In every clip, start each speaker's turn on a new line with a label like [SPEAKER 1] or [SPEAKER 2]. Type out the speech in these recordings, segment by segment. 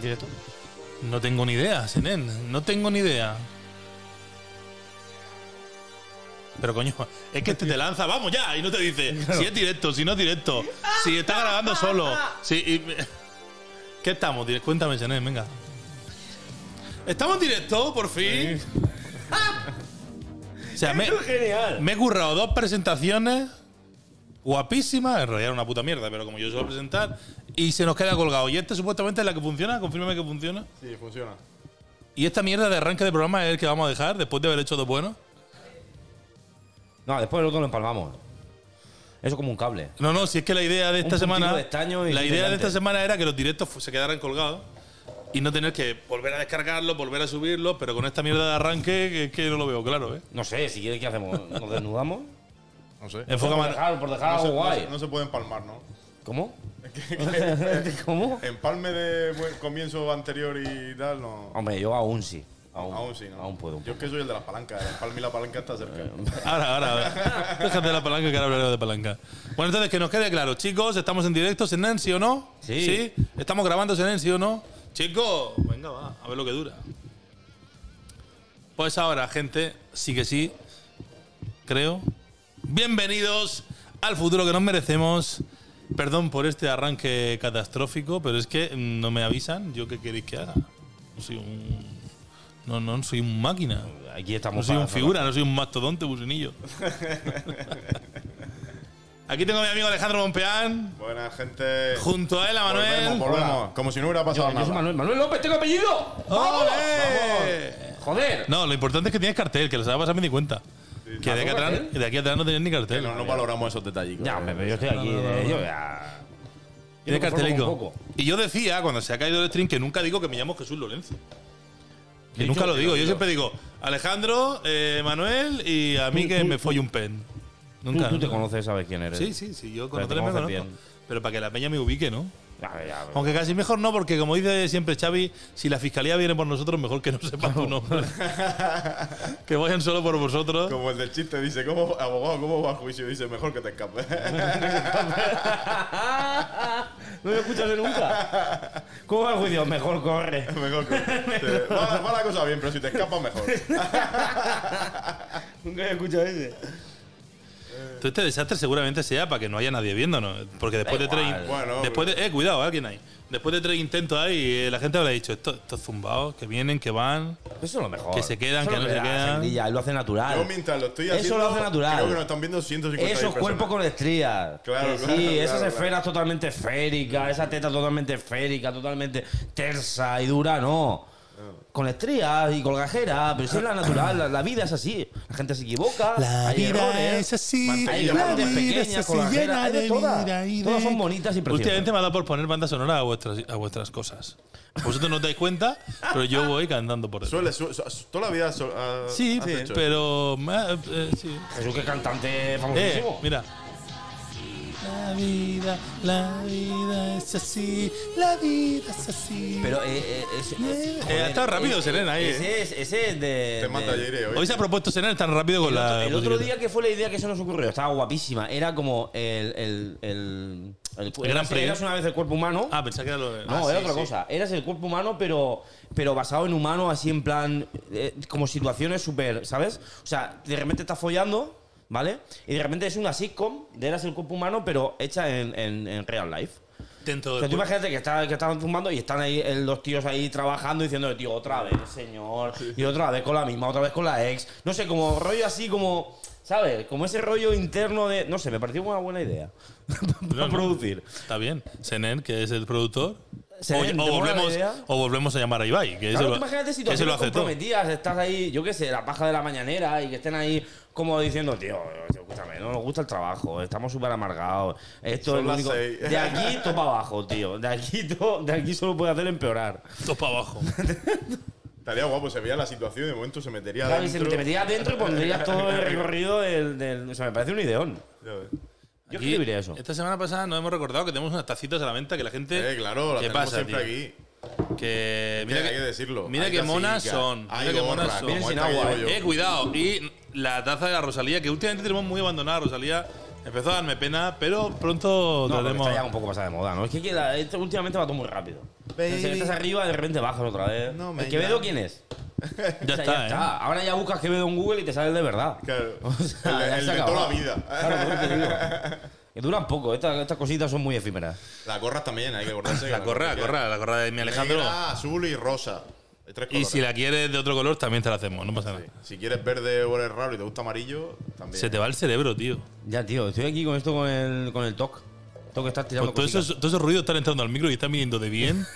[SPEAKER 1] quieres tú?
[SPEAKER 2] No tengo ni idea, Senen. No tengo ni idea. Pero coño, es que este te lanza, vamos ya, y no te dice si es directo, si no es directo, si está grabando solo. Si, y- ¿Qué estamos? Dire- Cuéntame, Senen, venga. ¿Estamos en directo, por fin? o sea, me,
[SPEAKER 1] Esto es genial.
[SPEAKER 2] me he currado dos presentaciones guapísimas. En realidad era una puta mierda, pero como yo suelo presentar, y se nos queda colgado. Y este supuestamente es la que funciona, confírmame que funciona.
[SPEAKER 1] Sí, funciona.
[SPEAKER 2] Y esta mierda de arranque de programa es el que vamos a dejar después de haber hecho dos buenos.
[SPEAKER 3] No, después el otro lo empalmamos. Eso como un cable.
[SPEAKER 2] No, no, si es que la idea de esta
[SPEAKER 3] puntito
[SPEAKER 2] semana.
[SPEAKER 3] de estaño y
[SPEAKER 2] la idea de
[SPEAKER 3] brillante.
[SPEAKER 2] esta semana era que los directos fu- se quedaran colgados y no tener que volver a descargarlos, volver a subirlos, pero con esta mierda de arranque que, que no lo veo claro, ¿eh?
[SPEAKER 3] No sé, si quieres, ¿qué hacemos? ¿Nos desnudamos?
[SPEAKER 1] No sé.
[SPEAKER 2] Enfoca
[SPEAKER 3] por
[SPEAKER 2] más.
[SPEAKER 3] dejar, por dejar
[SPEAKER 1] no,
[SPEAKER 3] algo
[SPEAKER 1] se, no,
[SPEAKER 3] guay.
[SPEAKER 1] se- no se puede empalmar, ¿no?
[SPEAKER 3] ¿Cómo?
[SPEAKER 1] Que- que-
[SPEAKER 3] ¿Cómo?
[SPEAKER 1] Empalme de buen comienzo anterior y tal, no.
[SPEAKER 3] Hombre, yo aún sí. Aún,
[SPEAKER 1] Aún sí, ¿no?
[SPEAKER 3] Aún puedo. Eh,
[SPEAKER 1] Yo es que soy el de las palancas. El empalme y la palanca está cerca.
[SPEAKER 2] Ahora, ahora, ahora. Déjate la palanca que ahora hablaremos de palanca. Bueno, entonces que nos quede claro, chicos, estamos en directo, ¿Senen sí o no?
[SPEAKER 3] Sí.
[SPEAKER 2] ¿Estamos grabando Senen sí o no? Chicos, venga, va, a ver lo que dura. Pues ahora, gente, sí que sí, creo. Bienvenidos al futuro que nos merecemos. Perdón por este arranque catastrófico, pero es que mm, no me avisan. ¿Yo qué queréis que haga? No soy un. No, no, soy un máquina.
[SPEAKER 3] Aquí estamos.
[SPEAKER 2] No soy
[SPEAKER 3] para-
[SPEAKER 2] un figura, no soy un mastodonte businillo. Aquí tengo a mi amigo Alejandro Monpeán.
[SPEAKER 1] Buena gente.
[SPEAKER 2] Junto a él, a
[SPEAKER 1] Volvemos,
[SPEAKER 2] Manuel.
[SPEAKER 1] volvemos. Como si no hubiera
[SPEAKER 3] Yo,
[SPEAKER 1] pasado
[SPEAKER 3] yo soy
[SPEAKER 1] nada.
[SPEAKER 3] Manuel. Manuel López, tengo apellido. ¡Vamos!
[SPEAKER 2] ¡Ole!
[SPEAKER 3] Joder.
[SPEAKER 2] No, lo importante es que tienes cartel, que lo sabes pasar me di cuenta. Que de aquí, atrás,
[SPEAKER 3] ¿eh?
[SPEAKER 2] de aquí atrás no tenías ni
[SPEAKER 1] Que
[SPEAKER 2] cartel.
[SPEAKER 1] No, no valoramos esos detallitos.
[SPEAKER 3] Ya, hombre, pero yo estoy aquí. eh, yo ya-
[SPEAKER 2] Tiene
[SPEAKER 3] yo me conformo con
[SPEAKER 2] cartelico.
[SPEAKER 3] poco.
[SPEAKER 2] Y yo decía, cuando se ha caído el stream, que nunca digo que me llamo Jesús Lorenzo. Que
[SPEAKER 3] Yo-
[SPEAKER 2] nunca
[SPEAKER 3] yo-
[SPEAKER 2] lo digo.
[SPEAKER 3] yo-
[SPEAKER 2] Yo
[SPEAKER 3] yo-
[SPEAKER 2] siempre digo Alejandro, eh, Manuel y a mí
[SPEAKER 3] Tú-
[SPEAKER 2] que
[SPEAKER 3] tú-
[SPEAKER 2] me follo un pen.
[SPEAKER 3] Tú,
[SPEAKER 2] Nunca.
[SPEAKER 3] tú te conoces, sabes quién eres.
[SPEAKER 2] Sí, sí, sí. Yo con
[SPEAKER 3] Pero te
[SPEAKER 2] otros me
[SPEAKER 3] conoces
[SPEAKER 2] conozco.
[SPEAKER 3] bien.
[SPEAKER 2] Pero para que la peña me ubique, ¿no?
[SPEAKER 3] Ya, ya, ya.
[SPEAKER 2] Aunque casi mejor no, porque como dice siempre Xavi, si la fiscalía viene por nosotros, mejor que no sepan tu nombre. que vayan solo por vosotros.
[SPEAKER 1] Como el del chiste dice, ¿cómo, abogado, ¿cómo va a juicio? Dice, mejor que te escapes.
[SPEAKER 3] No me escuchas nunca. ¿Cómo va el juicio? Mejor corre.
[SPEAKER 1] mejor que. Sí, Va, va la cosa bien, pero si te escapas, mejor.
[SPEAKER 3] Nunca he escuchado ese.
[SPEAKER 2] Todo este desastre seguramente sea para que no haya nadie viéndonos. Porque después
[SPEAKER 3] Da
[SPEAKER 2] de tres.
[SPEAKER 3] igual.
[SPEAKER 2] in-
[SPEAKER 1] Bueno,
[SPEAKER 2] después de- eh, cuidado, alguien ahí. Después de tres intentos ahí, eh, la gente habrá dicho, estos, estos zumbados que vienen, que van.
[SPEAKER 3] Eso es lo mejor.
[SPEAKER 2] Que se quedan,
[SPEAKER 3] Eso
[SPEAKER 2] que
[SPEAKER 3] es lo
[SPEAKER 2] no se
[SPEAKER 3] da
[SPEAKER 2] quedan.
[SPEAKER 3] seguridad, lo hace natural.
[SPEAKER 1] Yo mientras lo estoy
[SPEAKER 3] Eso
[SPEAKER 1] haciendo.
[SPEAKER 3] lo hace natural.
[SPEAKER 1] Creo que nos están viendo 150
[SPEAKER 3] Esos cuerpos con estrías.
[SPEAKER 1] Claro,
[SPEAKER 3] Que sí,
[SPEAKER 1] claro, claro,
[SPEAKER 3] esas
[SPEAKER 1] claro.
[SPEAKER 3] esferas totalmente esféricas, esa teta totalmente esférica, totalmente tersa y dura, no. Con estrías y colgajeras, pero si es la natural, la, la vida es así. La gente se equivoca. hay errores.
[SPEAKER 2] así.
[SPEAKER 3] Hay
[SPEAKER 1] la
[SPEAKER 3] grandes,
[SPEAKER 1] vida
[SPEAKER 3] pequeñas, colgajeras, hay de todas. Todas son bonitas y
[SPEAKER 2] Últimamente
[SPEAKER 3] preciosas.
[SPEAKER 2] me ha dado por poner banda sonora a vuestras, a vuestras cosas. Vosotros no os dais cuenta, pero yo voy cantando por detrás.
[SPEAKER 1] Suele, su- su- toda la vida. su- ah,
[SPEAKER 2] Sí,
[SPEAKER 1] has hecho eso.
[SPEAKER 2] pero. eh, eh, sí.
[SPEAKER 3] Jesús, qué cantante
[SPEAKER 2] Eh,
[SPEAKER 3] famosísimo.
[SPEAKER 2] mira. La vida, la vida es así, la vida es así.
[SPEAKER 3] pero eh, eh, ese- ese-
[SPEAKER 2] Eh, ha estado rápido,
[SPEAKER 3] ese-
[SPEAKER 2] Selena, ahí,
[SPEAKER 3] Ese es, ese es de.
[SPEAKER 1] Te mata
[SPEAKER 3] de-
[SPEAKER 1] Jaire hoy.
[SPEAKER 2] Hoy se ha propuesto cenar tan rápido con
[SPEAKER 3] El otro-
[SPEAKER 2] la.
[SPEAKER 3] el otro
[SPEAKER 2] musiquita.
[SPEAKER 3] día que fue la idea que se nos ocurrió, estaba guapísima. Era como el. el, el, el,
[SPEAKER 2] El Gran
[SPEAKER 3] eras-
[SPEAKER 2] Prix,
[SPEAKER 3] eras
[SPEAKER 2] ¿eh?
[SPEAKER 3] una vez el cuerpo humano.
[SPEAKER 2] Ah, pensaba que era lo de.
[SPEAKER 3] no,
[SPEAKER 2] Ah,
[SPEAKER 3] era
[SPEAKER 2] sí,
[SPEAKER 3] otra
[SPEAKER 2] sí.
[SPEAKER 3] cosa. Eras el cuerpo humano, pero, pero basado en humano, así en plan. eh, como situaciones súper. ¿Sabes? O sea, de repente estás follando, ¿vale? Y de repente es una sitcom de Eras el cuerpo humano, pero hecha en, en- en real life.
[SPEAKER 2] Dentro
[SPEAKER 3] O
[SPEAKER 2] del
[SPEAKER 3] sea,
[SPEAKER 2] cuerpo.
[SPEAKER 3] tú imagínate que, está- que estaban zumbando y están ahí eh, los tíos ahí trabajando diciendo, tío, otra vez, señor, y otra vez con la misma, otra vez con la ex. No sé, como rollo así, como, ¿sabes? Como ese rollo interno de. No sé, me pareció una buena idea.
[SPEAKER 2] No,
[SPEAKER 3] Para
[SPEAKER 2] no.
[SPEAKER 3] producir.
[SPEAKER 2] Está bien. Senen, que es el productor.
[SPEAKER 3] Senen,
[SPEAKER 2] o, o
[SPEAKER 3] ¿te mola la
[SPEAKER 2] volvemos,
[SPEAKER 3] idea?
[SPEAKER 2] o volvemos a llamar a Ibai. Que
[SPEAKER 3] Claro,
[SPEAKER 2] ese
[SPEAKER 3] tú
[SPEAKER 2] lo-
[SPEAKER 3] imagínate
[SPEAKER 2] ese
[SPEAKER 3] situaciones
[SPEAKER 2] lo hace todo.
[SPEAKER 3] comprometidas, estás ahí, yo qué sé, la paja de la mañanera y que estén ahí como diciendo, tío, escúchame, no nos gusta el trabajo, estamos súper amargados, esto
[SPEAKER 1] Son
[SPEAKER 3] es lo
[SPEAKER 1] las
[SPEAKER 3] único.
[SPEAKER 1] seis.
[SPEAKER 3] De aquí todo para abajo, tío, de aquí, todo, de aquí solo puede hacer empeorar.
[SPEAKER 2] Todo para abajo.
[SPEAKER 1] Estaría guapo, se veía la situación y de momento se metería
[SPEAKER 3] Claro, y se
[SPEAKER 1] dentro.
[SPEAKER 3] te metías dentro y pondrías todo el recorrido del, del- O sea, me parece un ideón. Yo
[SPEAKER 2] Aquí,
[SPEAKER 3] escribiría eso.
[SPEAKER 2] Esta semana pasada nos hemos recordado que tenemos unas tacitas a la venta que la gente.
[SPEAKER 1] Eh, claro, la
[SPEAKER 2] ¿Qué
[SPEAKER 1] tenemos
[SPEAKER 2] pasa,
[SPEAKER 1] siempre
[SPEAKER 2] tío?
[SPEAKER 1] aquí.
[SPEAKER 2] Que mira
[SPEAKER 1] que
[SPEAKER 2] que,
[SPEAKER 1] hay que decirlo.
[SPEAKER 2] Mira
[SPEAKER 1] Hay
[SPEAKER 2] que
[SPEAKER 1] casi
[SPEAKER 2] monas
[SPEAKER 1] que-
[SPEAKER 2] son.
[SPEAKER 1] hay
[SPEAKER 2] Mira que monas
[SPEAKER 1] gorras,
[SPEAKER 2] son.
[SPEAKER 1] como
[SPEAKER 3] Vienen sin
[SPEAKER 1] esta que
[SPEAKER 3] agua,
[SPEAKER 1] llevo yo.
[SPEAKER 2] Eh, cuidado. Y la taza de la Rosalía, que últimamente tenemos muy abandonada, Rosalía. Empezó a darme pena, pero pronto
[SPEAKER 3] No, porque
[SPEAKER 2] daremos.
[SPEAKER 3] está ya un poco pasada de moda, ¿no? Es que queda- esto últimamente va todo muy rápido.
[SPEAKER 4] Baby.
[SPEAKER 3] Si estás arriba, de repente bajas otra vez.
[SPEAKER 4] No me
[SPEAKER 3] ¿El Quevedo
[SPEAKER 4] llames.
[SPEAKER 3] quién es?
[SPEAKER 2] Ya
[SPEAKER 3] O sea,
[SPEAKER 2] está, ¿eh?
[SPEAKER 3] Ahora ya buscas Quevedo en Google y te sale el de verdad.
[SPEAKER 1] Claro.
[SPEAKER 3] O sea,
[SPEAKER 1] el de-
[SPEAKER 3] ya
[SPEAKER 1] el
[SPEAKER 3] se
[SPEAKER 1] de
[SPEAKER 3] acabó.
[SPEAKER 1] toda la vida.
[SPEAKER 3] Claro, por eso te digo. Que duran poco, estas, estas cositas son muy efímeras.
[SPEAKER 1] La gorra también, hay que acordarse.
[SPEAKER 2] La correa, la correa, la correa de mi Alejandro.
[SPEAKER 1] Alejandro. azul y rosa. Hay tres
[SPEAKER 2] Y
[SPEAKER 1] colores.
[SPEAKER 2] si la quieres de otro color, también te la hacemos, no pasa nada.
[SPEAKER 1] Si quieres verde o eres raro y te gusta amarillo, también.
[SPEAKER 2] Se te va el cerebro, tío.
[SPEAKER 3] Ya, tío, estoy aquí con esto con el, con el TOC. TOC estás
[SPEAKER 2] Pues
[SPEAKER 3] tirando
[SPEAKER 2] todos
[SPEAKER 3] cositas.
[SPEAKER 2] esos, todos esos ruidos están entrando al micro y están viniendo de bien.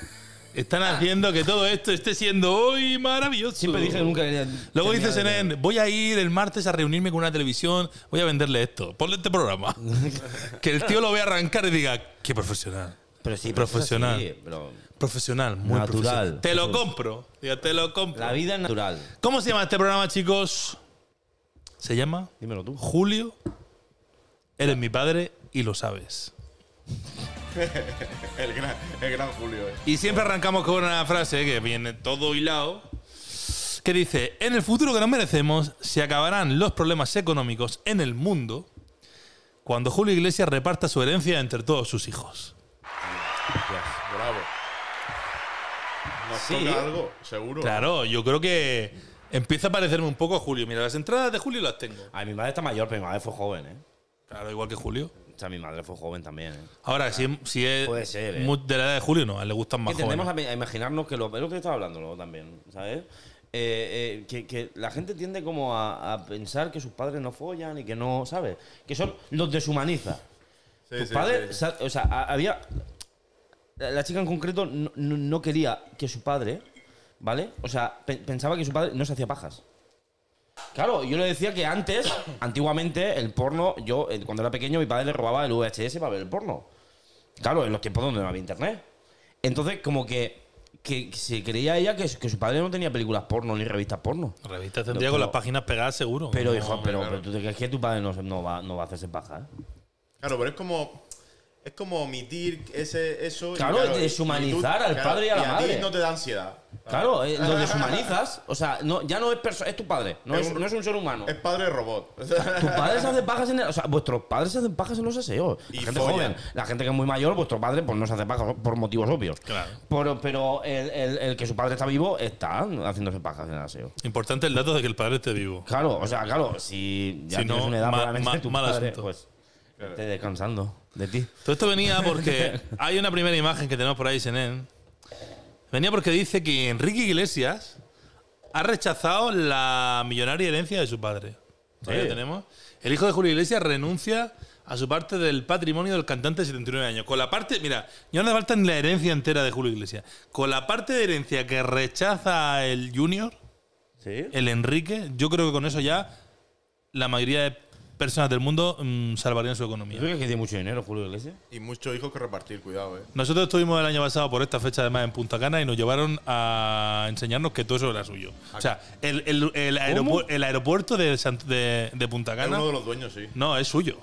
[SPEAKER 2] Están haciendo que todo esto esté siendo hoy maravilloso.
[SPEAKER 3] Siempre dije que nunca quería.
[SPEAKER 2] Luego dices
[SPEAKER 3] terminar de-
[SPEAKER 2] en voy a ir el martes a reunirme con una televisión, voy a venderle esto. Ponle este programa. que el tío lo vea arrancar y diga, qué profesional.
[SPEAKER 3] Pero sí, pero
[SPEAKER 2] profesional.
[SPEAKER 3] eso es así, pero
[SPEAKER 2] Profesional, muy
[SPEAKER 3] Natural.
[SPEAKER 2] profesional. Te lo
[SPEAKER 3] Eso es.
[SPEAKER 2] compro. Diga, te lo compro.
[SPEAKER 3] la vida es natural.
[SPEAKER 2] ¿Cómo se llama este programa, chicos? Se llama
[SPEAKER 3] Dímelo tú.
[SPEAKER 2] Julio, eres mi padre y lo sabes.
[SPEAKER 1] El gran, el gran Julio, eh.
[SPEAKER 2] Y siempre arrancamos con una frase que viene todo hilado, que dice, en el futuro que nos merecemos, se acabarán los problemas económicos en el mundo cuando Julio Iglesias reparta su herencia entre todos sus hijos.
[SPEAKER 1] Bravo. Nos
[SPEAKER 3] Sí.
[SPEAKER 1] toca algo, seguro.
[SPEAKER 2] Claro, yo creo que empieza a parecerme un poco a Julio. Mira, las entradas de Julio las tengo.
[SPEAKER 3] Ay, mi madre está mayor, pero mi madre fue joven, ¿eh?
[SPEAKER 2] Claro, igual que Julio.
[SPEAKER 3] O sea, mi madre fue joven también, ¿eh?
[SPEAKER 2] Ahora, si, si es
[SPEAKER 3] Puede ser, ¿eh?
[SPEAKER 2] mu- de la edad de Julio, no, a él le gustan
[SPEAKER 3] Que
[SPEAKER 2] más jóvenes.
[SPEAKER 3] tendemos a pe- a imaginarnos que lo, es lo que estaba hablando luego también, ¿sabes? Eh, eh, que, que la gente tiende como a, a pensar que sus padres no follan y que no, ¿sabes? Que son los deshumaniza.
[SPEAKER 1] Sí,
[SPEAKER 3] tus
[SPEAKER 1] sí,
[SPEAKER 3] padres,
[SPEAKER 1] sí.
[SPEAKER 3] sa- o sea, ha- había la, la chica en concreto no, no- no quería que su padre, ¿vale? O sea, pe- pensaba que su padre no se hacía pajas. Claro, yo le decía que antes, antiguamente, el porno, yo eh, cuando era pequeño, mi padre le robaba el VHS para ver el porno. Claro, en los tiempos donde no había internet. Entonces, como que, que se creía ella que, su- que su padre no tenía películas porno ni revistas porno.
[SPEAKER 2] Revistas tendría con las páginas pegadas seguro.
[SPEAKER 3] Pero,
[SPEAKER 2] No,
[SPEAKER 3] hijo, pero,
[SPEAKER 1] claro.
[SPEAKER 3] pero tú te crees que tu padre no, se- no va, no va a hacerse paja, ¿eh?
[SPEAKER 1] Claro, pero es como. Es como omitir ese, eso. y
[SPEAKER 3] Claro, deshumanizar
[SPEAKER 1] y
[SPEAKER 3] al padre y a la
[SPEAKER 1] ti
[SPEAKER 3] madre.
[SPEAKER 1] no te da ansiedad.
[SPEAKER 3] Claro, eh, lo deshumanizas. O sea, no, ya no es perso- es tu padre, no es, no es un ser humano.
[SPEAKER 1] Es padre robot.
[SPEAKER 3] Tus padres se hacen pajas en el- O sea, vuestros padres se hacen pajas en los aseos.
[SPEAKER 1] Y
[SPEAKER 3] la gente
[SPEAKER 1] follan.
[SPEAKER 3] joven. La gente que es muy mayor, vuestro padre pues no se hace pajas por motivos obvios.
[SPEAKER 2] Claro.
[SPEAKER 3] Pero, pero el, el- el que su padre está vivo está haciéndose pajas en el aseo.
[SPEAKER 2] Importante el dato de que el padre esté vivo.
[SPEAKER 3] Claro, o sea, claro, si ya
[SPEAKER 2] Si
[SPEAKER 3] tienes
[SPEAKER 2] no,
[SPEAKER 3] una edad
[SPEAKER 2] ma-
[SPEAKER 3] probablemente
[SPEAKER 2] ma-
[SPEAKER 3] tu
[SPEAKER 2] mal
[SPEAKER 3] padre,
[SPEAKER 2] asunto.
[SPEAKER 3] pues esté descansando de ti.
[SPEAKER 2] Todo esto venía porque hay una primera imagen que tenemos por ahí, Senen. Venía porque dice que Enrique Iglesias ha rechazado la millonaria herencia de su padre. Ahí lo
[SPEAKER 3] Sí.
[SPEAKER 2] tenemos. El hijo de Julio Iglesias renuncia a su parte del patrimonio del cantante de 79 años. Con la parte, mira, ya no le falta ni la herencia entera de Julio Iglesias. Con la parte de herencia que rechaza el Junior,
[SPEAKER 3] ¿Sí?
[SPEAKER 2] el Enrique, yo creo que con eso ya la mayoría de personas del mundo mm, salvarían su
[SPEAKER 3] ¿Tú
[SPEAKER 2] economía.
[SPEAKER 3] crees que tiene mucho dinero Julio Iglesias?
[SPEAKER 1] y muchos hijos que repartir, cuidado, eh.
[SPEAKER 2] Nosotros estuvimos el año pasado por esta fecha además en Punta Cana y nos llevaron a enseñarnos que todo eso era suyo. O sea, el, el- el aeropu- el aeropuerto de, Sant- de- de Punta
[SPEAKER 1] Es uno de
[SPEAKER 2] Cana
[SPEAKER 1] los dueños, sí.
[SPEAKER 2] no es suyo.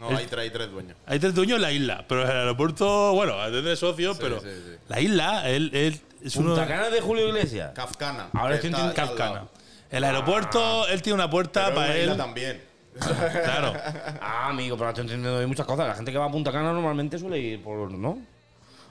[SPEAKER 1] No,
[SPEAKER 2] Es-
[SPEAKER 1] hay tres, hay tres dueños.
[SPEAKER 2] hay tres dueños en la isla, pero el aeropuerto, bueno, de socios, pero
[SPEAKER 1] sí, sí.
[SPEAKER 2] la isla él, él es uno
[SPEAKER 3] ¿Punta Cana de Julio Iglesias?
[SPEAKER 1] Kafkana.
[SPEAKER 3] Ahora
[SPEAKER 1] que
[SPEAKER 3] estoy
[SPEAKER 1] está- está al
[SPEAKER 2] Kafkana.
[SPEAKER 1] lado. Ah.
[SPEAKER 2] El aeropuerto, él tiene una puerta
[SPEAKER 1] Pero es
[SPEAKER 2] para
[SPEAKER 1] una
[SPEAKER 2] él.
[SPEAKER 1] isla también.
[SPEAKER 2] Claro.
[SPEAKER 3] Ah, amigo, pero estoy entendiendo hay muchas cosas. La gente que va a Punta Cana normalmente suele ir por. ¿No?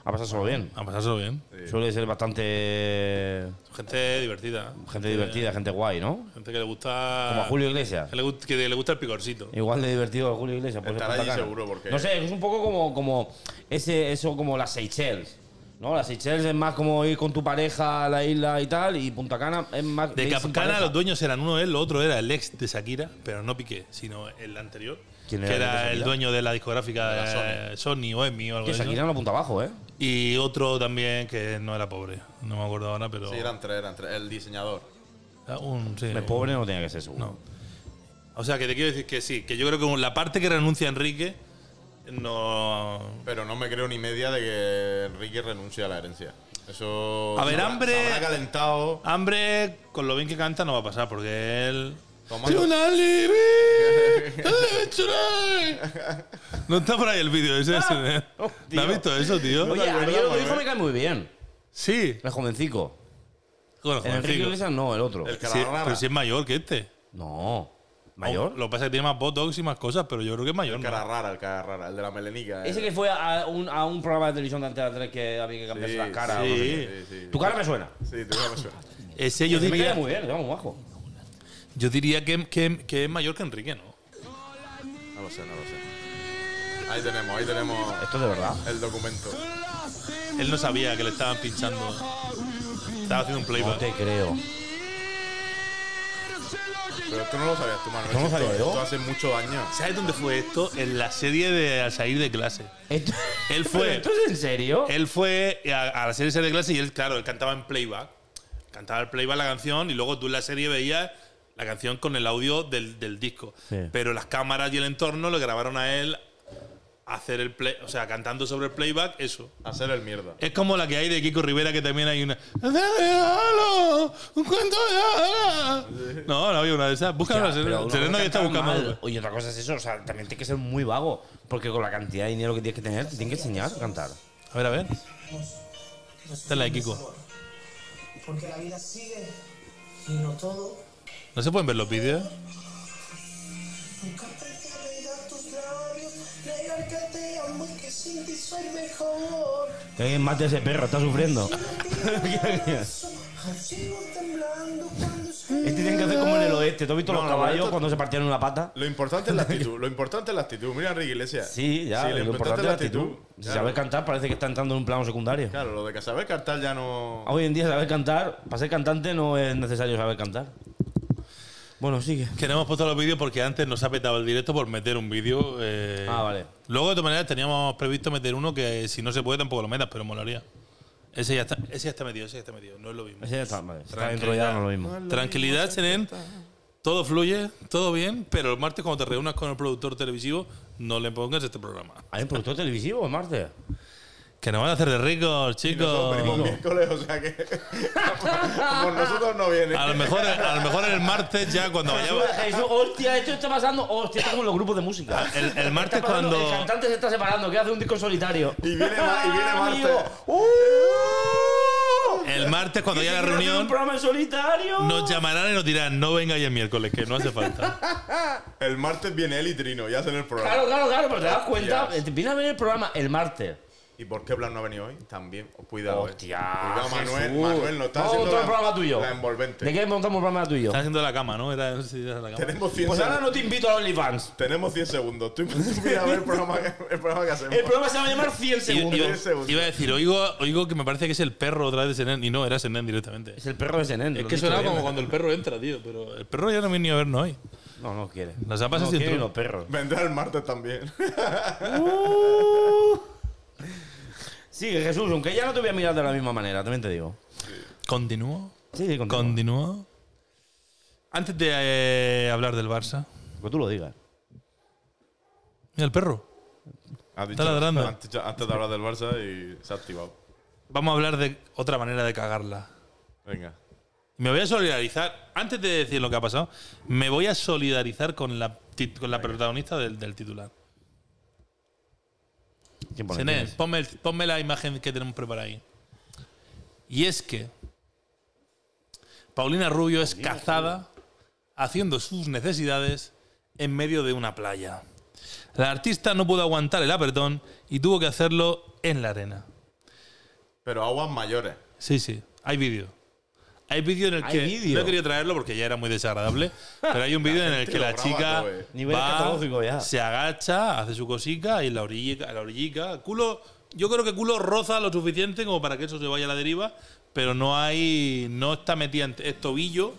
[SPEAKER 3] A pasárselo bien.
[SPEAKER 2] A pasárselo bien.
[SPEAKER 3] Suele ser bastante.
[SPEAKER 2] Gente divertida.
[SPEAKER 3] Gente divertida, gente guay, ¿no?
[SPEAKER 2] Gente que le gusta.
[SPEAKER 3] Como a Julio Iglesias.
[SPEAKER 2] Que le, gust- que le gusta el picorcito.
[SPEAKER 3] Igual de divertido que Julio Iglesias. pues,
[SPEAKER 1] Estará
[SPEAKER 3] en Punta
[SPEAKER 1] allí
[SPEAKER 3] Cana.
[SPEAKER 1] seguro, porque-
[SPEAKER 3] No sé, es un poco como. como ese, eso, como las Seychelles. ¿No? Las Seychelles es más como ir con tu pareja a la isla y tal. Y Punta Cana es más.
[SPEAKER 2] De
[SPEAKER 3] ir sin
[SPEAKER 2] Capcana
[SPEAKER 3] pareja.
[SPEAKER 2] los dueños eran uno él, lo otro era el ex de Shakira, pero no Piqué, sino el anterior,
[SPEAKER 3] ¿Quién
[SPEAKER 2] que
[SPEAKER 3] era el de
[SPEAKER 2] era el
[SPEAKER 3] Shakira?
[SPEAKER 2] dueño de la discográfica
[SPEAKER 1] De la
[SPEAKER 2] eh, Sony o Emmy o algo
[SPEAKER 3] Que
[SPEAKER 2] de eso.
[SPEAKER 3] Shakira no apunta abajo, ¿eh?
[SPEAKER 2] Y otro también que no era pobre, no me acuerdo ahora, pero
[SPEAKER 1] Sí, eran tres, eran tres. El diseñador.
[SPEAKER 2] era un- sí,
[SPEAKER 3] De
[SPEAKER 2] un-
[SPEAKER 3] pobre no tenía que ser seguro.
[SPEAKER 2] No. O sea, que te quiero decir que sí, que yo creo que la parte que renuncia Enrique no
[SPEAKER 1] Pero no me creo ni media de que Enrique renuncie a la herencia. Eso.
[SPEAKER 2] A ver,
[SPEAKER 1] se habrá-
[SPEAKER 2] hambre-
[SPEAKER 1] se habrá calentado.
[SPEAKER 2] Hambre, con lo bien que canta, no va a pasar porque él.
[SPEAKER 1] Tomando.
[SPEAKER 2] Tuna libre, eh, tuna. No está por ahí el vídeo ese. ese, ¿eh? ¿No has visto eso, tío?
[SPEAKER 3] Oye, a mí el otro
[SPEAKER 1] ¿eh?
[SPEAKER 3] hijo me cae muy bien.
[SPEAKER 2] Sí.
[SPEAKER 3] El jovencico.
[SPEAKER 2] Bueno,
[SPEAKER 3] El Enrique
[SPEAKER 2] jovencico.
[SPEAKER 3] Iglesias no, el otro.
[SPEAKER 1] El-
[SPEAKER 2] Sí, pero si es mayor que este.
[SPEAKER 3] No. ¿Mayor?
[SPEAKER 2] Lo que pasa es que tiene más botox y más cosas, pero yo creo que es mayor.
[SPEAKER 1] El
[SPEAKER 2] ¿no?
[SPEAKER 1] cara rara, el cara rara, el de la melenica.
[SPEAKER 3] Ese
[SPEAKER 1] eh.
[SPEAKER 3] que fue a un, a un programa de televisión de Antena 3 que había que cambiarse
[SPEAKER 1] Sí,
[SPEAKER 3] las caras.
[SPEAKER 2] sí.
[SPEAKER 3] o no sé qué.
[SPEAKER 1] Sí, sí.
[SPEAKER 3] Tu cara me suena.
[SPEAKER 1] Sí, tú ya me suena.
[SPEAKER 2] Ese yo
[SPEAKER 3] me queda
[SPEAKER 2] diría,
[SPEAKER 3] muy bien, vamos, bajo.
[SPEAKER 2] yo diría que, que- que es mayor que Enrique, ¿no?
[SPEAKER 1] No lo sé, no lo sé. Ahí tenemos, ahí tenemos
[SPEAKER 3] Esto es de verdad.
[SPEAKER 1] el documento.
[SPEAKER 2] Él no sabía que le estaban pinchando. Estaba haciendo un
[SPEAKER 3] No
[SPEAKER 2] playback.
[SPEAKER 3] te creo.
[SPEAKER 1] Pero tú no lo sabías, tú, Manuel.
[SPEAKER 3] ¿Tú no lo
[SPEAKER 1] Esto-
[SPEAKER 3] sabías yo?
[SPEAKER 1] Esto hace muchos años.
[SPEAKER 2] ¿Sabes dónde fue esto? En la serie de Al salir de clase.
[SPEAKER 3] Esto-
[SPEAKER 2] Él fue- Eh,
[SPEAKER 3] ¿Pero ¿Esto es en serio?
[SPEAKER 2] Él fue a, a la serie esa de clase y él, claro, él cantaba en playback. Cantaba el playback la canción y luego tú en la serie veías la canción con el audio del, del disco.
[SPEAKER 3] Sí.
[SPEAKER 2] Pero las cámaras y el entorno lo grabaron a él hacer el play, o sea, cantando sobre el playback, eso.
[SPEAKER 1] Hacer el mierda.
[SPEAKER 2] Es como la que hay de Kiko Rivera, que también hay una. ¡Halo! ¡Un cuento de hadas! No, no había una de esas. Busca
[SPEAKER 3] Ya,
[SPEAKER 2] una.
[SPEAKER 3] pero una
[SPEAKER 2] Serena
[SPEAKER 3] cosa
[SPEAKER 2] que está
[SPEAKER 3] cantar
[SPEAKER 2] buscando.
[SPEAKER 3] mal, Y otra cosa es eso, o sea, también tienes que ser muy vago. Porque con la cantidad de dinero que tienes que tener, te tienen que enseñar a cantar.
[SPEAKER 2] A ver, a ver. Esta es la de Kiko.
[SPEAKER 4] Porque la vida sigue y no todo.
[SPEAKER 2] ¿No se pueden ver los vídeos?
[SPEAKER 4] Nunca pretendí dar tus labios, negar que te amo y que sin ti soy mejor.
[SPEAKER 3] Que alguien mate a ese perro, está sufriendo.
[SPEAKER 4] Sigo temblando cuando
[SPEAKER 3] este tienen que hacer como en el oeste. ¿Tú has visto
[SPEAKER 1] No,
[SPEAKER 3] los
[SPEAKER 1] no,
[SPEAKER 3] caballos
[SPEAKER 1] esto-
[SPEAKER 3] cuando se partieron una pata?
[SPEAKER 1] Lo importante es la actitud. Lo importante es la actitud. Mira, Enrique Iglesias.
[SPEAKER 3] Sí, ya. lo, importante es la actitud. Si
[SPEAKER 1] Claro,
[SPEAKER 3] Saber cantar parece que está entrando en un plano secundario.
[SPEAKER 1] Claro, lo de que saber cantar ya no.
[SPEAKER 3] Hoy en día saber cantar, para ser cantante no es necesario saber cantar. Bueno, sigue.
[SPEAKER 2] Que no hemos puesto los vídeos porque antes nos ha petado el directo por meter un vídeo. eh.
[SPEAKER 3] Ah, vale.
[SPEAKER 2] Luego, de todas maneras, teníamos previsto meter uno que si no se puede tampoco lo metas, pero molaría. Ese ya está, ese ya está metido, ese ya está metido. No es lo mismo.
[SPEAKER 3] Ese ya está, vale. Está
[SPEAKER 2] Tranquilidad.
[SPEAKER 3] dentro ya, no es lo mismo.
[SPEAKER 2] Tranquilidad, Seren. Todo fluye, todo bien, pero el martes cuando te reúnas con el productor televisivo, no le pongas este programa.
[SPEAKER 3] ¿Hay un productor televisivo en Marte?
[SPEAKER 2] Que nos van a hacer de ricos,
[SPEAKER 3] Ah,
[SPEAKER 1] Y nosotros venimos
[SPEAKER 2] chicos.
[SPEAKER 1] miércoles, o sea que. Por nosotros no viene.
[SPEAKER 3] Ah,
[SPEAKER 2] A lo mejor, a lo mejor el martes ya cuando vayamos.
[SPEAKER 3] Jesús, hostia, esto está pasando. Hostia, está como en los grupos de música.
[SPEAKER 2] El, el martes
[SPEAKER 3] Está pasando,
[SPEAKER 2] Ah, cuando.
[SPEAKER 3] El cantante se está separando, que hace un disco en solitario.
[SPEAKER 1] Y viene, Ma- y viene Marte.
[SPEAKER 3] Amigo. ¡Uh!
[SPEAKER 2] El martes cuando haya la
[SPEAKER 3] Quiero hacer
[SPEAKER 2] reunión.
[SPEAKER 3] Un programa en solitario.
[SPEAKER 2] Nos llamarán y nos dirán, no vengáis el miércoles, que no hace falta.
[SPEAKER 1] El martes viene él y Trino, ya hacen el programa.
[SPEAKER 3] Claro, claro, claro, pero te das cuenta. eh,
[SPEAKER 1] Hostias.
[SPEAKER 3] Te Viene a ver el programa el martes.
[SPEAKER 1] ¿Y por qué Blas no ha venido hoy? También. Cuidado. eh.
[SPEAKER 3] Hostia,
[SPEAKER 1] Cuidado, Manuel.
[SPEAKER 3] Jesús.
[SPEAKER 1] Manuel, no está
[SPEAKER 3] Vamos a montar
[SPEAKER 1] haciendo la,
[SPEAKER 3] un programa tuyo.
[SPEAKER 1] la envolvente.
[SPEAKER 3] ¿De qué montamos un programa tuyo?
[SPEAKER 2] Están haciendo la cama, ¿no? Era, no sé si era la cama.
[SPEAKER 1] Tenemos 100
[SPEAKER 3] Pues ahora
[SPEAKER 1] segundos.
[SPEAKER 3] no te invito a OnlyFans.
[SPEAKER 1] Tenemos 100 segundos. Tú, tú mira a ver el programa que, el programa que hacemos.
[SPEAKER 3] El programa se va a llamar 100
[SPEAKER 2] Y- y-
[SPEAKER 3] segundos.
[SPEAKER 1] Diez segundos.
[SPEAKER 2] iba a decir, oigo, oigo que me parece que es el perro otra vez de Senen, y no, era Senen directamente.
[SPEAKER 3] Es el perro de Senén.
[SPEAKER 2] Es
[SPEAKER 3] lo
[SPEAKER 2] que
[SPEAKER 3] he dicho
[SPEAKER 2] sonaba
[SPEAKER 3] bien.
[SPEAKER 2] como cuando el perro entra, tío, pero el perro ya no viene a vernos hoy.
[SPEAKER 3] No, no quiere.
[SPEAKER 2] Nos ha pasado
[SPEAKER 3] no
[SPEAKER 2] sin
[SPEAKER 3] quiere
[SPEAKER 2] truco.
[SPEAKER 3] los perros.
[SPEAKER 1] Vendrá el martes también.
[SPEAKER 3] Uh. Sigue, Jesús, aunque ya no te voy a mirar de la misma manera, también te digo.
[SPEAKER 2] Continúo,
[SPEAKER 3] Sí, sí, continúa.
[SPEAKER 2] continúo. Antes de eh, hablar del Barça,
[SPEAKER 3] Lo que tú lo digas.
[SPEAKER 2] mira el perro.
[SPEAKER 1] Has
[SPEAKER 2] Está ladrando.
[SPEAKER 1] Antes, antes de hablar del Barça y se ha activado.
[SPEAKER 2] Vamos a hablar de otra manera de cagarla.
[SPEAKER 1] Venga.
[SPEAKER 2] Me voy a solidarizar, antes de decir lo que ha pasado, me voy a solidarizar con la, tit- con la protagonista del, del titular.
[SPEAKER 3] ¿Quién pone?
[SPEAKER 2] Senén, ponme, el- ponme la imagen que tenemos preparada ahí. Y es que Paulina Rubio es cazada haciendo sus necesidades en medio de una playa. La artista no pudo aguantar el apretón y tuvo que hacerlo en la arena.
[SPEAKER 1] Pero aguas mayores.
[SPEAKER 2] Sí, sí, hay vídeo. Hay vídeo en el
[SPEAKER 3] Hay
[SPEAKER 2] que
[SPEAKER 3] vídeo.
[SPEAKER 2] no he querido traerlo porque ya era muy desagradable, pero hay un vídeo en el que
[SPEAKER 1] lo
[SPEAKER 2] la
[SPEAKER 1] graba
[SPEAKER 2] chica
[SPEAKER 1] todo, eh.
[SPEAKER 3] Nivel escatológico ya.
[SPEAKER 2] va, se agacha, hace su cosica y la orilla, la orillica, culo, yo creo que culo roza lo suficiente como para que eso se vaya a la deriva, pero no hay no está metida en es tobillo,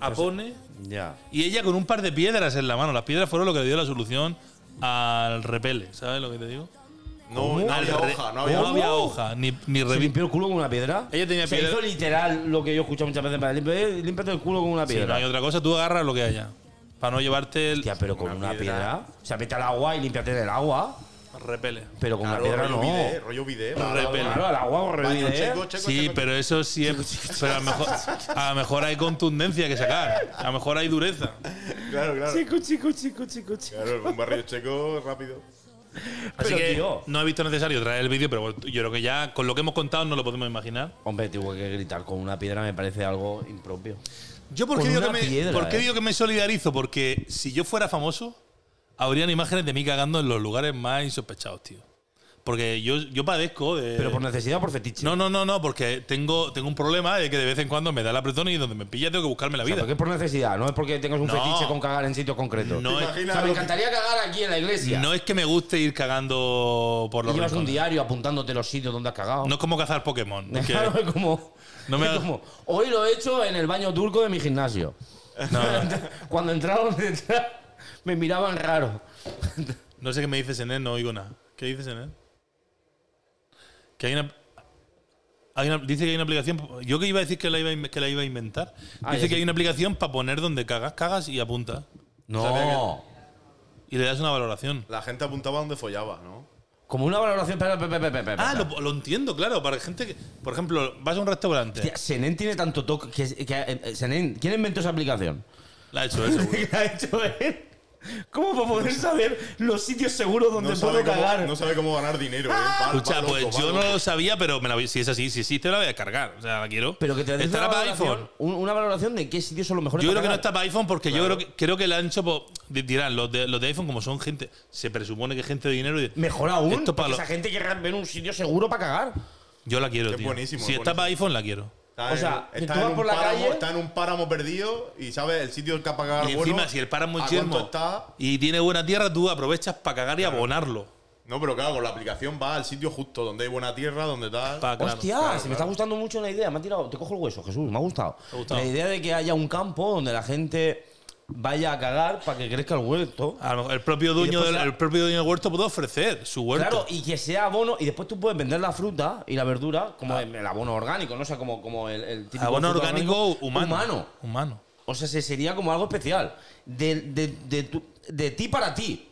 [SPEAKER 2] apone
[SPEAKER 3] Ya.
[SPEAKER 2] y ella con un par de piedras en la mano, las piedras fueron lo que le dio la solución al repele, ¿sabes lo que te digo?
[SPEAKER 1] No, no
[SPEAKER 2] Al
[SPEAKER 1] había
[SPEAKER 2] re-
[SPEAKER 1] hoja, no había
[SPEAKER 2] no
[SPEAKER 1] hoja.
[SPEAKER 2] había hoja, ni, ni
[SPEAKER 3] ¿Se
[SPEAKER 2] revi-
[SPEAKER 3] limpió el culo con una piedra?
[SPEAKER 2] Ella tenía
[SPEAKER 3] Se
[SPEAKER 2] piedra-
[SPEAKER 3] hizo literal lo que yo he escuchado muchas veces. para limpi- eh, Límpiate el culo con una
[SPEAKER 2] Si no
[SPEAKER 3] piedra.
[SPEAKER 2] hay otra cosa, tú agarras lo que haya. Para no llevarte el
[SPEAKER 3] Hostia, pero con
[SPEAKER 1] Una
[SPEAKER 3] una, piedra.
[SPEAKER 1] piedra.
[SPEAKER 3] O sea, vete al agua y límpiate del agua.
[SPEAKER 2] repele.
[SPEAKER 3] Pero con una
[SPEAKER 1] Claro,
[SPEAKER 3] piedra
[SPEAKER 1] rollo
[SPEAKER 3] no.
[SPEAKER 1] Bidé, rollo video.
[SPEAKER 2] Repele.
[SPEAKER 3] Claro, al agua o revive, ¿eh?
[SPEAKER 1] checo, checo,
[SPEAKER 2] Sí,
[SPEAKER 1] checo.
[SPEAKER 2] pero eso sí es. Pero a lo mejor, a lo mejor hay contundencia que sacar. A lo mejor hay dureza.
[SPEAKER 1] Claro, claro.
[SPEAKER 3] Chico, chico, chico, chico, chico.
[SPEAKER 1] Claro, un barrio checo rápido.
[SPEAKER 2] Así
[SPEAKER 3] Pero,
[SPEAKER 2] que
[SPEAKER 3] tío.
[SPEAKER 2] no he visto necesario traer el vídeo, pero bueno, yo creo que ya con lo que hemos contado no lo podemos imaginar.
[SPEAKER 3] Hombre, tuve que gritar con una piedra me parece algo impropio.
[SPEAKER 2] Yo por
[SPEAKER 3] Con
[SPEAKER 2] qué, digo que,
[SPEAKER 3] una
[SPEAKER 2] me,
[SPEAKER 3] piedra,
[SPEAKER 2] ¿por qué
[SPEAKER 3] eh.
[SPEAKER 2] digo que me solidarizo, porque si yo fuera famoso, habrían imágenes de mí cagando en los lugares más insospechados, tío. Porque yo, yo padezco de...
[SPEAKER 3] Pero por necesidad o por fetiche.
[SPEAKER 2] no, no, no, no, porque tengo, tengo un problema de que de vez en cuando me da el apretón y donde me pilla tengo que buscarme la
[SPEAKER 3] O sea,
[SPEAKER 2] vida.
[SPEAKER 3] porque es por necesidad, no es porque tengas un
[SPEAKER 2] No.
[SPEAKER 3] fetiche con cagar en sitios concretos.
[SPEAKER 2] No
[SPEAKER 1] ¿Te
[SPEAKER 2] es,
[SPEAKER 3] O
[SPEAKER 1] imaginas
[SPEAKER 3] sea, me
[SPEAKER 1] lo que-
[SPEAKER 3] encantaría cagar aquí en la iglesia.
[SPEAKER 2] no es que me guste ir cagando por
[SPEAKER 3] Y
[SPEAKER 2] los
[SPEAKER 3] llevas un
[SPEAKER 2] rincones.
[SPEAKER 3] diario apuntándote los sitios donde has cagado.
[SPEAKER 2] No es como cazar Pokémon. que-
[SPEAKER 3] Claro, es como,
[SPEAKER 2] No me
[SPEAKER 3] es
[SPEAKER 2] hagas-
[SPEAKER 3] como, Hoy lo he hecho en el baño turco de mi gimnasio. Cuando entraron detrás, me miraban raro.
[SPEAKER 2] No sé qué me dices en él, no oigo nada. ¿Qué dices en él? Que hay una, hay una- Dice que hay una aplicación. Yo que iba a decir que la iba a, in- que la iba a inventar.
[SPEAKER 3] Ah,
[SPEAKER 2] dice que
[SPEAKER 3] ya sé.
[SPEAKER 2] hay una aplicación para poner donde cagas, cagas y apuntas.
[SPEAKER 3] No.
[SPEAKER 2] Y le das una valoración.
[SPEAKER 1] La gente apuntaba donde follaba, ¿no?
[SPEAKER 3] Como una valoración. Espera, espera, espera, espera, espera.
[SPEAKER 2] Ah, lo, lo entiendo, claro. Para gente que. Por ejemplo, vas a un restaurante.
[SPEAKER 3] Hostia, Senén tiene tanto toque que. que- eh, Senén, ¿Quién inventó esa aplicación?
[SPEAKER 2] La ha hecho él, seguro.
[SPEAKER 3] ¿Qué ha hecho él? ¿Cómo para poder saber los sitios seguros donde
[SPEAKER 1] No
[SPEAKER 3] puedo
[SPEAKER 1] sabe,
[SPEAKER 3] cagar? Ah.
[SPEAKER 1] cómo, no sabe cómo ganar dinero, ¿eh? Va- va
[SPEAKER 2] Escucha,
[SPEAKER 1] loco,
[SPEAKER 2] pues
[SPEAKER 1] va
[SPEAKER 2] yo
[SPEAKER 1] loco.
[SPEAKER 2] no lo sabía, pero me la voy- si es así, si existe, la voy a descargar. O sea, la quiero.
[SPEAKER 3] Pero que te des
[SPEAKER 2] Estará
[SPEAKER 3] una
[SPEAKER 2] para
[SPEAKER 3] valoración,
[SPEAKER 2] iPhone.
[SPEAKER 3] un- Una valoración de qué sitios son los mejores.
[SPEAKER 2] Yo creo
[SPEAKER 3] para
[SPEAKER 2] que no
[SPEAKER 3] cagar.
[SPEAKER 2] está para iPhone porque yo creo que, creo que el ancho po- di- dirán los de, los de iPhone como son gente se presupone que gente de dinero y-
[SPEAKER 3] Mejor aún.
[SPEAKER 2] Esto para
[SPEAKER 3] porque
[SPEAKER 2] lo-
[SPEAKER 3] esa gente querrá ver un sitio seguro para cagar.
[SPEAKER 2] yo la quiero
[SPEAKER 1] Es
[SPEAKER 2] tío.
[SPEAKER 1] buenísimo,
[SPEAKER 2] si
[SPEAKER 1] es
[SPEAKER 2] está
[SPEAKER 1] buenísimo.
[SPEAKER 2] para iPhone la quiero
[SPEAKER 1] Está
[SPEAKER 3] O sea,
[SPEAKER 1] en,
[SPEAKER 3] tú
[SPEAKER 1] está,
[SPEAKER 3] vas
[SPEAKER 1] en un
[SPEAKER 3] por la
[SPEAKER 1] páramo,
[SPEAKER 3] calle-
[SPEAKER 1] está en un páramo perdido y sabes el sitio que ha pagado
[SPEAKER 2] y
[SPEAKER 1] Ah, bueno.
[SPEAKER 2] encima si el páramo es
[SPEAKER 1] ¿a
[SPEAKER 2] muy
[SPEAKER 1] cuánto
[SPEAKER 2] yermo
[SPEAKER 1] está?
[SPEAKER 2] y tiene buena tierra tú aprovechas para cagar y abonarlo
[SPEAKER 1] No, pero claro, con la aplicación va al sitio justo, donde hay buena tierra, donde tal.
[SPEAKER 2] Pa- Ah, Claro,
[SPEAKER 3] Hostia,
[SPEAKER 1] claro,
[SPEAKER 3] se me
[SPEAKER 1] claro.
[SPEAKER 3] está gustando mucho la idea. Me ha tirado. Te cojo el hueso, Jesús. Me ha gustado.
[SPEAKER 2] Te ha gustado.
[SPEAKER 3] La idea de que haya un campo donde la gente vaya a cagar para que crezca el huerto.
[SPEAKER 2] A lo mejor el propio dueño
[SPEAKER 3] después
[SPEAKER 2] del,
[SPEAKER 3] ya-
[SPEAKER 2] el propio dueño del huerto puede ofrecer su huerto
[SPEAKER 3] Claro, y que sea abono. Y después tú puedes vender la fruta y la verdura como el, el abono orgánico, no o sea, como, como el, el típico.
[SPEAKER 2] Ah. abono
[SPEAKER 3] fruto
[SPEAKER 2] orgánico humano
[SPEAKER 3] Humano.
[SPEAKER 2] humano
[SPEAKER 3] O sea, se- sería como algo especial. De, de, de, tu- de ti para ti.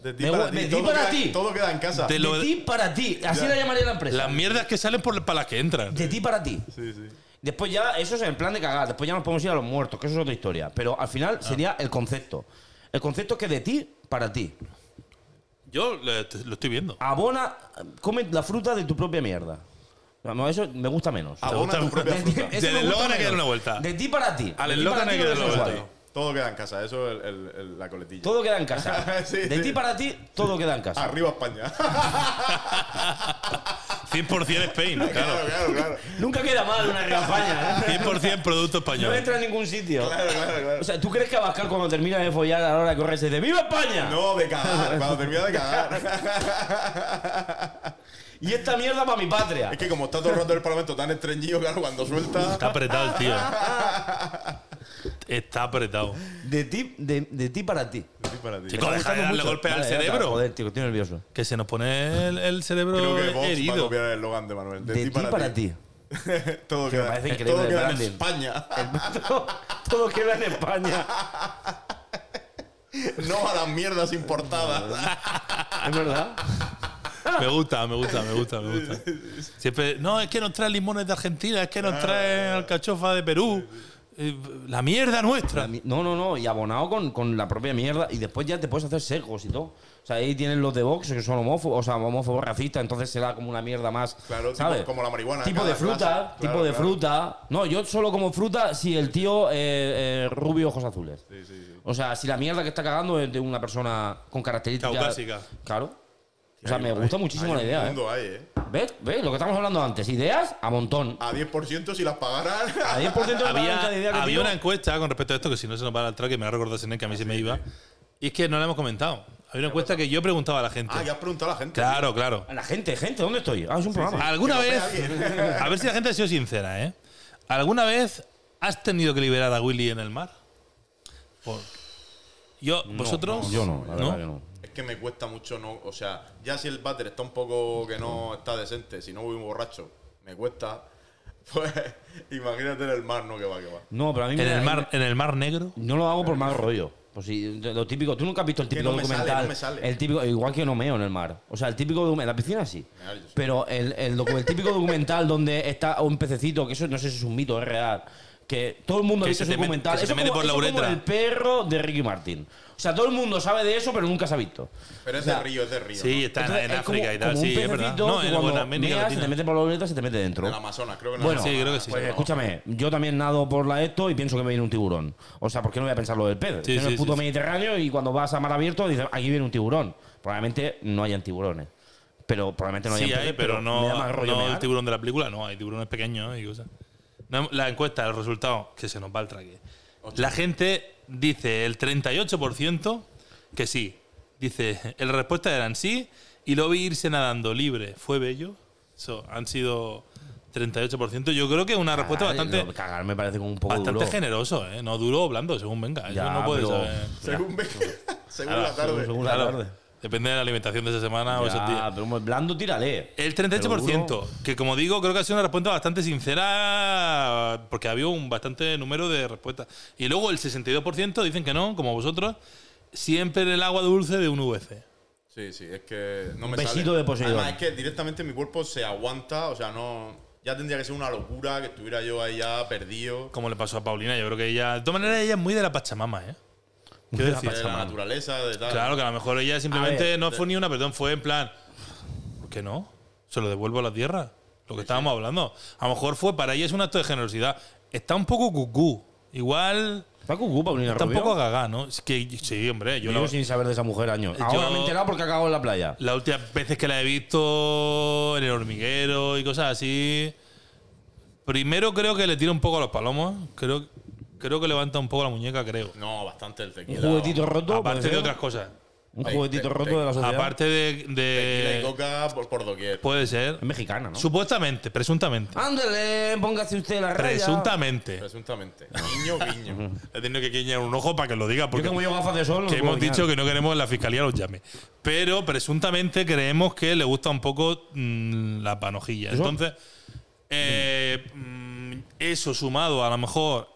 [SPEAKER 1] De ti
[SPEAKER 3] Me
[SPEAKER 1] para
[SPEAKER 3] gu-
[SPEAKER 1] ti.
[SPEAKER 3] de ti
[SPEAKER 1] todo
[SPEAKER 3] para
[SPEAKER 1] queda-
[SPEAKER 3] ti.
[SPEAKER 1] Todo queda en casa.
[SPEAKER 2] De
[SPEAKER 3] De,
[SPEAKER 2] lo-
[SPEAKER 3] ti para ti. Así
[SPEAKER 1] Ya.
[SPEAKER 3] la llamaría la empresa.
[SPEAKER 2] las mierdas que salen por, para las que entran
[SPEAKER 3] de ti para ti.
[SPEAKER 1] Sí, sí.
[SPEAKER 3] Después ya, eso es el plan de cagar. Después ya nos podemos ir a los muertos, que eso es otra historia. Pero al
[SPEAKER 2] Ah.
[SPEAKER 3] final sería el concepto. El concepto es que de ti para ti.
[SPEAKER 2] yo lo, te- lo estoy viendo
[SPEAKER 3] Abona, come la fruta de tu propia mierda. No, eso me gusta menos.
[SPEAKER 1] Abona tu
[SPEAKER 2] gusta-
[SPEAKER 1] propia
[SPEAKER 3] De ti-
[SPEAKER 1] fruta.
[SPEAKER 3] eso
[SPEAKER 2] Del
[SPEAKER 3] me gusta
[SPEAKER 2] eslogan hay que dar una
[SPEAKER 3] menos.
[SPEAKER 2] vuelta.
[SPEAKER 3] De ti para ti.
[SPEAKER 2] Al
[SPEAKER 3] De ti
[SPEAKER 2] eslogan
[SPEAKER 3] para
[SPEAKER 2] hay
[SPEAKER 3] ti
[SPEAKER 2] que
[SPEAKER 3] no
[SPEAKER 2] dar
[SPEAKER 3] eres
[SPEAKER 2] una
[SPEAKER 3] usuario.
[SPEAKER 2] vuelta.
[SPEAKER 1] Todo queda en casa, eso es el- el- el- la coletilla.
[SPEAKER 3] Todo queda en casa.
[SPEAKER 1] Sí,
[SPEAKER 3] de
[SPEAKER 1] sí.
[SPEAKER 3] ti para ti, todo queda en casa.
[SPEAKER 1] Arriba España.
[SPEAKER 2] 100% Spain
[SPEAKER 1] claro,
[SPEAKER 2] claro
[SPEAKER 1] claro, claro.
[SPEAKER 3] Nunca queda mal una campaña. ¿eh?
[SPEAKER 2] 100% producto
[SPEAKER 3] No
[SPEAKER 2] español
[SPEAKER 3] entra en ningún sitio.
[SPEAKER 1] Claro, claro, claro.
[SPEAKER 3] O sea, ¿tú crees que Abascal cuando termina de follar a la hora de correr se dice ¡Viva España!
[SPEAKER 1] No, de cagar. Cuando termina de cagar.
[SPEAKER 3] Y esta mierda para mi patria.
[SPEAKER 1] Es que como está todo el rato el parlamento tan estreñido, claro, cuando suelta.
[SPEAKER 2] está apretado el tío está apretado
[SPEAKER 3] De ti, de, de ti para ti.
[SPEAKER 1] Sí, para ti.
[SPEAKER 2] Chico, deja de darle golpe al
[SPEAKER 3] Vale, ya está,
[SPEAKER 2] cerebro.
[SPEAKER 3] Joder, tío, que estoy nervioso.
[SPEAKER 2] Que se nos pone el, el
[SPEAKER 1] Creo
[SPEAKER 2] cerebro
[SPEAKER 1] que Vox va a
[SPEAKER 2] herido.
[SPEAKER 1] copiar el eslogan de Manuel.
[SPEAKER 3] De ti para ti.
[SPEAKER 1] todo
[SPEAKER 3] Que me
[SPEAKER 1] queda,
[SPEAKER 3] parece increíble
[SPEAKER 1] todo
[SPEAKER 3] el
[SPEAKER 1] queda en
[SPEAKER 3] branding.
[SPEAKER 1] España.
[SPEAKER 3] todo, todo queda en España.
[SPEAKER 1] No a las mierdas importadas.
[SPEAKER 3] Es verdad.
[SPEAKER 2] Me gusta, me gusta, me gusta, me gusta. Siempre, no, es que nos trae limones de Argentina, es que
[SPEAKER 1] Ah.
[SPEAKER 2] nos trae alcachofa de Perú. Eh, La mierda nuestra.
[SPEAKER 3] No, no, no. Y abonado con, con la propia mierda. Y después ya te puedes hacer secos y todo. O sea, ahí tienen los de Vox que son homófobos, o sea, homófobos racistas, entonces será como una mierda más.
[SPEAKER 1] Claro, tipo
[SPEAKER 3] ¿sabes?
[SPEAKER 1] como la marihuana,
[SPEAKER 3] Tipo
[SPEAKER 1] cada
[SPEAKER 3] de fruta,
[SPEAKER 1] clase.
[SPEAKER 3] tipo
[SPEAKER 1] Claro,
[SPEAKER 3] de
[SPEAKER 1] claro.
[SPEAKER 3] fruta. No, yo solo como fruta si el tío eh, eh, rubio ojos azules.
[SPEAKER 1] Sí, sí, sí.
[SPEAKER 3] O sea, si la mierda que está cagando es de una persona con características.
[SPEAKER 2] Caucásica.
[SPEAKER 3] Claro. O sea,
[SPEAKER 1] Hay-
[SPEAKER 3] me gusta
[SPEAKER 1] hay-
[SPEAKER 3] muchísimo la
[SPEAKER 1] hay un
[SPEAKER 3] idea. ¿eh?
[SPEAKER 1] mundo ahí, ¿eh?
[SPEAKER 3] ¿Ves? ¿Ves? Lo que estamos hablando antes. Ideas a montón.
[SPEAKER 1] A 10% si las pagaran.
[SPEAKER 3] A 10% de la banca de idea que
[SPEAKER 2] Había, había
[SPEAKER 3] tiro.
[SPEAKER 2] una encuesta con respecto a esto, que si no se nos va al track, que me la recordado Senén, que
[SPEAKER 1] Ah,
[SPEAKER 2] a mí se me iba. Y es que no la hemos comentado. Había una encuesta que yo preguntaba a la gente.
[SPEAKER 1] Ah, ya has preguntado a la gente.
[SPEAKER 2] Claro, claro.
[SPEAKER 3] A la gente, gente, ¿dónde estoy? Ah, es un programa.
[SPEAKER 2] ¿Alguna
[SPEAKER 1] Que
[SPEAKER 2] vez,
[SPEAKER 1] lo
[SPEAKER 2] a ver si la gente ha sido sincera, ¿eh? ¿Alguna vez has tenido que liberar a Willy en el mar? Por- Yo, vosotros.
[SPEAKER 3] Yo no, la verdad que no.
[SPEAKER 1] Es que me cuesta mucho no. O sea, ya si el váter está un poco que no está decente, si no voy borracho, me cuesta. Pues imagínate en el mar, no que va, que va.
[SPEAKER 3] No, pero a mí
[SPEAKER 2] En
[SPEAKER 3] me da-
[SPEAKER 2] el mar, en el mar negro.
[SPEAKER 3] No lo hago por mal rollo. Pues sí, lo típico. Tú nunca has visto el
[SPEAKER 1] que
[SPEAKER 3] típico
[SPEAKER 1] no me sale,
[SPEAKER 3] documental.
[SPEAKER 1] no me sale.
[SPEAKER 3] El típico, igual que no meo en el mar. O sea, el típico documental. En la piscina sí.
[SPEAKER 1] Ah, yo sí.
[SPEAKER 3] Pero el, el, docu- el típico documental donde está un pececito, que eso no sé si es un mito, es real. que todo el mundo ha
[SPEAKER 2] Que
[SPEAKER 3] visto
[SPEAKER 2] se
[SPEAKER 3] ese
[SPEAKER 2] te mete-
[SPEAKER 3] documental.
[SPEAKER 2] que se
[SPEAKER 3] Eso
[SPEAKER 2] te mete
[SPEAKER 3] como-
[SPEAKER 2] por la
[SPEAKER 3] eso como
[SPEAKER 2] uretra.
[SPEAKER 3] el perro de Ricky Martin. O sea, todo el mundo sabe de eso, pero nunca se ha visto.
[SPEAKER 1] Pero
[SPEAKER 3] O
[SPEAKER 1] es
[SPEAKER 3] sea,
[SPEAKER 1] de río, es de río.
[SPEAKER 2] Sí,
[SPEAKER 1] ¿no?
[SPEAKER 2] está en-
[SPEAKER 3] Entonces,
[SPEAKER 2] en
[SPEAKER 3] es como-
[SPEAKER 2] África y tal.
[SPEAKER 3] como un
[SPEAKER 2] Sí, es verdad. No,
[SPEAKER 3] pececito que
[SPEAKER 2] en,
[SPEAKER 3] cuando
[SPEAKER 2] bueno, América
[SPEAKER 3] meas, se te
[SPEAKER 2] Latina.
[SPEAKER 3] mete por la uretra, se te mete dentro.
[SPEAKER 1] Del Amazonas, creo que en el
[SPEAKER 3] Bueno,
[SPEAKER 1] Amazonas.
[SPEAKER 2] Sí, creo que sí.
[SPEAKER 3] Pues
[SPEAKER 2] ¿no?
[SPEAKER 3] escúchame, yo también nado por la esto y pienso que me viene un tiburón. O sea, ¿por qué no voy a pensar lo del pez?
[SPEAKER 2] Sí,
[SPEAKER 3] en
[SPEAKER 2] sí,
[SPEAKER 3] el puto
[SPEAKER 2] sí, sí.
[SPEAKER 3] Mediterráneo y cuando vas a mar abierto dices, aquí viene un tiburón. Probablemente no hayan tiburones. Pero probablemente no
[SPEAKER 2] sí,
[SPEAKER 3] hayan
[SPEAKER 2] hay,
[SPEAKER 3] peces,
[SPEAKER 2] pero
[SPEAKER 3] me
[SPEAKER 2] no,
[SPEAKER 3] da más rollo
[SPEAKER 2] no el
[SPEAKER 3] mear.
[SPEAKER 2] tiburón de la película, no, hay tiburones pequeños y cosas. No, la encuesta, el resultado, que se nos va el traque. La gente dice el 38% que sí. Dice, el respuesta eran sí y lo vi irse nadando libre. ¿Fue bello? Eso, han sido 38%. Yo creo que es una respuesta
[SPEAKER 3] Cagar,
[SPEAKER 2] bastante,
[SPEAKER 3] no, cagar me parece como un poco
[SPEAKER 2] bastante
[SPEAKER 3] duro.
[SPEAKER 2] generoso, ¿eh? No duro o blando, según venga. Eso
[SPEAKER 3] Ya,
[SPEAKER 2] no puedes
[SPEAKER 3] pero-
[SPEAKER 2] saber.
[SPEAKER 1] Según ve, según
[SPEAKER 2] Ahora,
[SPEAKER 1] la tarde.
[SPEAKER 3] según-
[SPEAKER 2] Claro,
[SPEAKER 3] la tarde.
[SPEAKER 2] depende de la alimentación de esa semana o esos días.
[SPEAKER 3] Ya, pero hombre, blando tírale.
[SPEAKER 2] El
[SPEAKER 3] Pero
[SPEAKER 2] 38%,
[SPEAKER 3] duro.
[SPEAKER 2] que como digo, creo que ha sido una respuesta bastante sincera, porque ha habido un bastante número de respuestas. Y luego el 62% dicen que no, como vosotros, siempre en el agua dulce de un VC.
[SPEAKER 1] Sí, sí, es que no
[SPEAKER 3] Un
[SPEAKER 1] me
[SPEAKER 3] besito
[SPEAKER 1] sale.
[SPEAKER 3] de Poseidón.
[SPEAKER 1] Además, es que directamente mi cuerpo se aguanta, o sea, no. Ya tendría que ser una locura que estuviera yo ahí ya perdido.
[SPEAKER 2] Como le pasó a Paulina, yo creo que ella. De todas maneras, ella es muy de la Pachamama, ¿eh? Quiero
[SPEAKER 3] de la
[SPEAKER 2] decir,
[SPEAKER 1] De la naturaleza, de tal.
[SPEAKER 2] Claro, que a lo mejor ella simplemente
[SPEAKER 3] A ver,
[SPEAKER 2] no fue ni una perdón, fue en plan. ¿Por qué no? Se lo devuelvo a la tierra. Lo que estábamos hablando. A lo mejor fue para ella es un acto de generosidad. Está un poco cucú. Igual.
[SPEAKER 3] Está cucú, Paulina Rubio.
[SPEAKER 2] Tampoco a Gaga, ¿no? Es que sí, hombre, yo
[SPEAKER 3] Llevo
[SPEAKER 2] la,
[SPEAKER 3] sin saber de esa mujer años.
[SPEAKER 2] Yo-
[SPEAKER 3] Ahora me he enterado porque ha cagado en la playa.
[SPEAKER 2] las últimas veces que la he visto en el hormiguero y cosas así. Primero creo que le tira un poco a los palomos. Creo, creo que levanta un poco la muñeca, creo.
[SPEAKER 1] No, bastante el tequila.
[SPEAKER 3] Un juguetito
[SPEAKER 1] vamos.
[SPEAKER 3] roto.
[SPEAKER 2] Aparte
[SPEAKER 3] puede
[SPEAKER 2] de
[SPEAKER 3] ser.
[SPEAKER 2] otras cosas.
[SPEAKER 3] Un
[SPEAKER 1] Te-
[SPEAKER 3] juguetito
[SPEAKER 1] te-
[SPEAKER 3] roto de la sociedad.
[SPEAKER 2] Aparte de.
[SPEAKER 1] Tequila y
[SPEAKER 2] de
[SPEAKER 1] coca por, por doquier.
[SPEAKER 2] puede ser.
[SPEAKER 3] es mexicana, ¿no?
[SPEAKER 2] Supuestamente, presuntamente.
[SPEAKER 3] Ándale, póngase usted la raya.
[SPEAKER 2] Presuntamente.
[SPEAKER 1] Presuntamente. Guiño, guiño.
[SPEAKER 2] He tenido que quiñar un ojo para que lo diga.
[SPEAKER 3] Yo
[SPEAKER 2] Porque
[SPEAKER 3] como yo gafas de sol. no
[SPEAKER 2] que
[SPEAKER 3] puedo
[SPEAKER 2] hemos
[SPEAKER 3] opinar.
[SPEAKER 2] dicho que no queremos que la fiscalía los llame. Pero presuntamente creemos que le gusta un poco mm, la panojilla.
[SPEAKER 3] ¿Eso?
[SPEAKER 2] Entonces, eh, mm, eso sumado a lo mejor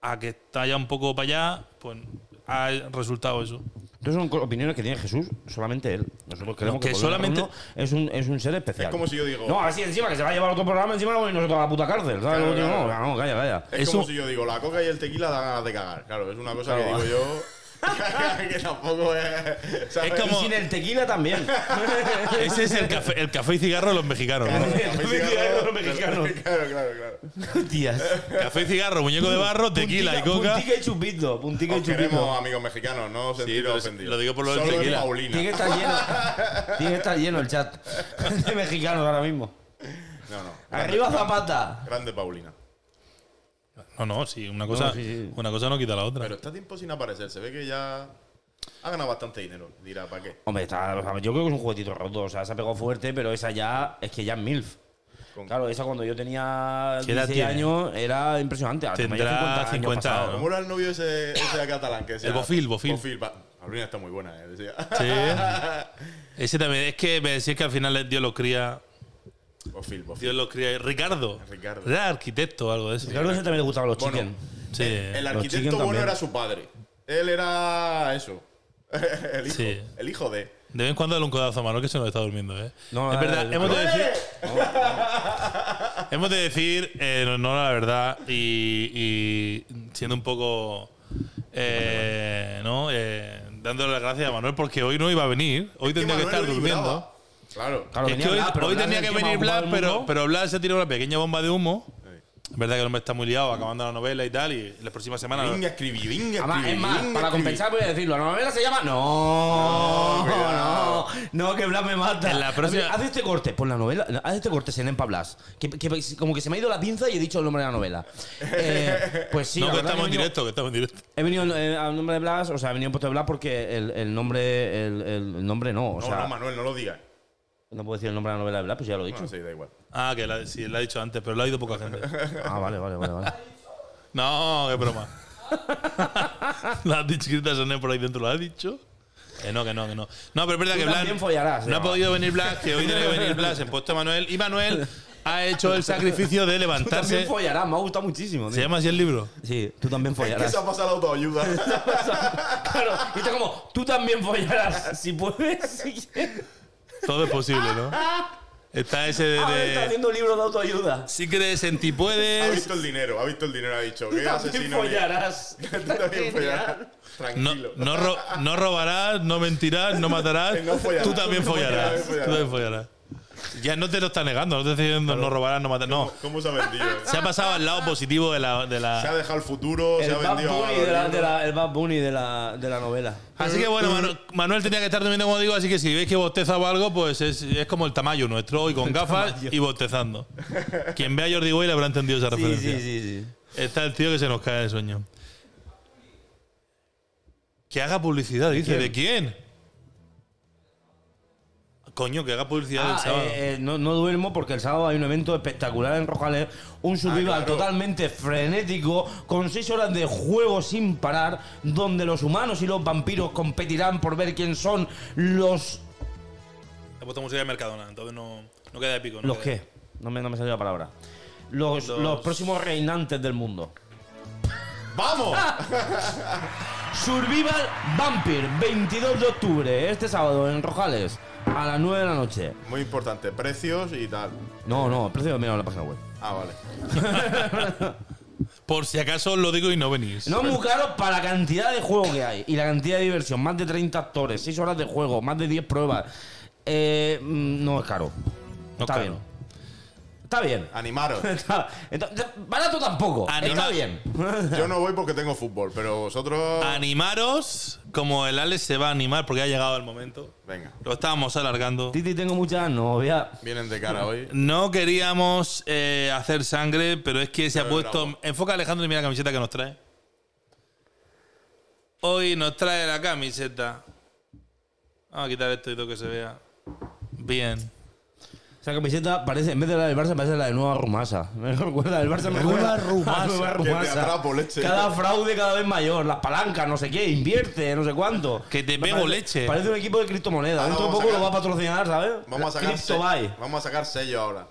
[SPEAKER 2] a que está ya un poco para allá, pues ha resultado eso.
[SPEAKER 3] Entonces son co- opiniones que tiene Jesús, solamente él. Nosotros creemos
[SPEAKER 2] que
[SPEAKER 3] que, Paulina
[SPEAKER 2] solamente-
[SPEAKER 3] Rubio es un, es un ser especial.
[SPEAKER 1] Es como si yo digo-
[SPEAKER 3] No, así encima, que se va a llevar otro programa, encima vamos a ir nosotros a la puta cárcel. ¿Sabes
[SPEAKER 1] Claro,
[SPEAKER 3] lo que digo?
[SPEAKER 1] claro.
[SPEAKER 3] No, no, calla, calla.
[SPEAKER 1] Es
[SPEAKER 2] Eso-
[SPEAKER 1] como si yo digo, la coca y el tequila da ganas de cagar. Claro, es una cosa
[SPEAKER 3] Claro.
[SPEAKER 1] que digo yo. que tampoco es. ¿sabes?
[SPEAKER 2] Es como-
[SPEAKER 3] Y sin el tequila también.
[SPEAKER 2] Ese es el café, el café y cigarro de los mexicanos. ¿no?
[SPEAKER 1] Claro, café
[SPEAKER 3] Entonces,
[SPEAKER 1] cigarro,
[SPEAKER 3] cigarros
[SPEAKER 1] pero-
[SPEAKER 3] mexicanos.
[SPEAKER 1] Claro, claro, claro.
[SPEAKER 3] Hostias.
[SPEAKER 2] Café y cigarro, muñeco de barro, tequila y
[SPEAKER 3] Puntica-
[SPEAKER 2] coca.
[SPEAKER 3] Puntica y chupito. Puntica y
[SPEAKER 1] Os queremos,
[SPEAKER 3] chupito.
[SPEAKER 1] amigos mexicanos, no os sentiros
[SPEAKER 2] lo-
[SPEAKER 1] ofendidos.
[SPEAKER 2] lo digo por lo del
[SPEAKER 1] Solo de
[SPEAKER 2] tequila.
[SPEAKER 1] Paulina.
[SPEAKER 3] Tiene que estar lleno. Tiene que estar lleno el chat de mexicanos ahora mismo.
[SPEAKER 1] No, no.
[SPEAKER 3] Arriba Zapata.
[SPEAKER 1] Grande Paulina.
[SPEAKER 2] No, no, sí, una cosa,
[SPEAKER 3] No, sí, sí.
[SPEAKER 2] Una cosa no quita la otra.
[SPEAKER 1] Pero está tiempo sin aparecer. Se ve que ya ha ganado bastante dinero. Dirá, ¿para qué?
[SPEAKER 3] Hombre, está, o sea, yo creo que es un juguetito roto. O sea, se ha pegado fuerte, pero esa ya es que ya es MILF.
[SPEAKER 1] Con-
[SPEAKER 3] Claro, esa cuando yo tenía
[SPEAKER 2] ¿Qué edad
[SPEAKER 3] 16
[SPEAKER 2] tiene?
[SPEAKER 3] años era impresionante. Ahora tengo ya
[SPEAKER 2] Tendrá
[SPEAKER 3] años
[SPEAKER 2] 50,
[SPEAKER 3] pasados.
[SPEAKER 2] ¿no?
[SPEAKER 1] ¿Cómo era el novio ese, ese catalán? Que sea-
[SPEAKER 2] Ah. El Bofil, Bofil.
[SPEAKER 1] pa- Paulina está muy buena, eh, decía.
[SPEAKER 2] Sí. Ese también, es que me decía que al final Dios los cría.
[SPEAKER 1] Bofil, Bofil.
[SPEAKER 2] Dios los cría. Ricardo.
[SPEAKER 1] Ricardo.
[SPEAKER 2] Era arquitecto o algo de eso.
[SPEAKER 3] Claro que ese también le gustaban los
[SPEAKER 1] Bueno,
[SPEAKER 3] chicken.
[SPEAKER 2] Sí.
[SPEAKER 1] El
[SPEAKER 3] Los chicken
[SPEAKER 1] arquitecto bueno
[SPEAKER 3] también.
[SPEAKER 1] era su padre. Él era eso. El hijo.
[SPEAKER 2] Sí.
[SPEAKER 1] El hijo de.
[SPEAKER 2] De vez en cuando dale un codazo a Manuel que se nos está durmiendo, ¿eh?
[SPEAKER 3] No,
[SPEAKER 2] es
[SPEAKER 3] no,
[SPEAKER 2] verdad,
[SPEAKER 3] no, no,
[SPEAKER 2] hemos, de
[SPEAKER 3] no.
[SPEAKER 2] decir, hemos de decir, eh, en honor a la verdad y, y siendo un poco, eh, ¿no? Eh, dándole las gracias a Manuel porque hoy no iba a venir, hoy tendría que
[SPEAKER 1] Manuel
[SPEAKER 2] estar
[SPEAKER 1] hoy
[SPEAKER 2] durmiendo.
[SPEAKER 1] brava. Claro.
[SPEAKER 3] Claro,
[SPEAKER 2] es
[SPEAKER 3] venía
[SPEAKER 2] que hoy,
[SPEAKER 3] Blas, pero
[SPEAKER 2] hoy
[SPEAKER 3] Blas
[SPEAKER 2] tenía
[SPEAKER 3] es
[SPEAKER 2] que
[SPEAKER 3] el más
[SPEAKER 2] venir
[SPEAKER 3] ocupado
[SPEAKER 2] Blas,
[SPEAKER 3] del
[SPEAKER 2] pero,
[SPEAKER 3] mundo.
[SPEAKER 2] pero Blas se tiró una pequeña bomba de humo.
[SPEAKER 1] Sí.
[SPEAKER 2] Es verdad que el hombre está muy liado acabando la novela y tal, y la próxima semana...
[SPEAKER 1] Venga, escribí, venga,
[SPEAKER 3] Además,
[SPEAKER 1] escribí,
[SPEAKER 3] es más,
[SPEAKER 1] venga,
[SPEAKER 3] para
[SPEAKER 1] escribí.
[SPEAKER 3] compensar voy a decirlo. La novela se llama. No, no,
[SPEAKER 1] cuidado.
[SPEAKER 3] no, que Blas me mata.
[SPEAKER 2] En la próxima-
[SPEAKER 3] Haz este corte, pon la novela. Haz este corte, se para Blas. Que, que- como que se me ha ido la pinza y he dicho el nombre de la novela. Eh, pues sí,
[SPEAKER 2] no,
[SPEAKER 3] la
[SPEAKER 2] que
[SPEAKER 3] verdad
[SPEAKER 2] estamos en
[SPEAKER 3] he venido-
[SPEAKER 2] directo, que estamos en directo.
[SPEAKER 3] He venido eh, al nombre de Blas, o sea, he venido en puesto de Blas porque el, el nombre. El, el nombre no, o
[SPEAKER 1] No,
[SPEAKER 3] sea.
[SPEAKER 1] no, Manuel, no lo digas.
[SPEAKER 3] No puedo decir el nombre de la novela de Blas, pues ya lo he dicho.
[SPEAKER 1] Bueno, sí, da igual.
[SPEAKER 2] Ah, que la, sí, la ha dicho antes, pero lo ha oído poca gente.
[SPEAKER 3] Ah, vale, vale, vale. vale.
[SPEAKER 2] No, qué broma. Las discritas son por ahí dentro, lo has dicho. Que no, que no, que no. No, pero es verdad
[SPEAKER 3] Tú
[SPEAKER 2] que Blas.
[SPEAKER 3] también follarás,
[SPEAKER 2] no ha
[SPEAKER 3] ¿no?
[SPEAKER 2] podido venir Blas, que hoy tiene que venir Blas en puesto de Manuel. Y Manuel ha hecho el sacrificio de
[SPEAKER 3] Tú también
[SPEAKER 2] levantarse.
[SPEAKER 3] follarás, me ha gustado muchísimo.
[SPEAKER 2] ¿Se
[SPEAKER 3] tío.
[SPEAKER 2] llama así el libro?
[SPEAKER 3] Sí, tú también
[SPEAKER 1] ¿Qué
[SPEAKER 3] follarás.
[SPEAKER 1] se ha pasado la autoayuda?
[SPEAKER 3] claro, y está como, tú también follarás, si puedes. si quieres.
[SPEAKER 2] Todo es posible, ¿no? Está ese de.
[SPEAKER 3] Ahora está haciendo libros de autoayuda.
[SPEAKER 2] si crees en ti
[SPEAKER 1] Ha
[SPEAKER 2] puedes.
[SPEAKER 1] visto el dinero, ha visto el dinero, ha dicho. ¿Qué
[SPEAKER 3] También ¿eh?
[SPEAKER 1] asesino? ni-
[SPEAKER 3] follarás.
[SPEAKER 1] Tú también follarás.
[SPEAKER 2] No,
[SPEAKER 1] Tranquilo.
[SPEAKER 2] no, ro- no robarás, no mentirás, no matarás.
[SPEAKER 1] No follarás.
[SPEAKER 2] tú también follarás.
[SPEAKER 1] Tú
[SPEAKER 2] Tú
[SPEAKER 1] también
[SPEAKER 2] también follarás. Ya no te lo está negando, no te está diciendo no robarás, no matarás. No.
[SPEAKER 1] ¿Cómo se ha vendido? eh?
[SPEAKER 2] Se ha pasado al lado positivo de la. de la-
[SPEAKER 1] Se ha dejado el futuro, se
[SPEAKER 3] El
[SPEAKER 1] ha
[SPEAKER 3] Bad
[SPEAKER 1] vendido. a
[SPEAKER 3] Bunny
[SPEAKER 1] los
[SPEAKER 3] de la,
[SPEAKER 1] libros.
[SPEAKER 3] de la- el Bad Bunny de la, de la novela.
[SPEAKER 2] Así que bueno, Manu- Manuel tenía que estar durmiendo como digo, así que si veis que bosteza o algo, pues es, es como el tamaño nuestro, hoy con gafas y bostezando. Quien vea a Jordi Way le habrá entendido esa referencia.
[SPEAKER 3] sí.
[SPEAKER 2] Está el tío que se nos cae el sueño. Que haga publicidad, dice. ¿De quién? Coño, que haga publicidad
[SPEAKER 3] Ah,
[SPEAKER 2] del sábado.
[SPEAKER 3] eh, eh, no, no duermo porque el sábado hay un evento espectacular en Rojales, un survival
[SPEAKER 1] claro.
[SPEAKER 3] totalmente frenético, con seis horas de juego sin parar, donde los humanos y los vampiros competirán por ver quién son los...
[SPEAKER 2] He puesto música de Mercadona, entonces no, no queda épico. no
[SPEAKER 3] ¿Los
[SPEAKER 2] queda-
[SPEAKER 3] qué? No me, no me salió la palabra. Los,
[SPEAKER 2] Los-
[SPEAKER 3] los próximos reinantes del mundo.
[SPEAKER 1] ¡Vamos!
[SPEAKER 3] Survival Vampire, 22 de octubre, este sábado en Rojales, a las 9 de la noche.
[SPEAKER 1] Muy importante, precios y tal.
[SPEAKER 3] No, no, el precio mira la página web.
[SPEAKER 1] Ah, vale.
[SPEAKER 2] Por si acaso os lo digo y no venís.
[SPEAKER 3] No es muy caro para la cantidad de juego que hay y la cantidad de diversión. Más de 30 actores, 6 horas de juego, más de 10 pruebas. Eh, mm, no es caro.
[SPEAKER 2] No
[SPEAKER 3] Está
[SPEAKER 2] es caro.
[SPEAKER 3] bien. Está bien.
[SPEAKER 1] Animaros.
[SPEAKER 3] Está- entonces, barato tampoco.
[SPEAKER 2] Anima-
[SPEAKER 3] Está bien.
[SPEAKER 1] Yo no voy porque tengo fútbol, pero vosotros.
[SPEAKER 3] Ah,
[SPEAKER 2] Animaros como el Alex se va a animar porque ha llegado el momento.
[SPEAKER 1] Venga.
[SPEAKER 2] Lo estábamos alargando.
[SPEAKER 3] Titi, tengo muchas novias.
[SPEAKER 1] Vienen de cara hoy.
[SPEAKER 2] No queríamos eh, hacer sangre, pero es que se ha
[SPEAKER 1] Pero
[SPEAKER 2] puesto.
[SPEAKER 1] bravo.
[SPEAKER 2] Enfoca a Alejandro y mira la camiseta que nos trae. Hoy nos trae la camiseta. Vamos a quitar esto y todo que se vea. Bien.
[SPEAKER 3] Esa camiseta parece, en vez de la del Barça, parece la de Nueva Rumasa. Me recuerda el Barça, me recuerda
[SPEAKER 2] Nueva
[SPEAKER 3] a
[SPEAKER 2] Rumasa.
[SPEAKER 3] Nueva
[SPEAKER 1] Que te
[SPEAKER 3] Rumasa.
[SPEAKER 1] atrapo, leche.
[SPEAKER 3] Cada fraude cada vez mayor. Las palancas, no sé qué, invierte, no sé cuánto.
[SPEAKER 2] Que te
[SPEAKER 3] Me
[SPEAKER 2] pego
[SPEAKER 3] parece-
[SPEAKER 2] leche.
[SPEAKER 3] Parece un equipo de criptomonedas.
[SPEAKER 1] Ahora
[SPEAKER 3] Dentro de
[SPEAKER 1] Ah, vamos a
[SPEAKER 3] poco lo va
[SPEAKER 1] sacar-
[SPEAKER 3] a patrocinar, ¿sabes?
[SPEAKER 1] Vamos a sacar. se-
[SPEAKER 3] CryptoBuy.
[SPEAKER 1] Vamos a sacar sello ahora.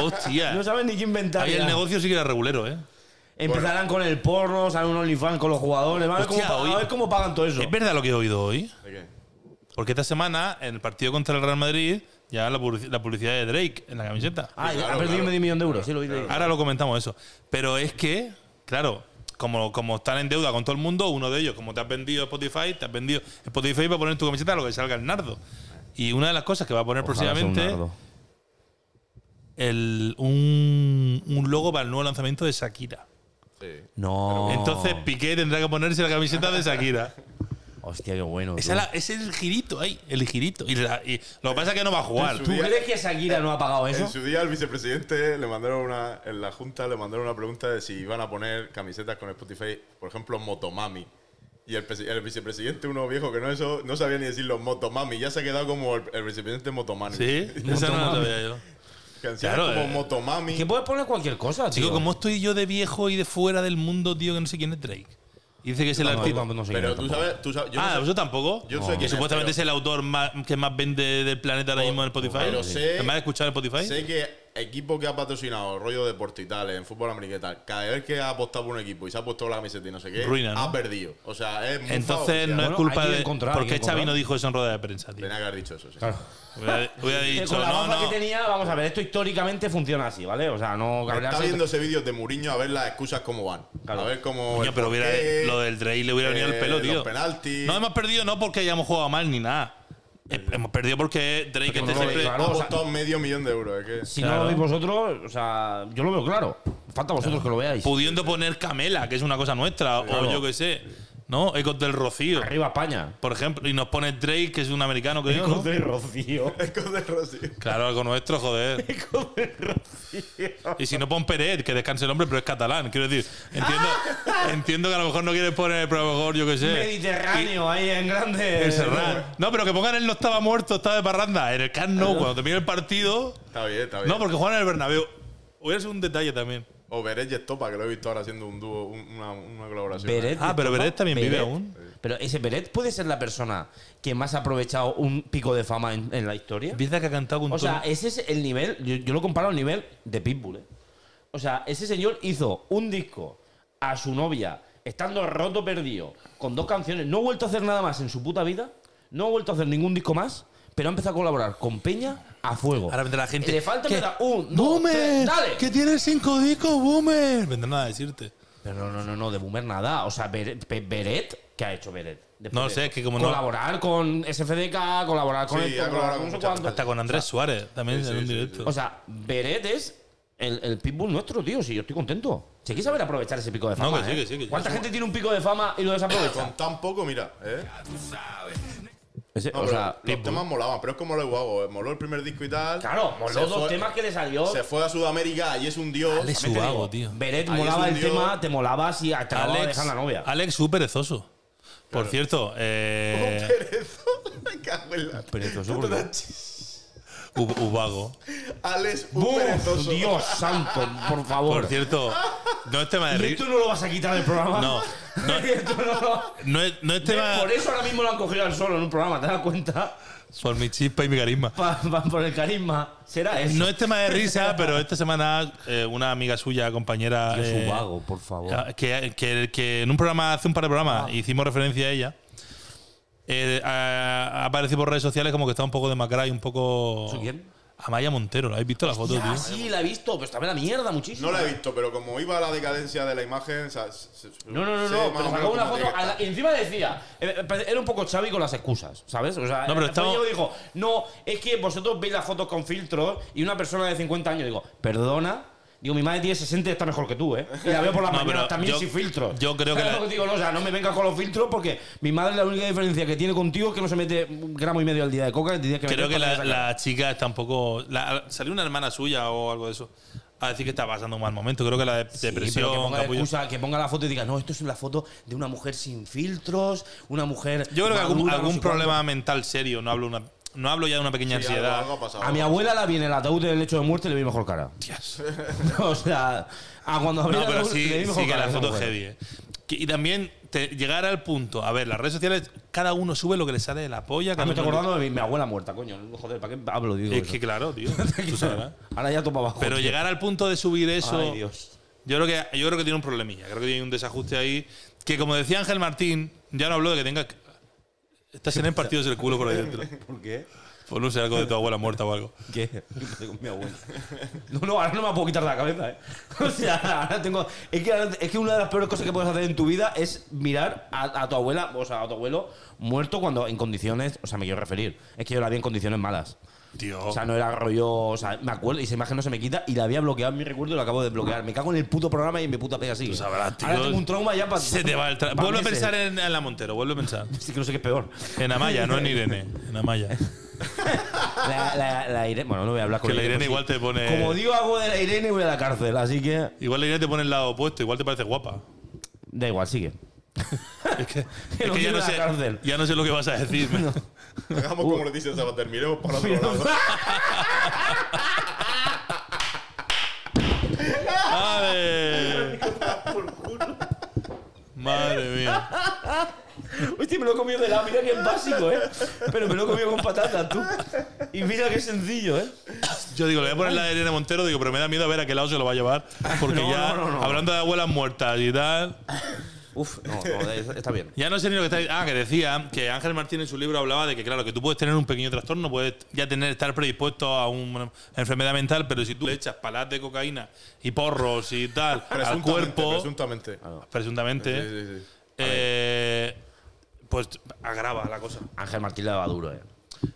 [SPEAKER 2] Hostia.
[SPEAKER 3] No saben ni qué inventar.
[SPEAKER 2] Ahí
[SPEAKER 3] ya.
[SPEAKER 2] el negocio sí que era regulero, ¿eh?
[SPEAKER 3] Empezarán con el porno, salen un OnlyFans con los jugadores. van A ver,
[SPEAKER 2] Hostia,
[SPEAKER 3] cómo, pa-
[SPEAKER 2] hoy-
[SPEAKER 3] a ver cómo pagan todo eso.
[SPEAKER 2] Es verdad lo que he oído hoy.
[SPEAKER 1] ¿De qué?
[SPEAKER 2] Porque esta semana, en el partido contra el Real Madrid, ya la, publici- la publicidad de Drake en la camiseta.
[SPEAKER 3] Ah,
[SPEAKER 1] Sí,
[SPEAKER 3] ya,
[SPEAKER 1] claro,
[SPEAKER 3] ha perdido
[SPEAKER 1] claro.
[SPEAKER 3] medio millón de euros. Sí, lo oí de-
[SPEAKER 2] Ahora lo comentamos eso. Pero es que, claro, como, como están en deuda con todo el mundo, uno de ellos, como te has vendido Spotify, te has vendido Spotify para poner en tu camiseta lo que salga el nardo. Y una de las cosas que va a poner
[SPEAKER 3] Ojalá sea un
[SPEAKER 2] próximamente
[SPEAKER 3] nardo.
[SPEAKER 2] el, un, un logo para el nuevo lanzamiento de Shakira.
[SPEAKER 1] Sí.
[SPEAKER 3] No.
[SPEAKER 2] Entonces Piqué tendrá que ponerse la camiseta de Shakira.
[SPEAKER 3] Hostia, qué bueno.
[SPEAKER 2] Esa
[SPEAKER 3] tú.
[SPEAKER 2] la- es el girito ahí, el girito. Y, la- y lo que pasa es que no va a jugar.
[SPEAKER 1] Eso.
[SPEAKER 3] ¿Tú crees que Shakira no ha pagado eso?
[SPEAKER 1] En su día al vicepresidente le mandaron una en la junta le mandaron una pregunta de si iban a poner camisetas con Spotify, por ejemplo Motomami. Y el, presi- el vicepresidente, uno viejo que no eso, no sabía ni decir los Motomami, ya se ha quedado como el, el vicepresidente Motomami.
[SPEAKER 2] Sí, esa no la sabía yo.
[SPEAKER 1] Canciones
[SPEAKER 2] Claro,
[SPEAKER 1] como
[SPEAKER 2] eh.
[SPEAKER 1] Motomami.
[SPEAKER 3] Que puedes poner cualquier cosa, tío.
[SPEAKER 2] Chico, ¿cómo estoy yo de viejo y de fuera del mundo, tío, que no sé quién es Drake? Y Dice que es el
[SPEAKER 3] No,
[SPEAKER 2] artista.
[SPEAKER 3] no, no sé
[SPEAKER 1] pero
[SPEAKER 3] quién
[SPEAKER 1] tú
[SPEAKER 3] es tampoco.
[SPEAKER 1] sabes, tú sabes, yo no
[SPEAKER 2] ah,
[SPEAKER 1] sé-
[SPEAKER 2] ¿vosotros tampoco?
[SPEAKER 1] yo no sé quién
[SPEAKER 2] que
[SPEAKER 1] es,
[SPEAKER 2] supuestamente
[SPEAKER 1] pero-
[SPEAKER 2] es el autor más- que más vende del planeta ahora mismo en Spotify.
[SPEAKER 1] pero sé-
[SPEAKER 2] ¿El más escuchado en Spotify?
[SPEAKER 1] Sé que equipo que ha patrocinado rollo deporte y tal, en fútbol americano y tal, cada vez que ha apostado por un equipo y se ha puesto la camiseta y no sé qué,
[SPEAKER 2] Ruina, ¿no?
[SPEAKER 1] ha perdido. O sea, es muy
[SPEAKER 2] Entonces no es
[SPEAKER 3] Bueno,
[SPEAKER 2] culpa
[SPEAKER 3] hay que
[SPEAKER 2] de.
[SPEAKER 3] encontrar, hay
[SPEAKER 2] ¿Por
[SPEAKER 3] que
[SPEAKER 2] qué Xavi
[SPEAKER 3] encontrar.
[SPEAKER 2] no dijo eso en rueda de prensa, tío?
[SPEAKER 1] Tenía que haber dicho eso, sí.
[SPEAKER 2] Hubiera, hubiera
[SPEAKER 3] Eh,
[SPEAKER 2] dicho,
[SPEAKER 3] con la
[SPEAKER 2] no,
[SPEAKER 3] baja
[SPEAKER 2] no.
[SPEAKER 3] que tenía, vamos a ver, esto históricamente funciona así, ¿vale? O sea, no
[SPEAKER 1] Está
[SPEAKER 3] cabrearse.
[SPEAKER 1] viéndose vídeos de Muriño a ver las excusas cómo van.
[SPEAKER 3] Claro.
[SPEAKER 1] A ver cómo.
[SPEAKER 2] Coño,
[SPEAKER 1] el
[SPEAKER 2] pero hubiera,
[SPEAKER 1] porqué,
[SPEAKER 2] lo del Drake le hubiera venido
[SPEAKER 1] eh,
[SPEAKER 2] el pelo,
[SPEAKER 1] los
[SPEAKER 2] tío.
[SPEAKER 1] penaltis.
[SPEAKER 2] No hemos perdido no porque hayamos jugado mal ni nada. Eh, Hemos perdido porque Drake
[SPEAKER 3] Porque
[SPEAKER 2] este
[SPEAKER 3] no lo
[SPEAKER 2] siempre-
[SPEAKER 3] veis, claro.
[SPEAKER 1] Ha
[SPEAKER 3] o sea-
[SPEAKER 1] costado medio millón de euros. Es
[SPEAKER 3] Si
[SPEAKER 2] Claro.
[SPEAKER 3] no lo veis vosotros, o sea, yo lo veo claro. Falta vosotros que lo veáis.
[SPEAKER 2] pudiendo poner Camela, que es una cosa nuestra, o
[SPEAKER 3] Claro.
[SPEAKER 2] yo qué sé, ¿no? Ecos del Rocío,
[SPEAKER 3] Arriba España.
[SPEAKER 2] por ejemplo, y nos pone Drake, que es un americano que yo, ¿no?
[SPEAKER 3] de Rocío.
[SPEAKER 1] que. Ecos de Rossi.
[SPEAKER 2] Claro, algo nuestro, joder. Y si no pon Peret, que descanse el hombre, pero es catalán. Quiero decir, entiendo,
[SPEAKER 3] Ah.
[SPEAKER 2] entiendo que a lo mejor no quieres poner, pero a lo mejor, yo qué sé.
[SPEAKER 3] Mediterráneo, ahí en grande.
[SPEAKER 1] Eh,
[SPEAKER 2] El Serrat. No, pero que pongan él no estaba muerto, estaba de parranda. En el Camp Nou, cuando termine el partido.
[SPEAKER 1] Está bien, está bien.
[SPEAKER 2] No, porque juegan en el Bernabéu. Hubiera sido un detalle también.
[SPEAKER 1] O Beret y Estopa, que lo he visto ahora haciendo un dúo, un- una, una colaboración.
[SPEAKER 3] Peret,
[SPEAKER 2] Ah, pero
[SPEAKER 3] ¿no?
[SPEAKER 2] Beret también vive
[SPEAKER 3] Peret.
[SPEAKER 2] aún.
[SPEAKER 3] Pero ese Peret puede ser la persona que más ha aprovechado un pico de fama en, en la historia.
[SPEAKER 2] Piensa que ha cantado con
[SPEAKER 3] O sea,
[SPEAKER 2] tono-
[SPEAKER 3] ese es el nivel. Yo, yo lo comparo al nivel de Pitbull. ¿eh? O sea, ese señor hizo un disco a su novia, estando roto perdido, con dos canciones. No ha vuelto a hacer nada más en su puta vida. No ha vuelto a hacer ningún disco más. Pero ha empezado a colaborar con Peña, a fuego.
[SPEAKER 2] Ahora vendrá la gente.
[SPEAKER 3] Le falta
[SPEAKER 2] que-
[SPEAKER 3] empezar. Un, dos,
[SPEAKER 2] ¡Boomer!
[SPEAKER 3] tres, eh, ¡Dale!
[SPEAKER 2] ¡Que tienes cinco discos, Boomer! Vendrán a decirte.
[SPEAKER 3] Pero no, no, no, no, de Boomer nada. O sea, Beret, Pe- Beret, ¿qué ha hecho Beret? Después
[SPEAKER 2] No
[SPEAKER 3] de
[SPEAKER 2] sé,
[SPEAKER 3] eso.
[SPEAKER 2] es que como no-
[SPEAKER 3] Colaborar con SFDK, colaborar con
[SPEAKER 1] Sí,
[SPEAKER 3] esto,
[SPEAKER 1] ha colaborado
[SPEAKER 3] no
[SPEAKER 1] con
[SPEAKER 3] sé
[SPEAKER 1] mucha-
[SPEAKER 3] cuánto.
[SPEAKER 2] Hasta con Andrés Suárez también
[SPEAKER 1] sí,
[SPEAKER 2] en un
[SPEAKER 1] sí,
[SPEAKER 2] directo.
[SPEAKER 3] O sea, Beret es el, el pitbull nuestro, tío. Si yo estoy contento. Si hay que saber aprovechar ese pico de
[SPEAKER 2] No,
[SPEAKER 3] fama.
[SPEAKER 2] que sí,
[SPEAKER 3] ¿eh?
[SPEAKER 2] que sí, que sí.
[SPEAKER 3] ¿Cuánta gente tiene un pico de fama y lo desaprovecha?
[SPEAKER 1] Con tan poco, mira, ¿eh?
[SPEAKER 3] Ese-
[SPEAKER 1] No,
[SPEAKER 3] o
[SPEAKER 1] pero
[SPEAKER 3] sea,
[SPEAKER 1] los temas molaban, pero es como lo de Guago. Moló el primer disco y tal.
[SPEAKER 3] claro, moló
[SPEAKER 1] Se
[SPEAKER 3] dos
[SPEAKER 1] fue-
[SPEAKER 3] temas que le salió.
[SPEAKER 1] Se fue a Sudamérica y es un dios.
[SPEAKER 2] Alex
[SPEAKER 3] También te
[SPEAKER 2] Ubago,
[SPEAKER 3] digo,
[SPEAKER 2] tío.
[SPEAKER 3] Beret
[SPEAKER 1] Ahí
[SPEAKER 3] molaba
[SPEAKER 1] es un
[SPEAKER 3] el
[SPEAKER 1] tío-
[SPEAKER 3] tema, te molaba si acababa de dejar la novia.
[SPEAKER 2] Alex, súper perezoso. Por cierto, eh,
[SPEAKER 1] Perezoso, me cago en la-
[SPEAKER 3] Perezoso,
[SPEAKER 1] Puta,
[SPEAKER 3] ¿por qué?
[SPEAKER 2] U- Ubago.
[SPEAKER 1] Alex, un
[SPEAKER 3] ¡Buf!
[SPEAKER 1] perezoso.
[SPEAKER 3] Dios santo, por favor.
[SPEAKER 2] Por cierto, no es tema de
[SPEAKER 3] Y
[SPEAKER 2] ri-
[SPEAKER 3] esto no lo vas a quitar del programa.
[SPEAKER 2] No, no.
[SPEAKER 3] Esto no lo-
[SPEAKER 2] No es, no es tema
[SPEAKER 3] Por eso ahora mismo lo han cogido al solo en un programa, ¿te das cuenta?
[SPEAKER 2] por mi chispa y mi carisma.
[SPEAKER 3] Pa- pa- por el carisma. Será eso.
[SPEAKER 2] No es tema de risa, pero esta semana eh, una amiga suya, compañera.
[SPEAKER 3] Dios,
[SPEAKER 2] eh,
[SPEAKER 3] Ubago, por favor.
[SPEAKER 2] Ah, que, que- que en un programa, hace un par de programas,
[SPEAKER 3] Ah.
[SPEAKER 2] hicimos referencia a ella. Eh, ha, ha aparecido por redes sociales como que está un poco demacrada y un poco.
[SPEAKER 3] ¿Eso quién?
[SPEAKER 2] Amaya Montero, ¿la habéis visto la foto,
[SPEAKER 3] Ya,
[SPEAKER 2] tío?
[SPEAKER 3] sí, la he visto, pero está en la mierda muchísimo.
[SPEAKER 1] No la he visto, pero como iba la decadencia de la imagen. o sea, se- se-
[SPEAKER 3] No, no, no,
[SPEAKER 1] sé
[SPEAKER 3] no,
[SPEAKER 1] más
[SPEAKER 3] pero
[SPEAKER 1] o menos
[SPEAKER 3] sacó una
[SPEAKER 1] cómo
[SPEAKER 3] foto
[SPEAKER 1] tiene que
[SPEAKER 3] a la-
[SPEAKER 1] estar.
[SPEAKER 3] y encima decía, eh, eh, era un poco Xavi con las excusas, ¿sabes? O sea,
[SPEAKER 2] No, pero
[SPEAKER 3] después
[SPEAKER 2] estamos-
[SPEAKER 3] yo digo, no, es que vosotros veis las fotos con filtros y una persona de 50 años, digo, perdona, digo, mi madre tiene 60 y está mejor que tú, ¿eh? Y la veo por la
[SPEAKER 2] No,
[SPEAKER 3] mañana
[SPEAKER 2] pero
[SPEAKER 3] también
[SPEAKER 2] yo-
[SPEAKER 3] sin filtros.
[SPEAKER 2] yo creo que
[SPEAKER 3] ¿Sabes
[SPEAKER 2] la-
[SPEAKER 3] lo digo? No, o sea, no me vengas con los filtros porque mi madre la única diferencia que tiene contigo es que no se mete un gramo y medio al día de coca que tienes que
[SPEAKER 2] Creo
[SPEAKER 3] meter
[SPEAKER 2] que
[SPEAKER 3] para
[SPEAKER 2] la,
[SPEAKER 3] sacar.
[SPEAKER 2] la chica está un poco. la- salió una hermana suya o algo de eso a decir que está pasando un mal momento. Creo que la de-
[SPEAKER 3] Sí, pero que
[SPEAKER 2] depresión,
[SPEAKER 3] ponga, la
[SPEAKER 2] capullo.
[SPEAKER 3] excusa, que ponga la foto y diga, no, esto es la foto de una mujer sin filtros, una mujer.
[SPEAKER 2] Yo creo que algún,
[SPEAKER 3] madura, no
[SPEAKER 2] algún
[SPEAKER 3] sé cuánto".
[SPEAKER 2] problema mental serio. No hablo, una, no hablo ya de una pequeña
[SPEAKER 1] Sí, algo-
[SPEAKER 2] ansiedad.
[SPEAKER 1] algo ha pasado.
[SPEAKER 3] A mi abuela la viene el ataúd del lecho de muerte y le vi mejor cara.
[SPEAKER 2] Hostias.
[SPEAKER 3] o sea, a cuando abrió
[SPEAKER 2] No,
[SPEAKER 3] el
[SPEAKER 2] pero
[SPEAKER 3] ataúd,
[SPEAKER 2] sí,
[SPEAKER 3] le vi mejor
[SPEAKER 2] sí que
[SPEAKER 3] cara a
[SPEAKER 2] la
[SPEAKER 3] esa
[SPEAKER 2] foto es
[SPEAKER 3] mujer. Ah,
[SPEAKER 2] heavy. eh. Que- y también te- llegar al punto, a ver, las redes sociales, cada uno sube lo que le sale de la polla.
[SPEAKER 3] Ah,
[SPEAKER 2] cada
[SPEAKER 3] me estoy
[SPEAKER 2] uno-
[SPEAKER 3] acordando de mi, mi abuela muerta, coño. Joder, ¿para qué hablo? Digo
[SPEAKER 2] Es
[SPEAKER 3] eso?
[SPEAKER 2] que claro, tío. tú sabrás.
[SPEAKER 3] Ahora ya topa abajo.
[SPEAKER 2] Pero
[SPEAKER 3] tío.
[SPEAKER 2] llegar al punto de subir eso,
[SPEAKER 3] Ay, Dios.
[SPEAKER 2] yo creo que yo creo que tiene un problemilla. Creo que tiene un desajuste ahí. Que como decía Ángel Martín, ya no hablo de que tengas. Estás en el partido del culo por ahí dentro.
[SPEAKER 3] ¿Por qué?
[SPEAKER 2] Por no sé algo de tu abuela muerta o algo.
[SPEAKER 3] ¿Qué? ¿Qué pasó con mi abuela? No, no, ahora no me la puedo quitar de la cabeza, ¿eh? O sea, ahora tengo. Es que, ahora- es que una de las peores cosas que puedes hacer en tu vida es mirar a, a tu abuela, o sea, a tu abuelo muerto cuando en condiciones. O sea, me quiero referir. Es que yo la vi en condiciones malas.
[SPEAKER 2] Tío.
[SPEAKER 3] O sea, no era rollo. O sea, me acuerdo y esa imagen no se me quita y la había bloqueado en mi recuerdo y la acabo de bloquear. Me cago en el puto programa y en mi puta pega así.
[SPEAKER 2] sabrás, tío.
[SPEAKER 3] Ahora tengo un trauma ya para.
[SPEAKER 2] se te va el tra- Vuelve a pensar en, en la Montero, vuelve a pensar.
[SPEAKER 3] Sí, que no sé qué es peor.
[SPEAKER 2] En Amaya, no en Irene. En Amaya.
[SPEAKER 3] La, la, la Irene. Bueno, no voy a hablar con
[SPEAKER 2] Que la Irene
[SPEAKER 3] porque-
[SPEAKER 2] igual te pone.
[SPEAKER 3] Como digo algo de la Irene, voy a la cárcel, así que.
[SPEAKER 2] Igual la Irene te pone el lado opuesto, igual te parece guapa.
[SPEAKER 3] Da igual, sigue.
[SPEAKER 2] Es que, es
[SPEAKER 3] Pero
[SPEAKER 2] que ya, no
[SPEAKER 3] quiero la
[SPEAKER 2] sé,
[SPEAKER 3] cárcel.
[SPEAKER 2] ya no sé lo que vas a decirme.
[SPEAKER 1] Hagamos como le dice Sabater, miremos para otro lado.
[SPEAKER 2] ¡Ale! Madre mía.
[SPEAKER 3] Hostia, me lo he comido de la. Mira que es básico, ¿eh? Pero me lo he comido con patatas, tú. Y mira que sencillo, ¿eh?
[SPEAKER 2] Yo digo, le voy a poner la de Irene Montero, digo, pero me da miedo a ver a qué lado se lo va a llevar. Porque
[SPEAKER 3] No,
[SPEAKER 2] ya,
[SPEAKER 3] no, no, no.
[SPEAKER 2] hablando de abuelas muertas y tal,
[SPEAKER 3] Uf, no, no, está bien.
[SPEAKER 2] ya no sé ni lo que está Ah, que decía que Ángel Martín en su libro hablaba de que, claro, que tú puedes tener un pequeño trastorno, puedes ya tener, estar predispuesto a una enfermedad mental, pero si tú le echas palas de cocaína y porros y tal al
[SPEAKER 1] Presuntamente,
[SPEAKER 2] cuerpo, Ah,
[SPEAKER 1] presuntamente.
[SPEAKER 2] presuntamente,
[SPEAKER 1] Sí, sí, sí.
[SPEAKER 2] eh, pues agrava la cosa.
[SPEAKER 3] Ángel Martín le daba duro, ¿eh?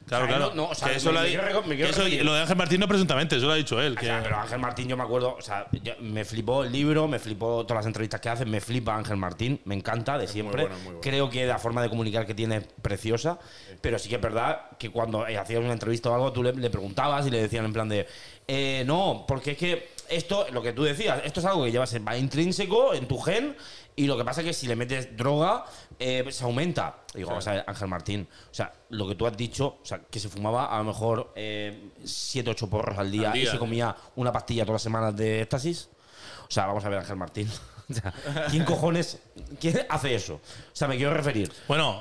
[SPEAKER 2] Claro,
[SPEAKER 3] O sea,
[SPEAKER 2] claro.
[SPEAKER 3] no, no, o sea,
[SPEAKER 2] Que eso
[SPEAKER 3] me-
[SPEAKER 2] lo ha
[SPEAKER 3] me
[SPEAKER 2] di-
[SPEAKER 3] quiero reco- me quiero
[SPEAKER 2] que eso-
[SPEAKER 3] referir.
[SPEAKER 2] Lo de Ángel Martín no presuntamente, eso lo ha dicho él.
[SPEAKER 3] O
[SPEAKER 2] que-
[SPEAKER 3] sea, pero Ángel Martín, yo me acuerdo, o sea, yo- me flipó el libro, me flipó todas las entrevistas que hace, me flipa Ángel Martín, me encanta de siempre.
[SPEAKER 1] bueno, es muy bueno.
[SPEAKER 3] Creo que la forma de comunicar que tiene es preciosa, pero sí que es verdad que cuando eh, hacías una entrevista o algo, tú le, le preguntabas y le decían en plan de, eh, no, porque es que esto, lo que tú decías, esto es algo que llevas, en- va intrínseco en tu gen. Y lo que pasa es que si le metes droga, eh, se aumenta. Digo, vamos a ver, Ángel Martín, o sea, lo que tú has dicho, o sea, que se fumaba a lo mejor 7, 8 porros al día,
[SPEAKER 2] Al
[SPEAKER 3] y
[SPEAKER 2] día,
[SPEAKER 3] se
[SPEAKER 2] ¿no?
[SPEAKER 3] comía una pastilla todas las semanas de éxtasis. O sea, vamos a ver, Ángel Martín. O sea, ¿Quién cojones quién hace eso? O sea, me quiero referir.
[SPEAKER 2] Bueno,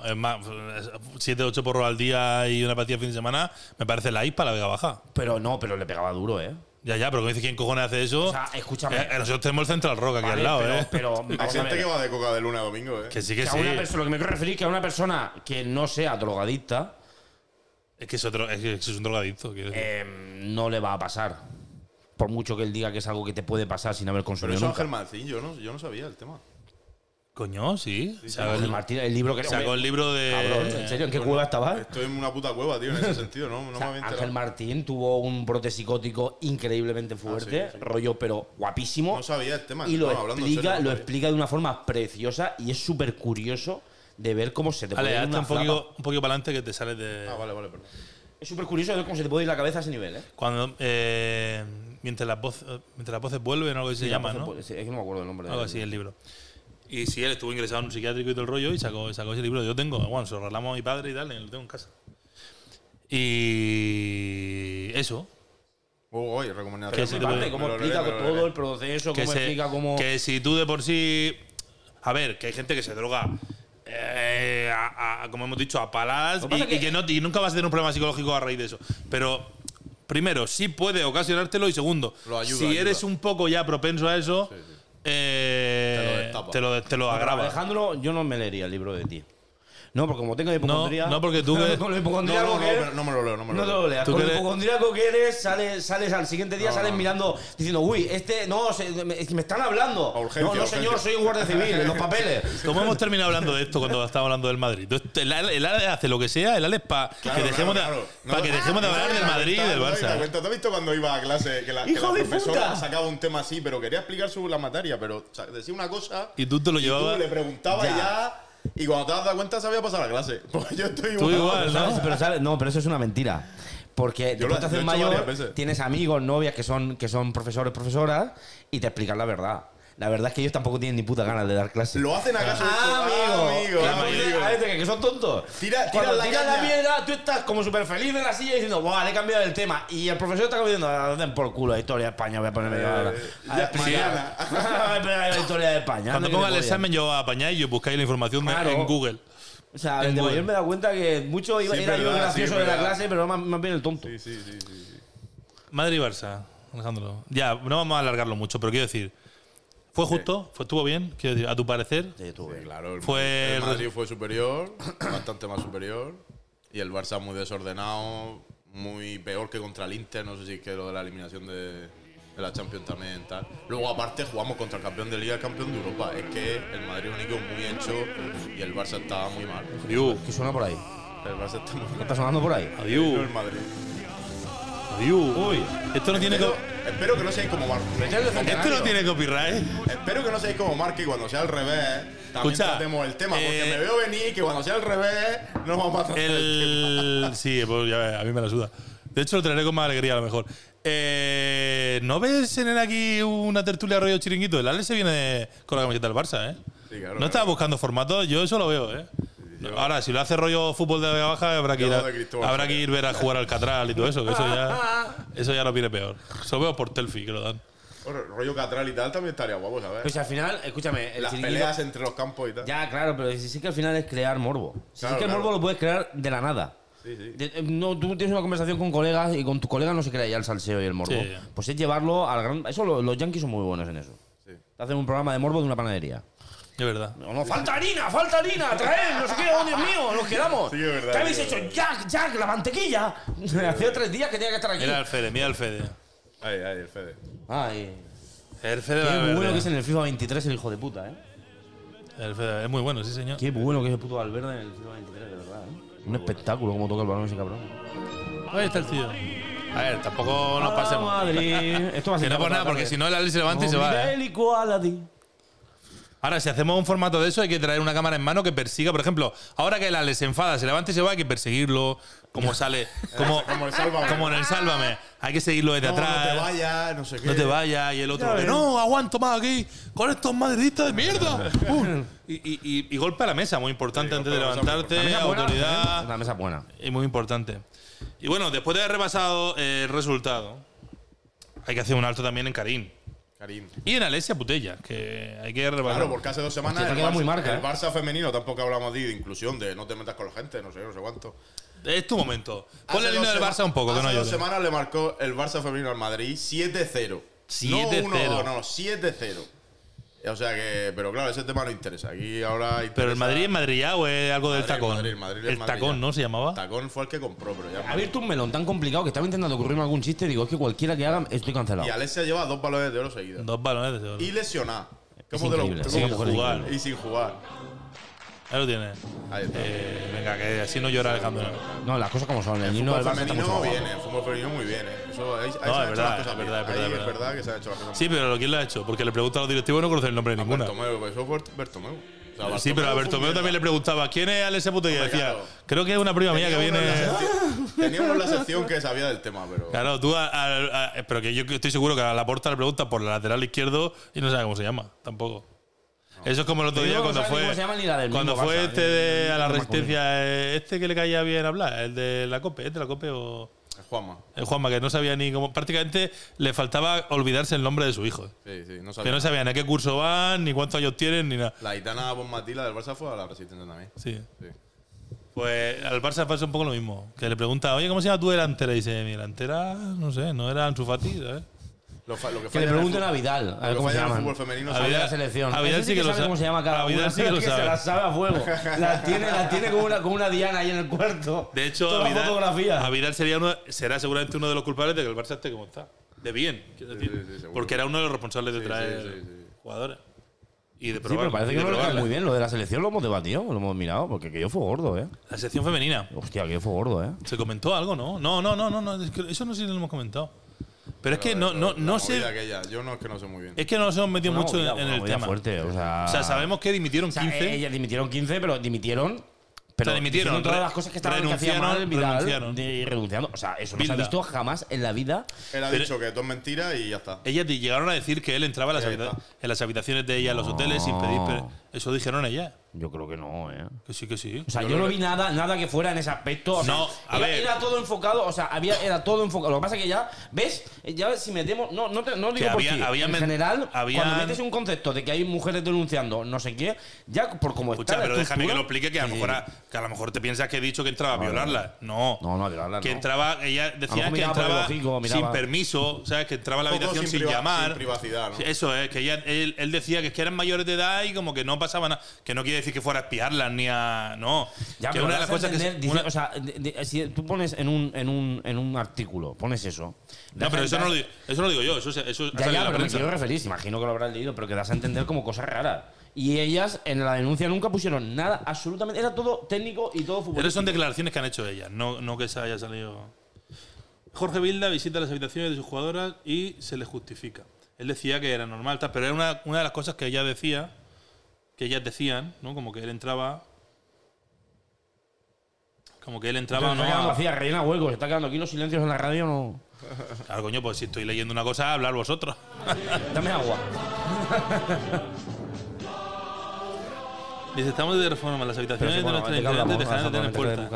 [SPEAKER 2] 7, 8 porros al día y una patilla de fin de semana, me parece la ISPA, la Vega Baja.
[SPEAKER 3] Pero no, pero le pegaba duro, ¿eh?
[SPEAKER 2] Ya, ya, pero como dice quién cojones hace eso.
[SPEAKER 3] O sea, escúchame.
[SPEAKER 2] Eh, eh, nosotros tenemos el Central Rock aquí
[SPEAKER 3] Vale,
[SPEAKER 2] al lado,
[SPEAKER 3] pero,
[SPEAKER 2] ¿eh?
[SPEAKER 3] pero vamos
[SPEAKER 1] Hay
[SPEAKER 3] a
[SPEAKER 1] gente
[SPEAKER 3] ver.
[SPEAKER 1] que va de coca de lunes a domingo, ¿eh?
[SPEAKER 2] que sí,
[SPEAKER 3] Que
[SPEAKER 2] que
[SPEAKER 3] a
[SPEAKER 2] sí.
[SPEAKER 3] una persona, lo que me quiero referir es que a una persona que no sea drogadicta
[SPEAKER 2] Es que es, otro, es, que es un drogadicto. quiero decir.
[SPEAKER 3] eh, no le va a pasar. Por mucho que él diga que es algo que te puede pasar sin haber
[SPEAKER 1] Pero
[SPEAKER 3] consumido
[SPEAKER 1] eso
[SPEAKER 3] nunca.
[SPEAKER 1] Ángel Martín, yo no, yo no sabía el tema.
[SPEAKER 2] Coño, sí. Sacó
[SPEAKER 3] Ángel
[SPEAKER 2] el-
[SPEAKER 3] Martín, el libro que...
[SPEAKER 2] Sacó el libro de.
[SPEAKER 3] Cabrón, ¿en serio? ¿En qué cueva estabas?
[SPEAKER 1] Estoy en una puta cueva, tío, en ese sentido. No, no
[SPEAKER 3] O
[SPEAKER 1] me
[SPEAKER 3] sea,
[SPEAKER 1] había
[SPEAKER 3] Ángel
[SPEAKER 1] enterado.
[SPEAKER 3] Martín tuvo un brote psicótico increíblemente fuerte,
[SPEAKER 1] sí, sí.
[SPEAKER 3] rollo pero guapísimo.
[SPEAKER 1] No sabía el tema.
[SPEAKER 3] y lo
[SPEAKER 1] estamos hablando en
[SPEAKER 3] explica,
[SPEAKER 1] serio,
[SPEAKER 3] lo
[SPEAKER 1] no sabía.
[SPEAKER 3] explica de una forma preciosa y es súper curioso de ver cómo se te puede
[SPEAKER 2] Vale,
[SPEAKER 3] ir
[SPEAKER 2] hazte
[SPEAKER 3] una
[SPEAKER 2] un
[SPEAKER 3] flapa.
[SPEAKER 2] poquito, un poquito para adelante que te sales de.
[SPEAKER 1] Ah, vale, vale, perdón.
[SPEAKER 3] Es súper curioso de ver cómo se te puede ir la cabeza a ese nivel, ¿eh?
[SPEAKER 2] Cuando. eh, mientras, las voces, eh, mientras las voces vuelven, algo así se
[SPEAKER 3] Sí,
[SPEAKER 2] llama,
[SPEAKER 3] la
[SPEAKER 2] ¿no?
[SPEAKER 3] pose- pues, Es que no me acuerdo el nombre.
[SPEAKER 2] Algo
[SPEAKER 3] del-
[SPEAKER 2] así, el libro. Y si él estuvo ingresado en un psiquiátrico y todo el rollo y sacó, sacó ese libro. Yo tengo, bueno, se lo regalamos a mi padre y tal, lo tengo en casa. Y. Eso.
[SPEAKER 1] Uy, uy, Oh, recomendación.
[SPEAKER 2] Que se te
[SPEAKER 1] Me lo
[SPEAKER 2] puede-
[SPEAKER 1] leeré,
[SPEAKER 3] ¿Cómo
[SPEAKER 1] me lo
[SPEAKER 3] explica
[SPEAKER 1] leeré.
[SPEAKER 3] todo el proceso?
[SPEAKER 2] que,
[SPEAKER 3] ¿Cómo
[SPEAKER 2] se-
[SPEAKER 3] explica cómo.?
[SPEAKER 2] que si tú de por sí. A ver, que hay gente que se droga. eh, a- a- como hemos dicho, a palas
[SPEAKER 3] Lo que
[SPEAKER 2] y,
[SPEAKER 3] pasa
[SPEAKER 2] y
[SPEAKER 3] que-
[SPEAKER 2] que no, y nunca vas a tener un problema psicológico a raíz de eso. Pero, primero, sí puede ocasionártelo y segundo,
[SPEAKER 1] Lo ayuda,
[SPEAKER 2] si
[SPEAKER 1] ayuda.
[SPEAKER 2] eres un poco ya propenso a eso, eh,
[SPEAKER 1] Te lo destapa.
[SPEAKER 2] te lo, te lo agrava.
[SPEAKER 3] Alejandro, yo no me leería el libro de ti. No, porque como tengo hipocondría.
[SPEAKER 2] no, porque tú que-
[SPEAKER 3] Con lo
[SPEAKER 1] No,
[SPEAKER 3] hipocondríaco
[SPEAKER 1] no, no,
[SPEAKER 3] que eres-
[SPEAKER 1] pero no me lo leo, no me
[SPEAKER 3] No
[SPEAKER 1] lo
[SPEAKER 3] te lo
[SPEAKER 1] leo.
[SPEAKER 3] leas.
[SPEAKER 2] Tú
[SPEAKER 3] Con
[SPEAKER 2] que
[SPEAKER 3] el
[SPEAKER 2] eres-
[SPEAKER 3] hipocondríaco que eres, sales, sales al siguiente día,
[SPEAKER 1] No,
[SPEAKER 3] sales
[SPEAKER 1] no, no.
[SPEAKER 3] mirando, diciendo, uy, este, no, se- me, me están hablando.
[SPEAKER 1] A urgencia,
[SPEAKER 3] no, no,
[SPEAKER 1] urgencia.
[SPEAKER 3] señor, soy un guardia civil, en los papeles.
[SPEAKER 2] ¿Cómo hemos terminado hablando de esto cuando estábamos hablando del Madrid? Entonces, El Ale, el Ale hace lo que sea, el Ale es para
[SPEAKER 1] Claro,
[SPEAKER 2] que
[SPEAKER 1] claro,
[SPEAKER 2] dejemos, de-
[SPEAKER 1] claro.
[SPEAKER 2] pa' que
[SPEAKER 1] No,
[SPEAKER 2] dejemos de
[SPEAKER 1] no,
[SPEAKER 2] hablar
[SPEAKER 1] no,
[SPEAKER 2] del
[SPEAKER 1] no,
[SPEAKER 2] Madrid y
[SPEAKER 1] no,
[SPEAKER 2] del
[SPEAKER 1] no, no,
[SPEAKER 2] Barça.
[SPEAKER 1] no, ¿Te has visto cuando iba a clase que la, que
[SPEAKER 3] ¡Hijo
[SPEAKER 1] la
[SPEAKER 3] de
[SPEAKER 1] profesora
[SPEAKER 3] puta!
[SPEAKER 1] sacaba un tema así, pero quería explicar su, la materia, pero o sea, decía una cosa
[SPEAKER 2] Y tú te lo
[SPEAKER 1] y tú
[SPEAKER 2] llevabas.
[SPEAKER 1] le preguntabas
[SPEAKER 3] Ya.
[SPEAKER 1] ya. y cuando te has dado cuenta se había pasado la clase. Pues yo estoy
[SPEAKER 2] Tú igual.
[SPEAKER 3] Pero,
[SPEAKER 2] ¿no?
[SPEAKER 3] ¿sabes? Pero, ¿sabes? No, pero eso es una mentira. Porque
[SPEAKER 1] Yo
[SPEAKER 3] después
[SPEAKER 1] lo-
[SPEAKER 3] te
[SPEAKER 1] lo he
[SPEAKER 3] haces
[SPEAKER 1] hecho
[SPEAKER 3] mayor,
[SPEAKER 1] varias veces.
[SPEAKER 3] tienes amigos, novias que son, que son profesores, profesoras, y te explican la verdad. La verdad es que ellos tampoco tienen ni puta ganas de dar clases.
[SPEAKER 1] Lo hacen acaso.
[SPEAKER 3] Ah, amigo,
[SPEAKER 1] amigo,
[SPEAKER 3] La
[SPEAKER 1] amigo.
[SPEAKER 3] mayoría- a veces que son tontos.
[SPEAKER 1] Tira- tira
[SPEAKER 3] Cuando
[SPEAKER 1] la
[SPEAKER 3] tiras la
[SPEAKER 1] caña.
[SPEAKER 3] piedra, tú estás como súper feliz en la silla diciendo, ¡buah, le he cambiado el tema! Y el profesor está diciendo, "Ah, den por culo la historia de España, voy a ponerme yo ahora.
[SPEAKER 1] Eh, Ya,
[SPEAKER 3] A explicar. Voy a explicar la historia de España.
[SPEAKER 2] Cuando
[SPEAKER 3] anda que
[SPEAKER 2] ponga el
[SPEAKER 3] te follen.
[SPEAKER 2] examen, yo apañáis y os buscáis la información de-
[SPEAKER 3] Claro.
[SPEAKER 2] en Google.
[SPEAKER 3] O sea, el
[SPEAKER 2] en
[SPEAKER 3] de
[SPEAKER 2] Google.
[SPEAKER 3] mayor me da cuenta que mucho iba,
[SPEAKER 1] Sí,
[SPEAKER 3] era yo
[SPEAKER 1] verdad,
[SPEAKER 3] gracioso
[SPEAKER 1] sí,
[SPEAKER 3] de la
[SPEAKER 1] verdad.
[SPEAKER 3] clase, pero más, más bien el tonto.
[SPEAKER 1] Sí, sí, sí, sí, sí.
[SPEAKER 2] Madrid y Barça, Alejandro. Ya, no vamos a alargarlo mucho, pero quiero decir. ¿Fue justo? ¿Fue, ¿Estuvo bien? Quiero decir, a tu parecer.
[SPEAKER 3] Sí, tú,
[SPEAKER 1] Sí, Pues claro, el,
[SPEAKER 2] Fue
[SPEAKER 1] el
[SPEAKER 2] el-
[SPEAKER 1] Madrid fue superior, bastante más superior. Y el Barça muy desordenado, muy peor que contra el Inter. No sé si es que lo de la eliminación de, de la Champions también tal. Luego, aparte, jugamos contra el campeón de Liga y el campeón de Europa. Es que el Madrid es un equipo muy hecho y el Barça estaba muy mal.
[SPEAKER 2] Adiós,
[SPEAKER 3] ¿Qué suena por ahí?
[SPEAKER 1] El Barça está muy
[SPEAKER 3] ¿Qué
[SPEAKER 1] mal.
[SPEAKER 3] está sonando por ahí?
[SPEAKER 1] No
[SPEAKER 2] adiós,
[SPEAKER 1] el Madrid.
[SPEAKER 2] adiós. Esto no tiene,
[SPEAKER 1] Pero
[SPEAKER 2] co-
[SPEAKER 1] espero que no seáis como Marque.
[SPEAKER 2] esto no tiene copyright.
[SPEAKER 1] Espero que no seáis como Marque y cuando sea al revés. También
[SPEAKER 2] Escucha,
[SPEAKER 1] tratemos el tema, porque
[SPEAKER 2] eh,
[SPEAKER 1] me veo venir que cuando sea al revés no vamos a tratar
[SPEAKER 2] El. Sí, pues ya ves, a mí me la suda. De hecho, lo traeré con más alegría a lo mejor. Eh, ¿No ves en el aquí una tertulia rollo chiringuito? El Ale se viene con la camiseta del Barça, ¿eh?
[SPEAKER 1] Sí,
[SPEAKER 2] no
[SPEAKER 1] claro, claro.
[SPEAKER 2] estaba buscando formatos, yo eso lo veo, ¿eh? Ahora, si lo hace rollo fútbol de Vega baja, habrá que, ir
[SPEAKER 1] Yo
[SPEAKER 2] a,
[SPEAKER 1] de Cristóbal
[SPEAKER 2] habrá que
[SPEAKER 1] Soler.
[SPEAKER 2] ir ver a jugar al Catral y todo eso, que eso ya, eso ya lo viene peor. Eso lo veo por Telfi, que lo dan.
[SPEAKER 1] Bueno, rollo catral y tal también estaría guapo, ¿sabes?
[SPEAKER 3] Pues al final, escúchame, el
[SPEAKER 1] Las
[SPEAKER 3] chiringuito-
[SPEAKER 1] peleas entre los campos y tal.
[SPEAKER 3] Ya, claro, pero sí que al final es crear morbo. Sí
[SPEAKER 1] Claro,
[SPEAKER 3] que el
[SPEAKER 1] claro.
[SPEAKER 3] morbo lo puedes crear de la nada.
[SPEAKER 1] Sí, sí.
[SPEAKER 3] De- eh, no, tú tienes una conversación con colegas y con tus colegas no se crea ya el salseo y el morbo.
[SPEAKER 2] Sí.
[SPEAKER 3] Pues es llevarlo al gran. Eso lo- los yankees son muy buenos en eso.
[SPEAKER 1] Sí.
[SPEAKER 3] Te hacen un programa de morbo de una panadería.
[SPEAKER 2] Es verdad.
[SPEAKER 3] No, no, falta harina, falta harina, traed, no sé qué, oh Dios mío, nos quedamos.
[SPEAKER 1] Sí, es verdad,
[SPEAKER 3] ¿Qué habéis
[SPEAKER 1] sí, es
[SPEAKER 3] hecho?
[SPEAKER 1] verdad.
[SPEAKER 3] Jack, Jack, la mantequilla. Hacía tres días que tenía que estar aquí.
[SPEAKER 2] Mira al Fede, mira al Fede.
[SPEAKER 1] Ay, ay, el Fede.
[SPEAKER 3] Ay,
[SPEAKER 2] El Fede, la
[SPEAKER 3] qué bueno
[SPEAKER 2] verdad.
[SPEAKER 3] que es en el FIFA 23 el hijo de puta, ¿eh?
[SPEAKER 2] El Fede, es muy bueno, sí, señor.
[SPEAKER 3] Qué bueno que es el puto Valverde en el FIFA 23, de verdad, ¿eh? Un espectáculo como toca el balón ese cabrón.
[SPEAKER 2] Ahí está el tío. A ver, tampoco nos
[SPEAKER 3] A
[SPEAKER 2] pasemos.
[SPEAKER 3] Madrid. Esto va a
[SPEAKER 2] Que
[SPEAKER 3] ser eh.
[SPEAKER 2] no por nada, porque si no el Ali se levanta y se va. ¿eh?
[SPEAKER 3] Bélico Aladdin.
[SPEAKER 2] Ahora, si hacemos un formato de eso, hay que traer una cámara en mano que persiga. Por ejemplo, ahora que el Ali se enfada, se levanta y se va, hay que perseguirlo. Como sale. Como,
[SPEAKER 1] Como el Sálvame.
[SPEAKER 2] Como en el Sálvame. Hay que seguirlo desde
[SPEAKER 1] No, no
[SPEAKER 2] atrás.
[SPEAKER 1] te vayas, no sé qué.
[SPEAKER 2] No te vayas. Y el otro,
[SPEAKER 3] Ya
[SPEAKER 2] que
[SPEAKER 3] ves.
[SPEAKER 2] no, aguanto más aquí. Con estos madridistas de mierda. Uh, y, y- y- y golpe a la mesa, muy importante
[SPEAKER 1] Sí,
[SPEAKER 2] antes de
[SPEAKER 1] golpe a la mesa,
[SPEAKER 2] levantarte.
[SPEAKER 1] muy
[SPEAKER 3] Buena, ¿eh?
[SPEAKER 2] Autoridad.
[SPEAKER 3] Una mesa buena.
[SPEAKER 2] Es muy importante. Y bueno, después de haber repasado eh, el resultado, hay que hacer un alto también en Karim.
[SPEAKER 1] Karim.
[SPEAKER 2] Y en Alessia Putella, que hay que repasar.
[SPEAKER 1] Claro, porque hace dos semanas
[SPEAKER 3] Hostia, te ha
[SPEAKER 1] el,
[SPEAKER 3] quedado
[SPEAKER 1] Barça,
[SPEAKER 3] muy marca,
[SPEAKER 1] el
[SPEAKER 3] ¿eh?
[SPEAKER 1] Barça femenino tampoco hablamos de, de inclusión, de no te metas con la gente, no sé, no sé cuánto.
[SPEAKER 2] Es tu momento. Pon
[SPEAKER 1] Hace
[SPEAKER 2] el himno
[SPEAKER 1] dos
[SPEAKER 2] del
[SPEAKER 1] sema-
[SPEAKER 2] Barça un poco, que
[SPEAKER 1] Hace
[SPEAKER 2] no
[SPEAKER 1] dos
[SPEAKER 2] llores.
[SPEAKER 1] semanas le marcó el Barça femenino al Madrid 7-0.
[SPEAKER 2] 7-0.
[SPEAKER 1] No 1-2, no, 7-0. O sea que, pero claro, ese tema no interesa. Aquí ahora interesa-
[SPEAKER 2] Pero el Madrid es Madrid ya o es algo del
[SPEAKER 1] Madrid,
[SPEAKER 2] tacón.
[SPEAKER 1] Madrid, Madrid es
[SPEAKER 2] el
[SPEAKER 1] Madrid
[SPEAKER 2] tacón,
[SPEAKER 1] ya.
[SPEAKER 2] ¿no? Se llamaba.
[SPEAKER 1] Tacón fue el que compró, pero ya.
[SPEAKER 3] Ha abierto un melón tan complicado que estaba intentando ocurrirme algún chiste y digo, es que cualquiera que haga, estoy cancelado.
[SPEAKER 1] Y Alessia lleva dos balones de oro seguidos.
[SPEAKER 2] Dos balones de oro.
[SPEAKER 1] Y lesionada. ¿Cómo te
[SPEAKER 3] increíble,
[SPEAKER 1] lo
[SPEAKER 3] es
[SPEAKER 1] cómo-
[SPEAKER 2] una mujer increíble.
[SPEAKER 1] Y sin jugar.
[SPEAKER 2] Ahí lo tienes.
[SPEAKER 1] Ahí está.
[SPEAKER 2] Eh, venga, que así no llora Alejandro.
[SPEAKER 3] No, las cosas como son. El,
[SPEAKER 1] El
[SPEAKER 3] niño del
[SPEAKER 1] fútbol
[SPEAKER 3] Barça está mucho
[SPEAKER 1] femenino
[SPEAKER 3] más
[SPEAKER 1] viene,
[SPEAKER 3] guapo.
[SPEAKER 1] el fútbol femenino muy bien, ¿eh? Eso, ahí, ahí
[SPEAKER 2] No, es
[SPEAKER 1] se han
[SPEAKER 2] verdad,
[SPEAKER 1] hecho las cosas
[SPEAKER 2] es verdad, es
[SPEAKER 1] bien. Ahí
[SPEAKER 2] verdad,
[SPEAKER 1] es
[SPEAKER 2] es
[SPEAKER 1] verdad que se han hecho las cosas
[SPEAKER 2] Sí, pero ¿quién lo ha hecho? Porque le pregunta a los directivos y no conoce el nombre de
[SPEAKER 1] bien.
[SPEAKER 2] ninguna.
[SPEAKER 1] Bertomeu, pues eso fue Bertomeu. O sea,
[SPEAKER 2] Sí, pero a
[SPEAKER 1] fue un
[SPEAKER 2] Bertomeo también le
[SPEAKER 1] mierda.
[SPEAKER 2] preguntaba ¿Quién es Alessia Putellas? Y
[SPEAKER 1] Hombre,
[SPEAKER 2] decía,
[SPEAKER 1] claro.
[SPEAKER 2] creo que es una prima mía que
[SPEAKER 1] Tenía uno
[SPEAKER 2] viene.
[SPEAKER 1] en la sección- Tenía uno en la sección que sabía del tema, pero.
[SPEAKER 2] Claro, tú. a- a- a- pero que yo estoy seguro que a la porta le pregunta por el lateral izquierdo y no sabe cómo se llama, tampoco. Eso es como el otro
[SPEAKER 3] Yo
[SPEAKER 2] día
[SPEAKER 3] no
[SPEAKER 2] cuando
[SPEAKER 3] sabe ni
[SPEAKER 2] fue.
[SPEAKER 3] cómo se llama ni la del
[SPEAKER 2] cuando
[SPEAKER 3] mismo
[SPEAKER 2] fue
[SPEAKER 3] Barça,
[SPEAKER 2] este
[SPEAKER 3] ni-
[SPEAKER 2] de, a la
[SPEAKER 3] no me acuerdo.
[SPEAKER 2] resistencia, eh, este que le caía bien hablar, el de la COPE, ¿es de la COPE o.?
[SPEAKER 1] Juanma.
[SPEAKER 2] El Juanma, que no sabía ni cómo. Prácticamente le faltaba olvidarse el nombre de su hijo.
[SPEAKER 1] Sí, sí, no
[SPEAKER 2] Que
[SPEAKER 1] sabía.
[SPEAKER 2] no sabían a qué curso van, ni cuántos años tienen, ni nada.
[SPEAKER 1] La gitana Bonmatila del Barça fue a la Resistencia también.
[SPEAKER 2] Sí.
[SPEAKER 1] Sí.
[SPEAKER 2] Pues al Barça pasa un poco lo mismo. Que le pregunta, oye, ¿cómo se llama tu delantera? Y dice, mi delantera, no sé, no era Ansu Fati, ¿sabes?
[SPEAKER 1] Lo, fa- lo que
[SPEAKER 3] Que
[SPEAKER 1] falla
[SPEAKER 3] le
[SPEAKER 1] en el
[SPEAKER 3] pregunten
[SPEAKER 1] fútbol-
[SPEAKER 3] a Vidal, a
[SPEAKER 1] lo
[SPEAKER 3] ver
[SPEAKER 1] que
[SPEAKER 3] cómo se
[SPEAKER 1] falla en el
[SPEAKER 3] llama.
[SPEAKER 1] fútbol femenino
[SPEAKER 2] A
[SPEAKER 1] son-
[SPEAKER 2] Vidal-
[SPEAKER 3] de la selección.
[SPEAKER 2] a Vidal
[SPEAKER 3] Ese
[SPEAKER 2] sí que lo
[SPEAKER 3] sabe
[SPEAKER 2] sabe.
[SPEAKER 3] cómo se llama cada
[SPEAKER 2] A Vidal
[SPEAKER 3] una,
[SPEAKER 2] sí que lo
[SPEAKER 3] se
[SPEAKER 2] sabe.
[SPEAKER 3] la sabe a fuego. La tiene, la tiene como, una, como una diana ahí en el cuarto.
[SPEAKER 2] De hecho,
[SPEAKER 3] Toda
[SPEAKER 2] a Vidal,
[SPEAKER 3] fotografía.
[SPEAKER 2] a Vidal sería uno, será seguramente uno de los culpables de que el Barça esté como está. De bien, quiero
[SPEAKER 1] Sí,
[SPEAKER 2] decir.
[SPEAKER 1] sí, sí, seguro.
[SPEAKER 2] Porque era uno de los responsables de
[SPEAKER 1] Sí,
[SPEAKER 2] traer
[SPEAKER 1] sí, sí, sí.
[SPEAKER 2] jugadores. Y de
[SPEAKER 3] Sí,
[SPEAKER 2] probar.
[SPEAKER 3] pero parece
[SPEAKER 2] y
[SPEAKER 3] que
[SPEAKER 2] de
[SPEAKER 3] no le cae
[SPEAKER 2] probarla.
[SPEAKER 3] muy bien. Lo de la selección lo hemos debatido, lo hemos mirado, porque que yo fue gordo, ¿eh?
[SPEAKER 2] La sección femenina.
[SPEAKER 3] Hostia, que yo fue gordo, ¿eh?
[SPEAKER 2] ¿Se comentó algo, no? No, no, no, no, no, es que eso no sé si lo hemos comentado. Pero es que no, no,
[SPEAKER 1] la
[SPEAKER 2] no
[SPEAKER 1] movida
[SPEAKER 2] sé. Eh,
[SPEAKER 1] aquella, Yo no es que no sé muy bien.
[SPEAKER 2] Es que no nos hemos metido
[SPEAKER 3] Una
[SPEAKER 2] mucho
[SPEAKER 3] movida,
[SPEAKER 2] en,
[SPEAKER 3] una
[SPEAKER 2] el
[SPEAKER 3] movida
[SPEAKER 2] tema.
[SPEAKER 3] fuerte, o sea.
[SPEAKER 2] O sea, sabemos que dimitieron
[SPEAKER 3] O sea, eh,
[SPEAKER 2] 15.
[SPEAKER 3] ellas dimitieron 15, pero dimitieron.
[SPEAKER 2] O
[SPEAKER 3] Pero
[SPEAKER 2] sea, dimitieron,
[SPEAKER 3] diciendo todas
[SPEAKER 2] re-
[SPEAKER 3] las cosas que estaban que hacía
[SPEAKER 2] renunciaron,
[SPEAKER 3] mal Vidal,
[SPEAKER 2] renunciaron.
[SPEAKER 3] de- y renunciando. O sea, eso no se
[SPEAKER 2] Bilda.
[SPEAKER 3] ha visto jamás en la vida.
[SPEAKER 1] Él ha
[SPEAKER 2] Pero-
[SPEAKER 1] dicho que todo es mentira y ya está.
[SPEAKER 2] Ellas di- llegaron a decir que él entraba a las
[SPEAKER 1] Ahí
[SPEAKER 2] habita-
[SPEAKER 1] está.
[SPEAKER 2] en las habitaciones de ella en los hoteles sin pedir. per- eso dijeron ellas.
[SPEAKER 3] Yo creo que no, ¿eh?
[SPEAKER 2] Que sí, que sí.
[SPEAKER 3] O sea, yo, no vi nada, nada que fuera en ese aspecto. O sea,
[SPEAKER 2] No, a
[SPEAKER 3] era,
[SPEAKER 2] ver.
[SPEAKER 3] era todo enfocado, o sea, había, era todo enfocado. Lo que pasa es que ya, ¿ves? Ya si metemos. No, no, te- no digo por
[SPEAKER 2] había-
[SPEAKER 3] ti.
[SPEAKER 2] había
[SPEAKER 3] en
[SPEAKER 2] men-
[SPEAKER 3] general,
[SPEAKER 2] habían-
[SPEAKER 3] cuando metes un concepto de que hay mujeres denunciando no sé qué, ya por como
[SPEAKER 2] Escucha,
[SPEAKER 3] está. la
[SPEAKER 2] pero déjame que
[SPEAKER 3] estructura-
[SPEAKER 2] lo explique, que a, lo
[SPEAKER 3] Sí.
[SPEAKER 2] mejor a- que a lo mejor te piensas que he dicho que entraba a violarla. No.
[SPEAKER 3] No, no, violarla
[SPEAKER 2] Que
[SPEAKER 3] no.
[SPEAKER 2] entraba, ella
[SPEAKER 3] A lo
[SPEAKER 2] decía
[SPEAKER 3] mejor
[SPEAKER 2] que
[SPEAKER 3] miraba por el
[SPEAKER 2] entraba
[SPEAKER 3] hocico, miraba.
[SPEAKER 2] sin permiso, ¿sabes? Que entraba a la
[SPEAKER 1] Un poco
[SPEAKER 2] habitación
[SPEAKER 1] sin
[SPEAKER 2] sin,
[SPEAKER 1] priva-
[SPEAKER 2] llamar.
[SPEAKER 1] sin privacidad, ¿no?
[SPEAKER 2] Sí, Eso es, que ella, él, él decía que, es que eran mayores de edad y como que no pasaba nada. Que no quiere decir que fuera a espiarlas ni a. No.
[SPEAKER 3] Ya,
[SPEAKER 2] que
[SPEAKER 3] pero
[SPEAKER 2] una de las
[SPEAKER 3] vas a
[SPEAKER 2] cosas que. se-
[SPEAKER 3] entender, dice,
[SPEAKER 2] una-
[SPEAKER 3] o sea, de- de- si tú pones en un, en un, en un artículo, pones eso.
[SPEAKER 2] no,
[SPEAKER 3] das a-
[SPEAKER 2] pero eso no, lo
[SPEAKER 3] das-
[SPEAKER 2] digo, eso no lo digo yo, eso, se- eso ha salido
[SPEAKER 3] Ya, ya,
[SPEAKER 2] en la
[SPEAKER 3] pero me
[SPEAKER 2] prensa.
[SPEAKER 3] quiero referir, imagino que lo habrás leído, pero que das a entender como cosas raras. Y ellas en la denuncia nunca pusieron nada, absolutamente. Era todo técnico y todo
[SPEAKER 2] Pero
[SPEAKER 3] futbolista.
[SPEAKER 2] son declaraciones que han hecho ellas, no, no que se haya salido. Jorge Vilda visita las habitaciones de sus jugadoras y se les justifica. Él decía que era normal, tal, pero era una, una de las cosas que ella decía, que ellas decían, ¿no? Como que él entraba. Como que él entraba,
[SPEAKER 3] Está
[SPEAKER 2] ¿no?
[SPEAKER 3] quedando
[SPEAKER 2] A-
[SPEAKER 3] vacía, rellena huecos. Se está quedando aquí los silencios en la radio, no.
[SPEAKER 2] Claro, coño, pues si estoy leyendo una cosa, hablar vosotros.
[SPEAKER 3] Dame agua.
[SPEAKER 2] Dice, estamos de reforma, las habitaciones de nuestras integrantes dejarán de tener puerta.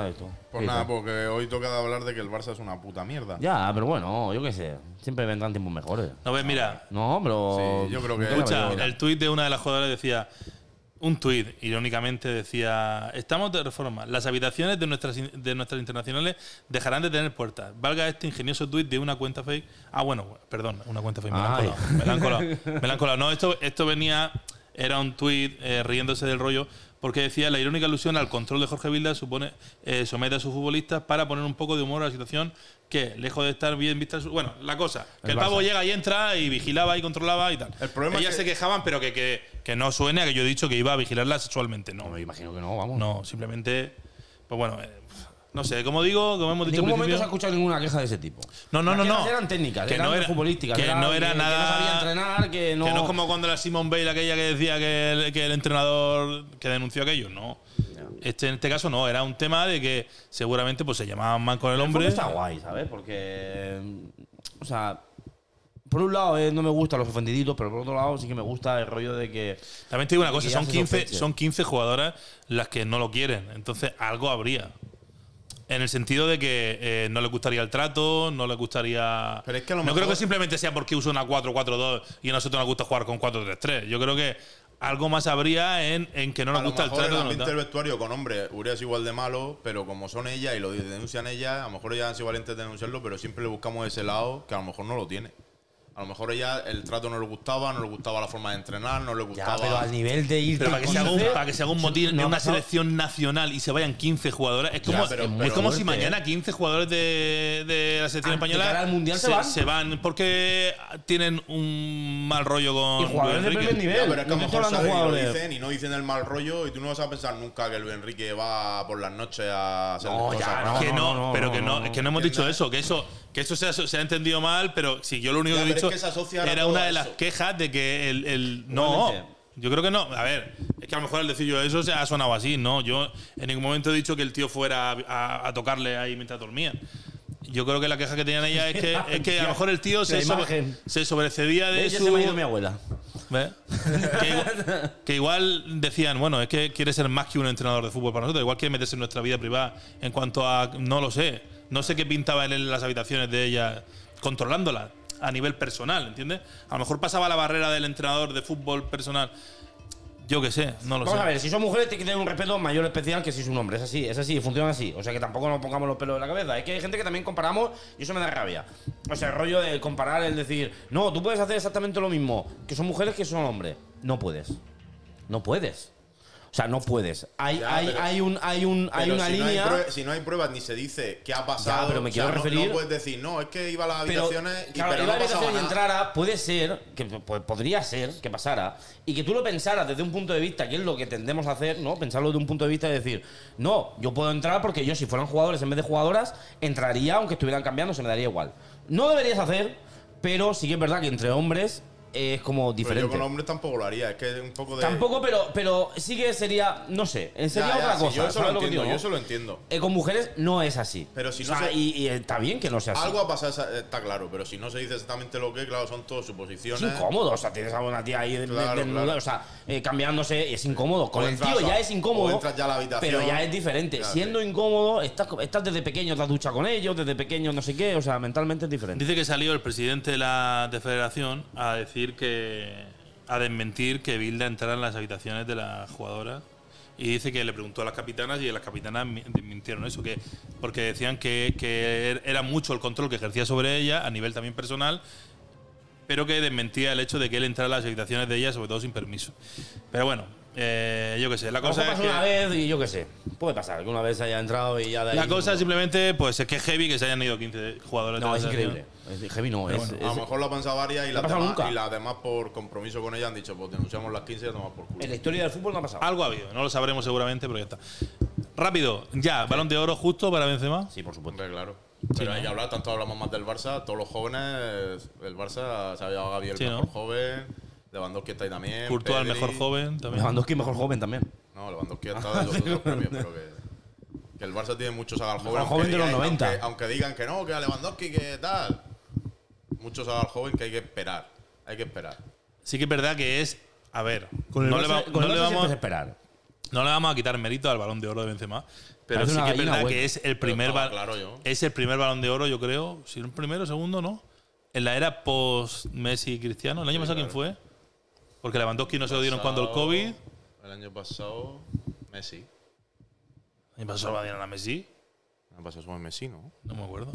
[SPEAKER 1] Pues nada, pues- porque hoy toca hablar de que el Barça es una puta mierda.
[SPEAKER 3] Ya, pero bueno, yo qué sé. Siempre vendrán tiempos mejores.
[SPEAKER 2] No ves, mira,
[SPEAKER 3] No, pero.
[SPEAKER 1] Sí, yo creo que-
[SPEAKER 3] Nunca
[SPEAKER 2] Escucha,
[SPEAKER 3] la veo.
[SPEAKER 2] el tuit de una de las jugadoras decía, un tuit, irónicamente decía, estamos de reforma, las habitaciones de nuestras, in- de nuestras internacionales dejarán de tener puertas. Valga este ingenioso tuit de una cuenta fake. Ah, bueno, perdón, una cuenta fake, me la han
[SPEAKER 3] Ay.
[SPEAKER 2] colado. Me la han colado, me la han colado. No, esto, esto venía, era un tuit eh, riéndose del rollo. Porque decía, la irónica alusión al control de Jorge Vilda supone, eh, somete a sus futbolistas para poner un poco de humor a la situación que, lejos de estar bien vista... en su- Bueno, la cosa, que el,
[SPEAKER 3] Barça.
[SPEAKER 2] pavo llega y entra y vigilaba y controlaba y tal.
[SPEAKER 1] El problema
[SPEAKER 2] Ellas
[SPEAKER 1] es que-
[SPEAKER 2] se quejaban, pero que, que, que no suene a que yo he dicho que iba a vigilarla sexualmente. No,
[SPEAKER 3] No, me imagino que no, vamos.
[SPEAKER 2] no, simplemente. Pues bueno, eh, no sé, como digo, como hemos
[SPEAKER 3] En
[SPEAKER 2] dicho
[SPEAKER 3] ningún
[SPEAKER 2] al
[SPEAKER 3] momento
[SPEAKER 2] principio-
[SPEAKER 3] se ha escuchado ninguna queja de ese tipo.
[SPEAKER 2] No, no,
[SPEAKER 3] Las
[SPEAKER 2] no,
[SPEAKER 3] quejas
[SPEAKER 2] no.
[SPEAKER 3] eran técnicas,
[SPEAKER 2] Que
[SPEAKER 3] eran
[SPEAKER 2] no era-
[SPEAKER 3] futbolísticas.
[SPEAKER 2] que
[SPEAKER 3] eran
[SPEAKER 2] no era
[SPEAKER 3] que
[SPEAKER 2] nada-
[SPEAKER 3] no sabía entrenar, que no.
[SPEAKER 2] Que no es como cuando la Simone Bale, aquella que decía que el, que el entrenador que denunció aquello, no. Este, en este caso no, era un tema de que seguramente pues se llamaban mal con el
[SPEAKER 3] Pero
[SPEAKER 2] hombre.
[SPEAKER 3] está guay, ¿sabes? Porque. mm, O sea. Por un lado, eh, no me gustan los ofendiditos, pero por otro lado, sí que me gusta el rollo de que.
[SPEAKER 2] También te digo una cosa,
[SPEAKER 3] Que ya
[SPEAKER 2] son
[SPEAKER 3] se
[SPEAKER 2] 15,
[SPEAKER 3] sospeche.
[SPEAKER 2] son 15 jugadoras las que no lo quieren, entonces algo habría. En el sentido de que eh, no les gustaría el trato, no les gustaría...
[SPEAKER 1] Pero es que a lo
[SPEAKER 2] no
[SPEAKER 1] mejor-
[SPEAKER 2] creo que simplemente sea porque usa una 4-4-2 y a nosotros nos gusta jugar con 4-3-3. Yo creo que algo más habría en, en que no
[SPEAKER 1] A
[SPEAKER 2] nos
[SPEAKER 1] lo
[SPEAKER 2] gusta el
[SPEAKER 1] mejor el
[SPEAKER 2] trato.
[SPEAKER 1] ambiente
[SPEAKER 2] que
[SPEAKER 1] del
[SPEAKER 2] nos da.
[SPEAKER 1] vestuario con hombres hubiera sido igual de malo, pero como son ellas y lo denuncian ellas, a lo mejor ellas han sido valientes de denunciarlo, pero siempre le buscamos ese lado que a lo mejor no lo tiene. A lo mejor ella el trato no le gustaba, no le gustaba la forma de entrenar, no le
[SPEAKER 3] Ya,
[SPEAKER 1] gustaba.
[SPEAKER 3] pero al nivel de ir.
[SPEAKER 2] Pero para que, se haga un,
[SPEAKER 3] 15,
[SPEAKER 2] para que se haga un motín
[SPEAKER 3] no
[SPEAKER 2] en
[SPEAKER 3] ha
[SPEAKER 2] una
[SPEAKER 3] pasado.
[SPEAKER 2] selección nacional y se vayan 15 jugadoras, es como,
[SPEAKER 1] Ya, pero-
[SPEAKER 2] es
[SPEAKER 1] pero
[SPEAKER 2] como
[SPEAKER 3] fuerte, ¿eh?
[SPEAKER 2] si mañana 15 jugadores de, de la selección
[SPEAKER 3] Ah, de
[SPEAKER 2] española
[SPEAKER 3] cara al Mundial se van.
[SPEAKER 2] porque tienen un mal rollo con
[SPEAKER 3] Y jugadores de
[SPEAKER 2] Luis Enrique.
[SPEAKER 3] primer nivel.
[SPEAKER 1] Ya, pero es que a
[SPEAKER 3] no
[SPEAKER 1] lo
[SPEAKER 3] estoy hablando
[SPEAKER 1] mejor salen
[SPEAKER 3] de
[SPEAKER 1] y lo
[SPEAKER 3] jugadores.
[SPEAKER 1] dicen y no dicen el mal rollo y tú no vas a pensar nunca que Luis Enrique va por las noches a hacer
[SPEAKER 3] No,
[SPEAKER 1] cosas.
[SPEAKER 3] ya,
[SPEAKER 1] raras.
[SPEAKER 2] que no,
[SPEAKER 3] no, no,
[SPEAKER 2] pero que
[SPEAKER 3] no,
[SPEAKER 2] no,
[SPEAKER 3] no.
[SPEAKER 2] es que no hemos dicho eso, que eso, que eso se ha, se ha entendido mal, pero si yo lo único que
[SPEAKER 1] Ya,
[SPEAKER 2] he
[SPEAKER 1] pero es
[SPEAKER 2] dicho
[SPEAKER 1] que se asocia a
[SPEAKER 2] era
[SPEAKER 1] todo
[SPEAKER 2] una de
[SPEAKER 1] eso.
[SPEAKER 2] las quejas de que el, el- no,
[SPEAKER 3] Igualmente.
[SPEAKER 2] yo creo que no, a ver, es que a lo mejor al decir yo eso se ha sonado así, no, yo en ningún momento he dicho que el tío fuera a, a- a tocarle ahí mientras dormía. Yo creo que la queja que tenían ella es que, es que a lo mejor el tío se, sobre-
[SPEAKER 3] imagen.
[SPEAKER 2] se sobrecedía de
[SPEAKER 3] ¿Ves? Ya
[SPEAKER 2] su
[SPEAKER 3] se me ha ido mi abuela.
[SPEAKER 2] ¿Ves? que, igual, que igual decían, bueno, es que quiere ser más que un entrenador de fútbol para nosotros, igual quiere meterse en nuestra vida privada en cuanto a, no lo sé, no sé qué pintaba él en las habitaciones de ella, controlándola a nivel personal, ¿entiendes? A lo mejor pasaba la barrera del entrenador de fútbol personal, yo qué sé, no lo
[SPEAKER 3] Vamos
[SPEAKER 2] sé.
[SPEAKER 3] a ver, si son mujeres tienen que tener un respeto mayor especial que si es un hombre. Es así, es así, funciona así. O sea que tampoco nos pongamos los pelos en la cabeza. Es que hay gente que también comparamos y eso me da rabia. O sea, el rollo de comparar, el decir, no, tú puedes hacer exactamente lo mismo que son mujeres que son hombres. No puedes. No puedes. O sea, no puedes. Hay,
[SPEAKER 1] Ya,
[SPEAKER 3] hay,
[SPEAKER 1] pero-
[SPEAKER 3] hay, un, hay, un, hay
[SPEAKER 1] Pero
[SPEAKER 3] una
[SPEAKER 1] si no
[SPEAKER 3] línea.
[SPEAKER 1] prue- si no hay pruebas ni se dice qué ha pasado.
[SPEAKER 3] pero me
[SPEAKER 1] o sea,
[SPEAKER 3] quiero
[SPEAKER 1] no- No,
[SPEAKER 3] referir-
[SPEAKER 1] puedes decir, no, es que iba a las
[SPEAKER 3] pero,
[SPEAKER 1] habitaciones y
[SPEAKER 3] claro, iba
[SPEAKER 1] pero
[SPEAKER 3] a
[SPEAKER 1] no
[SPEAKER 3] la habitación
[SPEAKER 1] pasaba
[SPEAKER 3] y
[SPEAKER 1] nada.
[SPEAKER 3] entrara, puede ser, que pues, podría ser que pasara, y que tú lo pensaras desde un punto de vista, que es lo que tendemos a hacer, ¿no? Pensarlo desde un punto de vista de decir, no, yo puedo entrar porque yo, si fueran jugadores en vez de jugadoras, entraría, aunque estuvieran cambiando, se me daría igual. No deberías hacer, pero sí que es verdad que entre hombres es como
[SPEAKER 1] Pero
[SPEAKER 3] diferente.
[SPEAKER 1] yo con hombres tampoco lo haría, es que es un poco de.
[SPEAKER 3] Tampoco, pero, pero sí que sería, no sé, eh,
[SPEAKER 1] Ya,
[SPEAKER 3] sería
[SPEAKER 1] ya,
[SPEAKER 3] otra
[SPEAKER 1] sí,
[SPEAKER 3] cosa.
[SPEAKER 1] Yo eso
[SPEAKER 3] ¿sabes
[SPEAKER 1] lo
[SPEAKER 3] lo que digo,
[SPEAKER 1] entiendo, yo
[SPEAKER 3] no?
[SPEAKER 1] eso lo entiendo.
[SPEAKER 3] Eh, con mujeres no es así.
[SPEAKER 1] Pero si
[SPEAKER 3] O
[SPEAKER 1] no
[SPEAKER 3] sea,
[SPEAKER 1] se-
[SPEAKER 3] y, y está bien que no sea así.
[SPEAKER 1] Algo ha pasado, esa- está claro, pero si no se dice exactamente lo que, claro, son todas suposiciones.
[SPEAKER 3] Es incómodo, o sea, tienes a una tía ahí de- de-
[SPEAKER 1] Claro,
[SPEAKER 3] desnuda,
[SPEAKER 1] claro.
[SPEAKER 3] o sea, eh, cambiándose, y es incómodo. Con
[SPEAKER 1] O
[SPEAKER 3] el
[SPEAKER 1] entras
[SPEAKER 3] tío
[SPEAKER 1] a-
[SPEAKER 3] ya es
[SPEAKER 1] o
[SPEAKER 3] incómodo,
[SPEAKER 1] entras ya a la habitación.
[SPEAKER 3] pero ya es diferente.
[SPEAKER 1] Claro,
[SPEAKER 3] Siendo incómodo, estás, estás desde pequeño, te has duchado con ellos, desde pequeño no sé qué, o sea, mentalmente es diferente.
[SPEAKER 2] Dice que salió el presidente de la de federación a decir que. a desmentir que Bilda entrara en las habitaciones de las jugadoras. Y dice que le preguntó a las capitanas y las capitanas mi- desmintieron eso, que porque decían que, que er- era mucho el control que ejercía sobre ella a nivel también personal, pero que desmentía el hecho de que él entrara a las habitaciones de ella, sobre todo sin permiso. Pero bueno, eh, yo qué sé, la
[SPEAKER 3] A lo mejor
[SPEAKER 2] cosa es
[SPEAKER 3] pasó
[SPEAKER 2] que...
[SPEAKER 3] una vez y yo qué sé. Puede pasar, que una vez haya entrado y ya de ahí
[SPEAKER 2] La cosa
[SPEAKER 3] no-
[SPEAKER 2] simplemente, pues es que es heavy que se hayan ido 15 jugadores. de
[SPEAKER 3] No,
[SPEAKER 2] la
[SPEAKER 3] es
[SPEAKER 2] selección.
[SPEAKER 3] increíble. Es, heavy no, es,
[SPEAKER 1] A lo
[SPEAKER 3] es-
[SPEAKER 1] mejor lo ha pensado varias y las,
[SPEAKER 3] pasado
[SPEAKER 1] demás,
[SPEAKER 3] nunca.
[SPEAKER 1] y las demás, por compromiso con ella, han dicho: Pues denunciamos las 15 y las tomamos por culo.
[SPEAKER 3] En la historia del fútbol no ha pasado.
[SPEAKER 2] Algo ha habido, no lo sabremos seguramente, pero ya está. Rápido, ya, balón de oro justo para Benzema.
[SPEAKER 3] Sí, por supuesto.
[SPEAKER 1] Hombre, claro. Pero hay que hablar, tanto hablamos más del Barça, todos los jóvenes, el Barça se ha llevado a Gaby el
[SPEAKER 2] Sí, ¿no?
[SPEAKER 1] mejor joven, Lewandowski está ahí también.
[SPEAKER 2] Courtois, el
[SPEAKER 1] Pedri.
[SPEAKER 2] mejor joven también.
[SPEAKER 3] Lewandowski mejor joven también.
[SPEAKER 1] No, Lewandowski está de los otros premios, pero que, que el Barça tiene muchos al joven. aunque
[SPEAKER 3] joven de los
[SPEAKER 1] digan-
[SPEAKER 3] 90.
[SPEAKER 1] Aunque, aunque digan que no, que a Lewandowski, que tal. Muchos al joven que hay que esperar. Hay que esperar.
[SPEAKER 2] Sí que es verdad que es, a ver,
[SPEAKER 3] Con el
[SPEAKER 2] no, le, va-
[SPEAKER 3] Barça- con
[SPEAKER 2] no
[SPEAKER 3] el
[SPEAKER 2] le
[SPEAKER 3] Barça siempre
[SPEAKER 2] vamos,
[SPEAKER 3] es esperar.
[SPEAKER 2] no le vamos a quitar mérito al balón de oro de Benzema, pero
[SPEAKER 3] Parece
[SPEAKER 2] sí
[SPEAKER 3] una
[SPEAKER 2] que es
[SPEAKER 3] gallina
[SPEAKER 2] verdad
[SPEAKER 3] hueca.
[SPEAKER 2] que es el
[SPEAKER 1] Pero
[SPEAKER 2] primer
[SPEAKER 1] estaba
[SPEAKER 2] bal-
[SPEAKER 1] claro yo.
[SPEAKER 2] es el primer balón de oro, yo creo, si no el primero, segundo, ¿no? En la era post Messi y Cristiano, el año pasado quién fue? Porque Lewandowski no se lo dieron cuando el
[SPEAKER 1] Pasado-
[SPEAKER 2] COVID.
[SPEAKER 1] El año pasado, Messi.
[SPEAKER 2] El año pasado se lo dieron a Messi,
[SPEAKER 1] El año pasado fue Messi, ¿no?
[SPEAKER 2] no me acuerdo.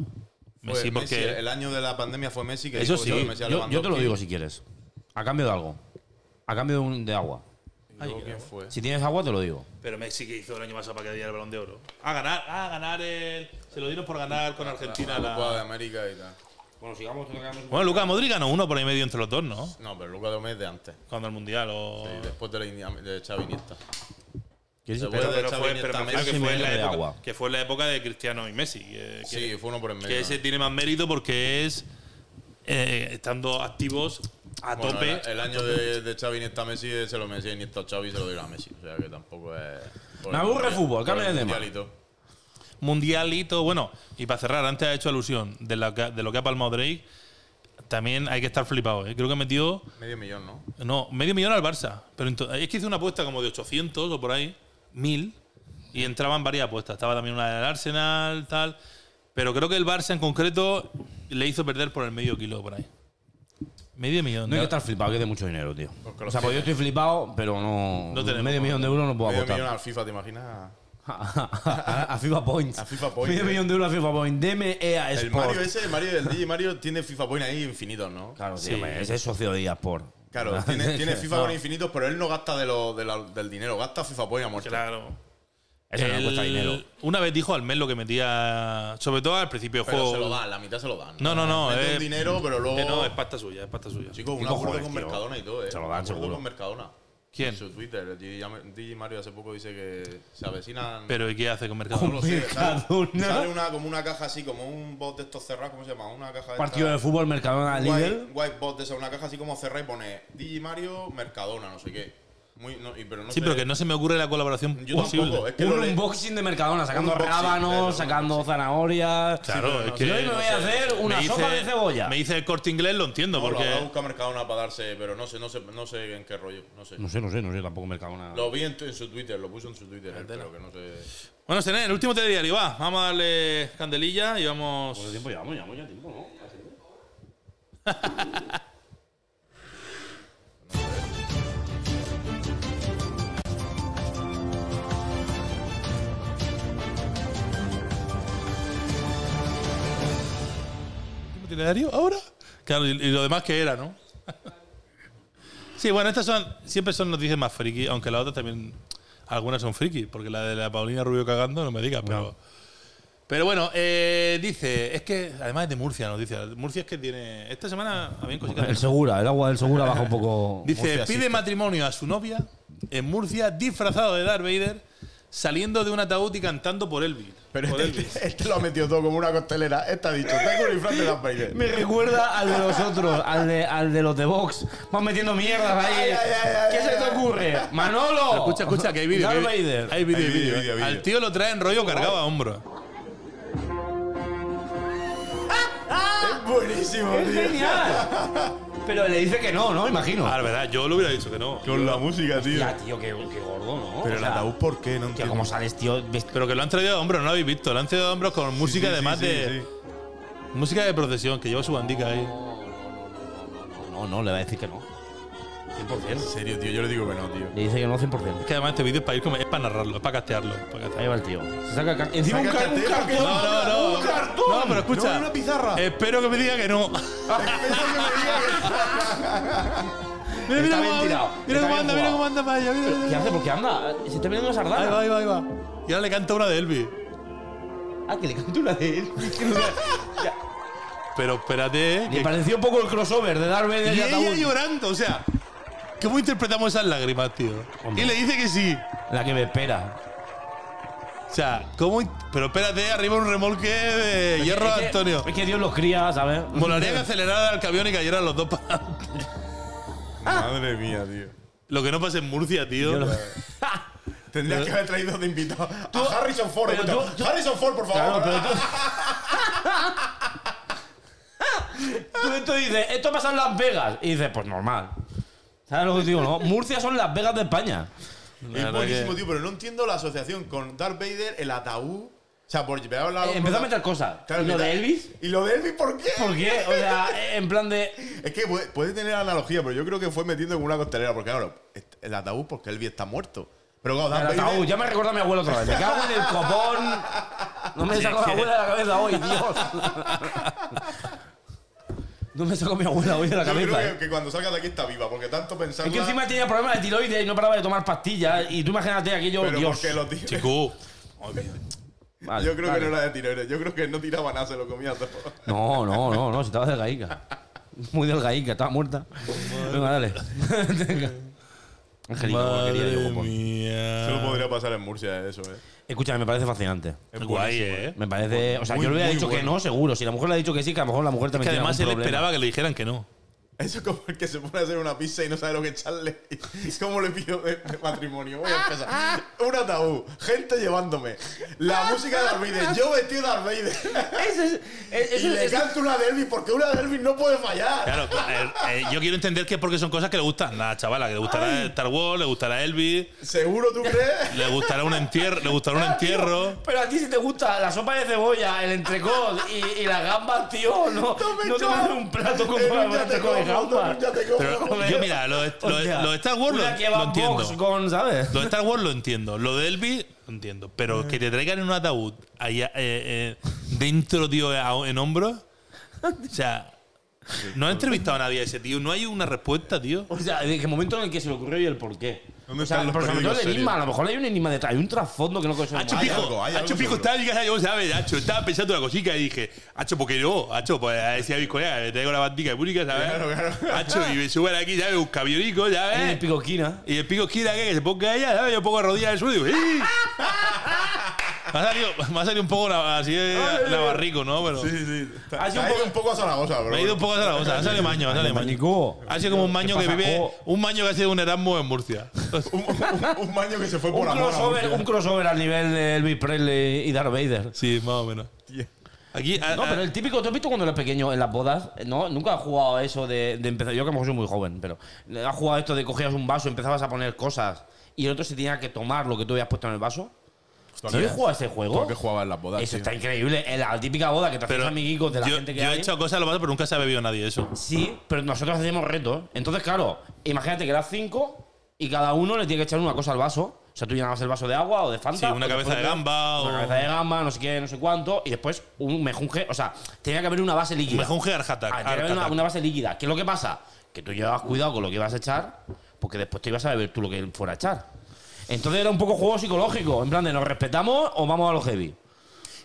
[SPEAKER 1] Fue
[SPEAKER 2] Messi porque
[SPEAKER 1] el año de la pandemia fue Messi. Que
[SPEAKER 2] Eso
[SPEAKER 1] dijo que
[SPEAKER 2] sí,
[SPEAKER 1] solo Messi a
[SPEAKER 3] Yo, yo te lo
[SPEAKER 1] Lewandowski.
[SPEAKER 3] digo si quieres. A cambio de algo. A cambio de, un- de agua.
[SPEAKER 1] Y luego, ¿quién fue?
[SPEAKER 3] Si tienes agua, te lo digo.
[SPEAKER 2] Pero Messi que hizo el año pasado para que diera el balón de oro. A ganar, a ganar el. Se lo dieron por ganar con Argentina
[SPEAKER 1] La Copa de
[SPEAKER 2] la.
[SPEAKER 1] América y tal.
[SPEAKER 3] Bueno, sigamos
[SPEAKER 2] Bueno, Lucas Modric ganó uno por ahí medio entre los dos, ¿no?
[SPEAKER 1] No, pero Luca Gómez de antes.
[SPEAKER 2] Cuando el mundial o.
[SPEAKER 1] Y después de, la Inia- de Xavi Iniesta.
[SPEAKER 3] ¿Quieres
[SPEAKER 1] Pero-
[SPEAKER 3] esperar?
[SPEAKER 2] Pero, pero
[SPEAKER 1] Xavi
[SPEAKER 2] fue,
[SPEAKER 1] Iniesta,
[SPEAKER 2] pero me refiero
[SPEAKER 1] Messi,
[SPEAKER 2] que fue en la
[SPEAKER 3] Messi de
[SPEAKER 2] época,
[SPEAKER 3] agua.
[SPEAKER 2] que fue en la época de Cristiano y Messi. Que,
[SPEAKER 1] Sí, fue uno por en
[SPEAKER 2] que
[SPEAKER 1] medio.
[SPEAKER 2] ese tiene más mérito porque es eh, estando activos a
[SPEAKER 1] Bueno,
[SPEAKER 2] tope.
[SPEAKER 1] el, el año de, de Xavi Iniesta a Messi se lo Messi Iniesta a Xavi y se lo dieron a Messi. O sea que tampoco es. por
[SPEAKER 3] Me
[SPEAKER 1] el
[SPEAKER 3] aburre el
[SPEAKER 1] mundial-
[SPEAKER 3] fútbol,
[SPEAKER 1] por
[SPEAKER 3] cambia de tema.
[SPEAKER 1] mundial y todo.
[SPEAKER 2] mundialito. Bueno, y para cerrar, antes ha hecho alusión de, la que- de lo que ha palmado Drake. También hay que estar flipado, ¿eh? Creo que metió.
[SPEAKER 1] Medio millón, ¿no?
[SPEAKER 2] No, medio millón al Barça. Pero ento- es que hice una apuesta como de 800 o por ahí, 1000, y entraban varias apuestas. Estaba también una del Arsenal, tal. Pero creo que el Barça en concreto le hizo perder por el medio kilo por ahí. Medio millón.
[SPEAKER 3] No hay que estar flipado, que es de mucho dinero, tío.
[SPEAKER 1] Porque
[SPEAKER 3] O
[SPEAKER 1] los
[SPEAKER 3] sea, pues yo estoy flipado, pero no.
[SPEAKER 2] No tenemos.
[SPEAKER 3] medio millón de euros no puedo
[SPEAKER 1] Medio
[SPEAKER 3] aportar.
[SPEAKER 1] millón al FIFA, ¿te imaginas?
[SPEAKER 3] a, a- a FIFA Points.
[SPEAKER 1] A FIFA Points,
[SPEAKER 3] Medio
[SPEAKER 1] eh.
[SPEAKER 3] millón de euros a FIFA Points. Deme EA
[SPEAKER 1] El
[SPEAKER 3] Sport.
[SPEAKER 1] Mario ese, el Mario del DJ Mario, tiene FIFA Point ahí infinitos, ¿no?
[SPEAKER 3] Claro,
[SPEAKER 2] Sí.
[SPEAKER 3] sí, hombre, ese es socio de EA Sport.
[SPEAKER 1] Claro, tiene, tiene FIFA
[SPEAKER 3] No.
[SPEAKER 1] Point infinitos, pero él no gasta de lo- de la- del dinero, gasta FIFA Point a muerte.
[SPEAKER 2] Claro.
[SPEAKER 3] Eso no cuesta dinero.
[SPEAKER 2] Una vez dijo al mes lo que metía, sobre todo al principio del
[SPEAKER 1] Pero
[SPEAKER 2] juego.
[SPEAKER 1] se lo dan, la mitad se lo dan.
[SPEAKER 2] No, no, no,
[SPEAKER 1] Mete
[SPEAKER 2] eh,
[SPEAKER 1] un dinero, pero luego.
[SPEAKER 2] Eh, no, es pasta suya, es pasta suya.
[SPEAKER 1] Chicos, un
[SPEAKER 3] ¿Qué
[SPEAKER 1] acuerdo
[SPEAKER 3] cojones,
[SPEAKER 1] con
[SPEAKER 3] tío?
[SPEAKER 1] Mercadona y todo, ¿eh?
[SPEAKER 3] Se lo
[SPEAKER 1] Un
[SPEAKER 3] dan
[SPEAKER 1] acuerdo
[SPEAKER 3] seguro.
[SPEAKER 1] con Mercadona.
[SPEAKER 2] ¿Quién?
[SPEAKER 1] En su Twitter. El DJ Llama- DJ Mario hace poco dice que se avecinan.
[SPEAKER 2] Pero ¿y qué hace con mercado?
[SPEAKER 1] No lo sé, sale-
[SPEAKER 3] Mercadona.
[SPEAKER 1] Sale una, como una caja así, como un bot de estos cerrados, ¿cómo se llama? Una caja de.
[SPEAKER 3] Partido de
[SPEAKER 1] estas-
[SPEAKER 3] fútbol Mercadona
[SPEAKER 1] un
[SPEAKER 3] Lidl.
[SPEAKER 1] White, white bot de esa, una caja así como cerrada y pone DJ Mario Mercadona, no sé qué. Muy, no, y- pero no
[SPEAKER 2] Sí,
[SPEAKER 1] sé-
[SPEAKER 2] pero que no se me ocurre la colaboración
[SPEAKER 1] Yo
[SPEAKER 2] posible.
[SPEAKER 1] tampoco, es que
[SPEAKER 3] un
[SPEAKER 1] lo le-
[SPEAKER 3] unboxing de Mercadona, sacando
[SPEAKER 1] unboxing, pero un
[SPEAKER 3] rábanos, sacando zanahorias.
[SPEAKER 2] Claro, es que
[SPEAKER 3] Yo hoy me
[SPEAKER 2] no
[SPEAKER 3] voy
[SPEAKER 2] sé.
[SPEAKER 3] a hacer
[SPEAKER 2] Me
[SPEAKER 3] una
[SPEAKER 2] dice-
[SPEAKER 3] sopa de cebolla.
[SPEAKER 2] Me dice el corte inglés, lo entiendo,
[SPEAKER 1] No, lo habrá
[SPEAKER 2] porque.
[SPEAKER 1] buscado Mercadona para darse, pero no sé, no sé, no sé en qué rollo, no sé.
[SPEAKER 3] No sé, no sé, no sé, tampoco Mercadona.
[SPEAKER 1] Lo vi en, tu- en su Twitter, lo puso en su Twitter, él, pero que no sé.
[SPEAKER 2] Bueno, Sené, el último telediario, va. Vamos a darle candelilla y vamos.
[SPEAKER 3] ¿Cuánto tiempo llevamos? Llevamos ya tiempo, ¿no?
[SPEAKER 2] ¿Último telediario ahora? Claro, y, y lo demás que era, ¿no? sí, bueno, estas son. Siempre son noticias más friki, aunque las otras también. Algunas son friki, porque la de la Paulina Rubio cagando, no me digas, pero. Pero bueno, eh, dice, es que además es de Murcia, nos dice. Murcia es que tiene. Esta semana habían cositas.
[SPEAKER 3] El Segura, el agua del Segura baja un poco.
[SPEAKER 2] Dice, pide matrimonio a su novia en Murcia disfrazado de Darth Vader saliendo de un ataúd y cantando por Elvis. por
[SPEAKER 1] este
[SPEAKER 2] Elvis.
[SPEAKER 1] lo ha metido todo como una costelera. Este ha dicho, tengo un inflante de Darth Vader.
[SPEAKER 3] Me recuerda al de los otros, al de, al de los de Vox. Van metiendo mierdas ahí.
[SPEAKER 1] Ay, ay, ay, ay,
[SPEAKER 3] ¿Qué se te ocurre? ¡Manolo!
[SPEAKER 2] Escucha, escucha, que hay vídeo. que
[SPEAKER 3] Darth
[SPEAKER 2] hay-
[SPEAKER 3] Vader.
[SPEAKER 2] Hay vídeo,
[SPEAKER 1] Hay
[SPEAKER 2] hay
[SPEAKER 1] vídeo,
[SPEAKER 2] vídeo.
[SPEAKER 1] vídeo,
[SPEAKER 2] Al
[SPEAKER 1] vídeo.
[SPEAKER 2] tío lo traen rollo cargado a hombro.
[SPEAKER 1] Es buenísimo,
[SPEAKER 3] ¡Es genial! Pero le dice que no, ¿no? Imagino.
[SPEAKER 2] Ah, la verdad, yo lo hubiera dicho que no.
[SPEAKER 1] Con la música, tío.
[SPEAKER 3] Ya, tío, qué, qué gordo, ¿no?
[SPEAKER 1] Pero
[SPEAKER 3] O
[SPEAKER 1] el
[SPEAKER 3] sea,
[SPEAKER 1] ataúd, ¿por qué? No
[SPEAKER 3] Tío,
[SPEAKER 1] entiendo.
[SPEAKER 3] ¿cómo sales, tío? Vest-
[SPEAKER 2] Pero que lo han traído a hombro, no lo habéis visto. Lo han traído a hombro con
[SPEAKER 1] Sí, sí,
[SPEAKER 2] música
[SPEAKER 1] sí,
[SPEAKER 2] además
[SPEAKER 1] sí,
[SPEAKER 2] de.
[SPEAKER 1] sí.
[SPEAKER 2] Música de procesión, que lleva su bandica ahí.
[SPEAKER 3] No, no, le va a decir que no. 100%.
[SPEAKER 1] En serio, tío, yo le digo que no, tío.
[SPEAKER 3] Le dice que no 100%.
[SPEAKER 2] Es que además este vídeo es para ir como. Es para narrarlo, es para castearlo. es para castearlo.
[SPEAKER 3] Ahí va el tío. Se saca el car- Encima
[SPEAKER 1] Saca
[SPEAKER 3] un, car- un
[SPEAKER 1] cartera,
[SPEAKER 3] cartón.
[SPEAKER 1] que-
[SPEAKER 2] No, no, no.
[SPEAKER 1] ¡Un cartón!
[SPEAKER 2] No, pero escucha.
[SPEAKER 1] No, una pizarra.
[SPEAKER 2] Espero que me diga que no. Mira,
[SPEAKER 3] Está
[SPEAKER 2] mira
[SPEAKER 3] bien
[SPEAKER 2] cómo
[SPEAKER 3] tirado,
[SPEAKER 2] anda, mira cómo
[SPEAKER 3] está bien
[SPEAKER 2] anda, mira
[SPEAKER 3] jugado.
[SPEAKER 2] cómo anda para allá. mira, mira,
[SPEAKER 3] ¿Qué
[SPEAKER 2] mira.
[SPEAKER 3] hace? Porque anda. Se está mirando una
[SPEAKER 2] Ahí va,
[SPEAKER 3] sardana.
[SPEAKER 2] ahí va, ahí va. Y ahora le canta una de Elvis.
[SPEAKER 3] Ah, que le canta una de él.
[SPEAKER 2] Pero espérate, eh,
[SPEAKER 3] Le
[SPEAKER 2] que-
[SPEAKER 3] pareció un poco el crossover de Darth Vader
[SPEAKER 2] Y
[SPEAKER 3] y
[SPEAKER 2] ella
[SPEAKER 3] Ataúd.
[SPEAKER 2] llorando, o sea. ¿Cómo interpretamos esas lágrimas, tío?
[SPEAKER 3] Hombre.
[SPEAKER 2] Y le dice que sí.
[SPEAKER 3] La que me espera.
[SPEAKER 2] O sea, ¿cómo.? in- Pero espérate, arriba un remolque de hierro,
[SPEAKER 3] Es que-
[SPEAKER 2] Antonio.
[SPEAKER 3] Es que Dios los cría, ¿sabes?
[SPEAKER 2] Molaría que acelerara el camión y cayeran los dos para.
[SPEAKER 3] Ah.
[SPEAKER 1] Madre mía, tío.
[SPEAKER 2] Lo que no pasa en Murcia, tío.
[SPEAKER 3] Yo lo-
[SPEAKER 1] Tendrías que haber traído de invitado a Harrison Ford.
[SPEAKER 3] pero
[SPEAKER 1] escucha.
[SPEAKER 3] tú- tú-
[SPEAKER 1] Harrison Ford, por favor.
[SPEAKER 3] Claro, pero tú. tú esto dices, esto ha pasado en Las Vegas. Y dices, pues normal. ¿Sabes lo que te digo? No, Murcia son Las Vegas de España.
[SPEAKER 2] La
[SPEAKER 1] Es
[SPEAKER 2] verdad
[SPEAKER 1] buenísimo,
[SPEAKER 2] que-
[SPEAKER 1] tío, pero no entiendo la asociación con Darth Vader, el ataúd. O sea, por llevar la.
[SPEAKER 3] Eh, empezó a meter cosas.
[SPEAKER 1] Claro,
[SPEAKER 3] ¿Y lo
[SPEAKER 1] meta-
[SPEAKER 3] de Elvis?
[SPEAKER 1] ¿Y lo de Elvis por qué?
[SPEAKER 3] ¿Por qué? O sea, en plan de.
[SPEAKER 1] Es que puede, puede tener analogía, pero yo creo que fue metiendo en una costelera. Porque, claro, est- el ataúd, porque Elvis está muerto. Pero, claro, Darth
[SPEAKER 3] El
[SPEAKER 1] Vader-
[SPEAKER 3] ataúd, ya me recuerda a mi abuelo otra vez. Me cago en el copón. No me saco a mi abuela de la cabeza hoy, Dios. No me saco a mi abuela hoy de la
[SPEAKER 1] yo creo
[SPEAKER 3] cabeza.
[SPEAKER 1] que,
[SPEAKER 3] eh.
[SPEAKER 1] que cuando salga de aquí está viva, porque tanto pensando.
[SPEAKER 3] Es que encima tenía problemas de tiroides y no paraba de tomar pastillas. Y tú imagínate aquello,
[SPEAKER 1] Pero
[SPEAKER 3] Dios.
[SPEAKER 1] porque lo tira-
[SPEAKER 2] Chico. Madre mía.
[SPEAKER 3] Vale,
[SPEAKER 1] Yo creo
[SPEAKER 3] vale.
[SPEAKER 1] que no era de tiroides. Yo creo que no tiraba nada, se lo comía todo.
[SPEAKER 3] No, no, no, no, si estaba delgadica. Muy delgadica, estaba muerta. Venga, dale. Venga. Angelito, porquería, yo,
[SPEAKER 2] Madre
[SPEAKER 3] guapo.
[SPEAKER 2] mía.
[SPEAKER 1] Solo podría pasar en Murcia eso, ¿eh?
[SPEAKER 3] Escúchame, me parece fascinante.
[SPEAKER 2] Es Guay, eh.
[SPEAKER 3] Me parece. O sea,
[SPEAKER 1] Muy,
[SPEAKER 3] yo le hubiera
[SPEAKER 1] muy
[SPEAKER 3] dicho que
[SPEAKER 1] bueno.
[SPEAKER 3] no, seguro. Si la mujer le ha dicho que sí, que a lo mejor la mujer
[SPEAKER 2] Que
[SPEAKER 3] también tiene
[SPEAKER 2] además él
[SPEAKER 3] algún problema.
[SPEAKER 2] esperaba que le dijeran que no.
[SPEAKER 1] Eso es como el que se pone a hacer una pizza y no sabe lo que echarle. Es como le pido de, de matrimonio. Voy a empezar. Un ataúd, gente llevándome. La música de Darth Vader, yo vestido de Darth Vader.
[SPEAKER 3] Ese es- es- es-
[SPEAKER 1] Y le
[SPEAKER 3] es-
[SPEAKER 1] canto una de Elvis porque una de Elvis no puede fallar.
[SPEAKER 2] Claro, eh, eh, yo quiero entender que es porque son cosas que le gustan a la chavala, que le gustará Star Wars, le gustará Elvis,
[SPEAKER 1] ¿Seguro tú crees?
[SPEAKER 2] le gustará un entierro, le gustará un
[SPEAKER 3] Ah, tío,
[SPEAKER 2] entierro.
[SPEAKER 3] Pero a ti si te gusta la sopa de cebolla, el entrecot y, y las gambas, tío, no,
[SPEAKER 1] me
[SPEAKER 3] no te
[SPEAKER 1] como-
[SPEAKER 3] vas a hacer un plato con
[SPEAKER 1] En un
[SPEAKER 3] un
[SPEAKER 1] Eh, ya te
[SPEAKER 3] entrecot de
[SPEAKER 1] como,
[SPEAKER 3] gambas.
[SPEAKER 1] en un ya te como.
[SPEAKER 2] Pero yo mira, lo, de- lo de-
[SPEAKER 3] Hostia,
[SPEAKER 2] lo de Star Wars
[SPEAKER 3] una
[SPEAKER 2] lo,
[SPEAKER 3] que va
[SPEAKER 2] lo
[SPEAKER 3] box
[SPEAKER 2] entiendo.
[SPEAKER 3] con, ¿sabes?
[SPEAKER 2] Lo de Star Wars lo entiendo. Lo de Elvis lo entiendo.
[SPEAKER 3] Mm.
[SPEAKER 2] Pero que te traigan en un ataúd allá, eh, eh, dentro, tío, a- en hombros. O sea, no ha entrevistado a nadie a ese tío. No hay una respuesta, tío.
[SPEAKER 3] O sea, de qué momento en el que se le ocurrió y el por qué.
[SPEAKER 1] ¿Dónde
[SPEAKER 3] o sea,
[SPEAKER 1] están los
[SPEAKER 3] pero sobre todo el
[SPEAKER 1] periódicos
[SPEAKER 3] enigma,
[SPEAKER 1] serios?
[SPEAKER 3] a lo mejor hay un enigma detrás, hay un trasfondo que no conocemos.
[SPEAKER 2] Hacho
[SPEAKER 1] Hay
[SPEAKER 2] Pijo,
[SPEAKER 1] algo, hay
[SPEAKER 2] Hacho
[SPEAKER 1] algo
[SPEAKER 2] Pijo
[SPEAKER 1] seguro.
[SPEAKER 2] estaba en mi casa, yo sabes, Hacho, estaba pensando una cosita y dije, Hacho, ¿por qué no? Hacho, pues decía mi colega, le traigo la bandita de pública, ¿sabes?
[SPEAKER 1] Claro, claro.
[SPEAKER 2] Hacho, y me suben aquí, ¿sabes? Un cabionico,
[SPEAKER 3] En
[SPEAKER 2] ¿sabes?
[SPEAKER 3] el picoquina.
[SPEAKER 2] Y el pico quiera que se ponga ella, ¿sabes? Yo pongo rodillas en el suelo y digo, ¡ih! me, ha salido, me ha salido un poco la- así de navarrico, ¿no? Pero
[SPEAKER 1] Sí, sí, sí. Te-
[SPEAKER 3] Ha
[SPEAKER 1] te
[SPEAKER 3] sido
[SPEAKER 1] Ha
[SPEAKER 3] un
[SPEAKER 1] ido
[SPEAKER 3] poco-
[SPEAKER 1] un poco a Zaragoza, bro.
[SPEAKER 2] me ha ido un poco a la cosa, ha salido maño, ha salido maño.
[SPEAKER 3] Manico.
[SPEAKER 2] Ha sido como un maño
[SPEAKER 3] ¿Qué
[SPEAKER 2] que
[SPEAKER 3] pasa,
[SPEAKER 2] vive,
[SPEAKER 1] Oh.
[SPEAKER 3] co?
[SPEAKER 2] un maño que ha sido un Erasmus en Murcia.
[SPEAKER 1] Un, un- un baño que se fue
[SPEAKER 3] Un
[SPEAKER 1] por amor. a
[SPEAKER 3] crossover,
[SPEAKER 1] Murcia.
[SPEAKER 3] un crossover al nivel de Elvis Presley y Darth Vader.
[SPEAKER 2] Sí, más o menos. Aquí, a-
[SPEAKER 3] No,
[SPEAKER 2] a-
[SPEAKER 3] pero el típico, ¿tú has visto cuando eres pequeño en las bodas? No, nunca he jugado a eso de, de empezar. Yo que a lo mejor soy muy joven, pero has jugado a esto de cogías un vaso, empezabas a poner cosas y el otro se tenía que tomar lo que tú habías puesto en el vaso. ¿Tú habías jugado a ese juego?
[SPEAKER 5] que jugaba en las bodas.
[SPEAKER 3] Eso
[SPEAKER 5] tío.
[SPEAKER 3] está increíble. En la típica boda que te haces
[SPEAKER 2] pero
[SPEAKER 3] amiguitos de la
[SPEAKER 2] yo,
[SPEAKER 3] gente que
[SPEAKER 2] yo
[SPEAKER 3] hay.
[SPEAKER 2] he hecho cosas, lo paso, pero nunca se ha bebido nadie eso.
[SPEAKER 3] Sí, pero nosotros hacemos retos. Entonces, claro, imagínate que eras cinco y cada uno le tiene que echar una cosa al vaso. O sea, tú llenabas el vaso de agua o de Fanta.
[SPEAKER 2] Sí, una
[SPEAKER 3] o te
[SPEAKER 2] cabeza
[SPEAKER 3] pones-
[SPEAKER 2] de gamba
[SPEAKER 3] Una
[SPEAKER 2] o-
[SPEAKER 3] cabeza de gamba, no sé qué, no sé cuánto. Y después un mejunje. O sea, tenía que haber una base líquida.
[SPEAKER 2] Mejor un Gerhatak.
[SPEAKER 3] Ah, tiene que haber una, una base líquida. ¿Qué es lo que pasa? Que tú llevabas cuidado con lo que ibas a echar, porque después te ibas a beber tú lo que él fuera a echar. Entonces era un poco juego psicológico. En plan de, ¿nos respetamos o vamos a lo heavy?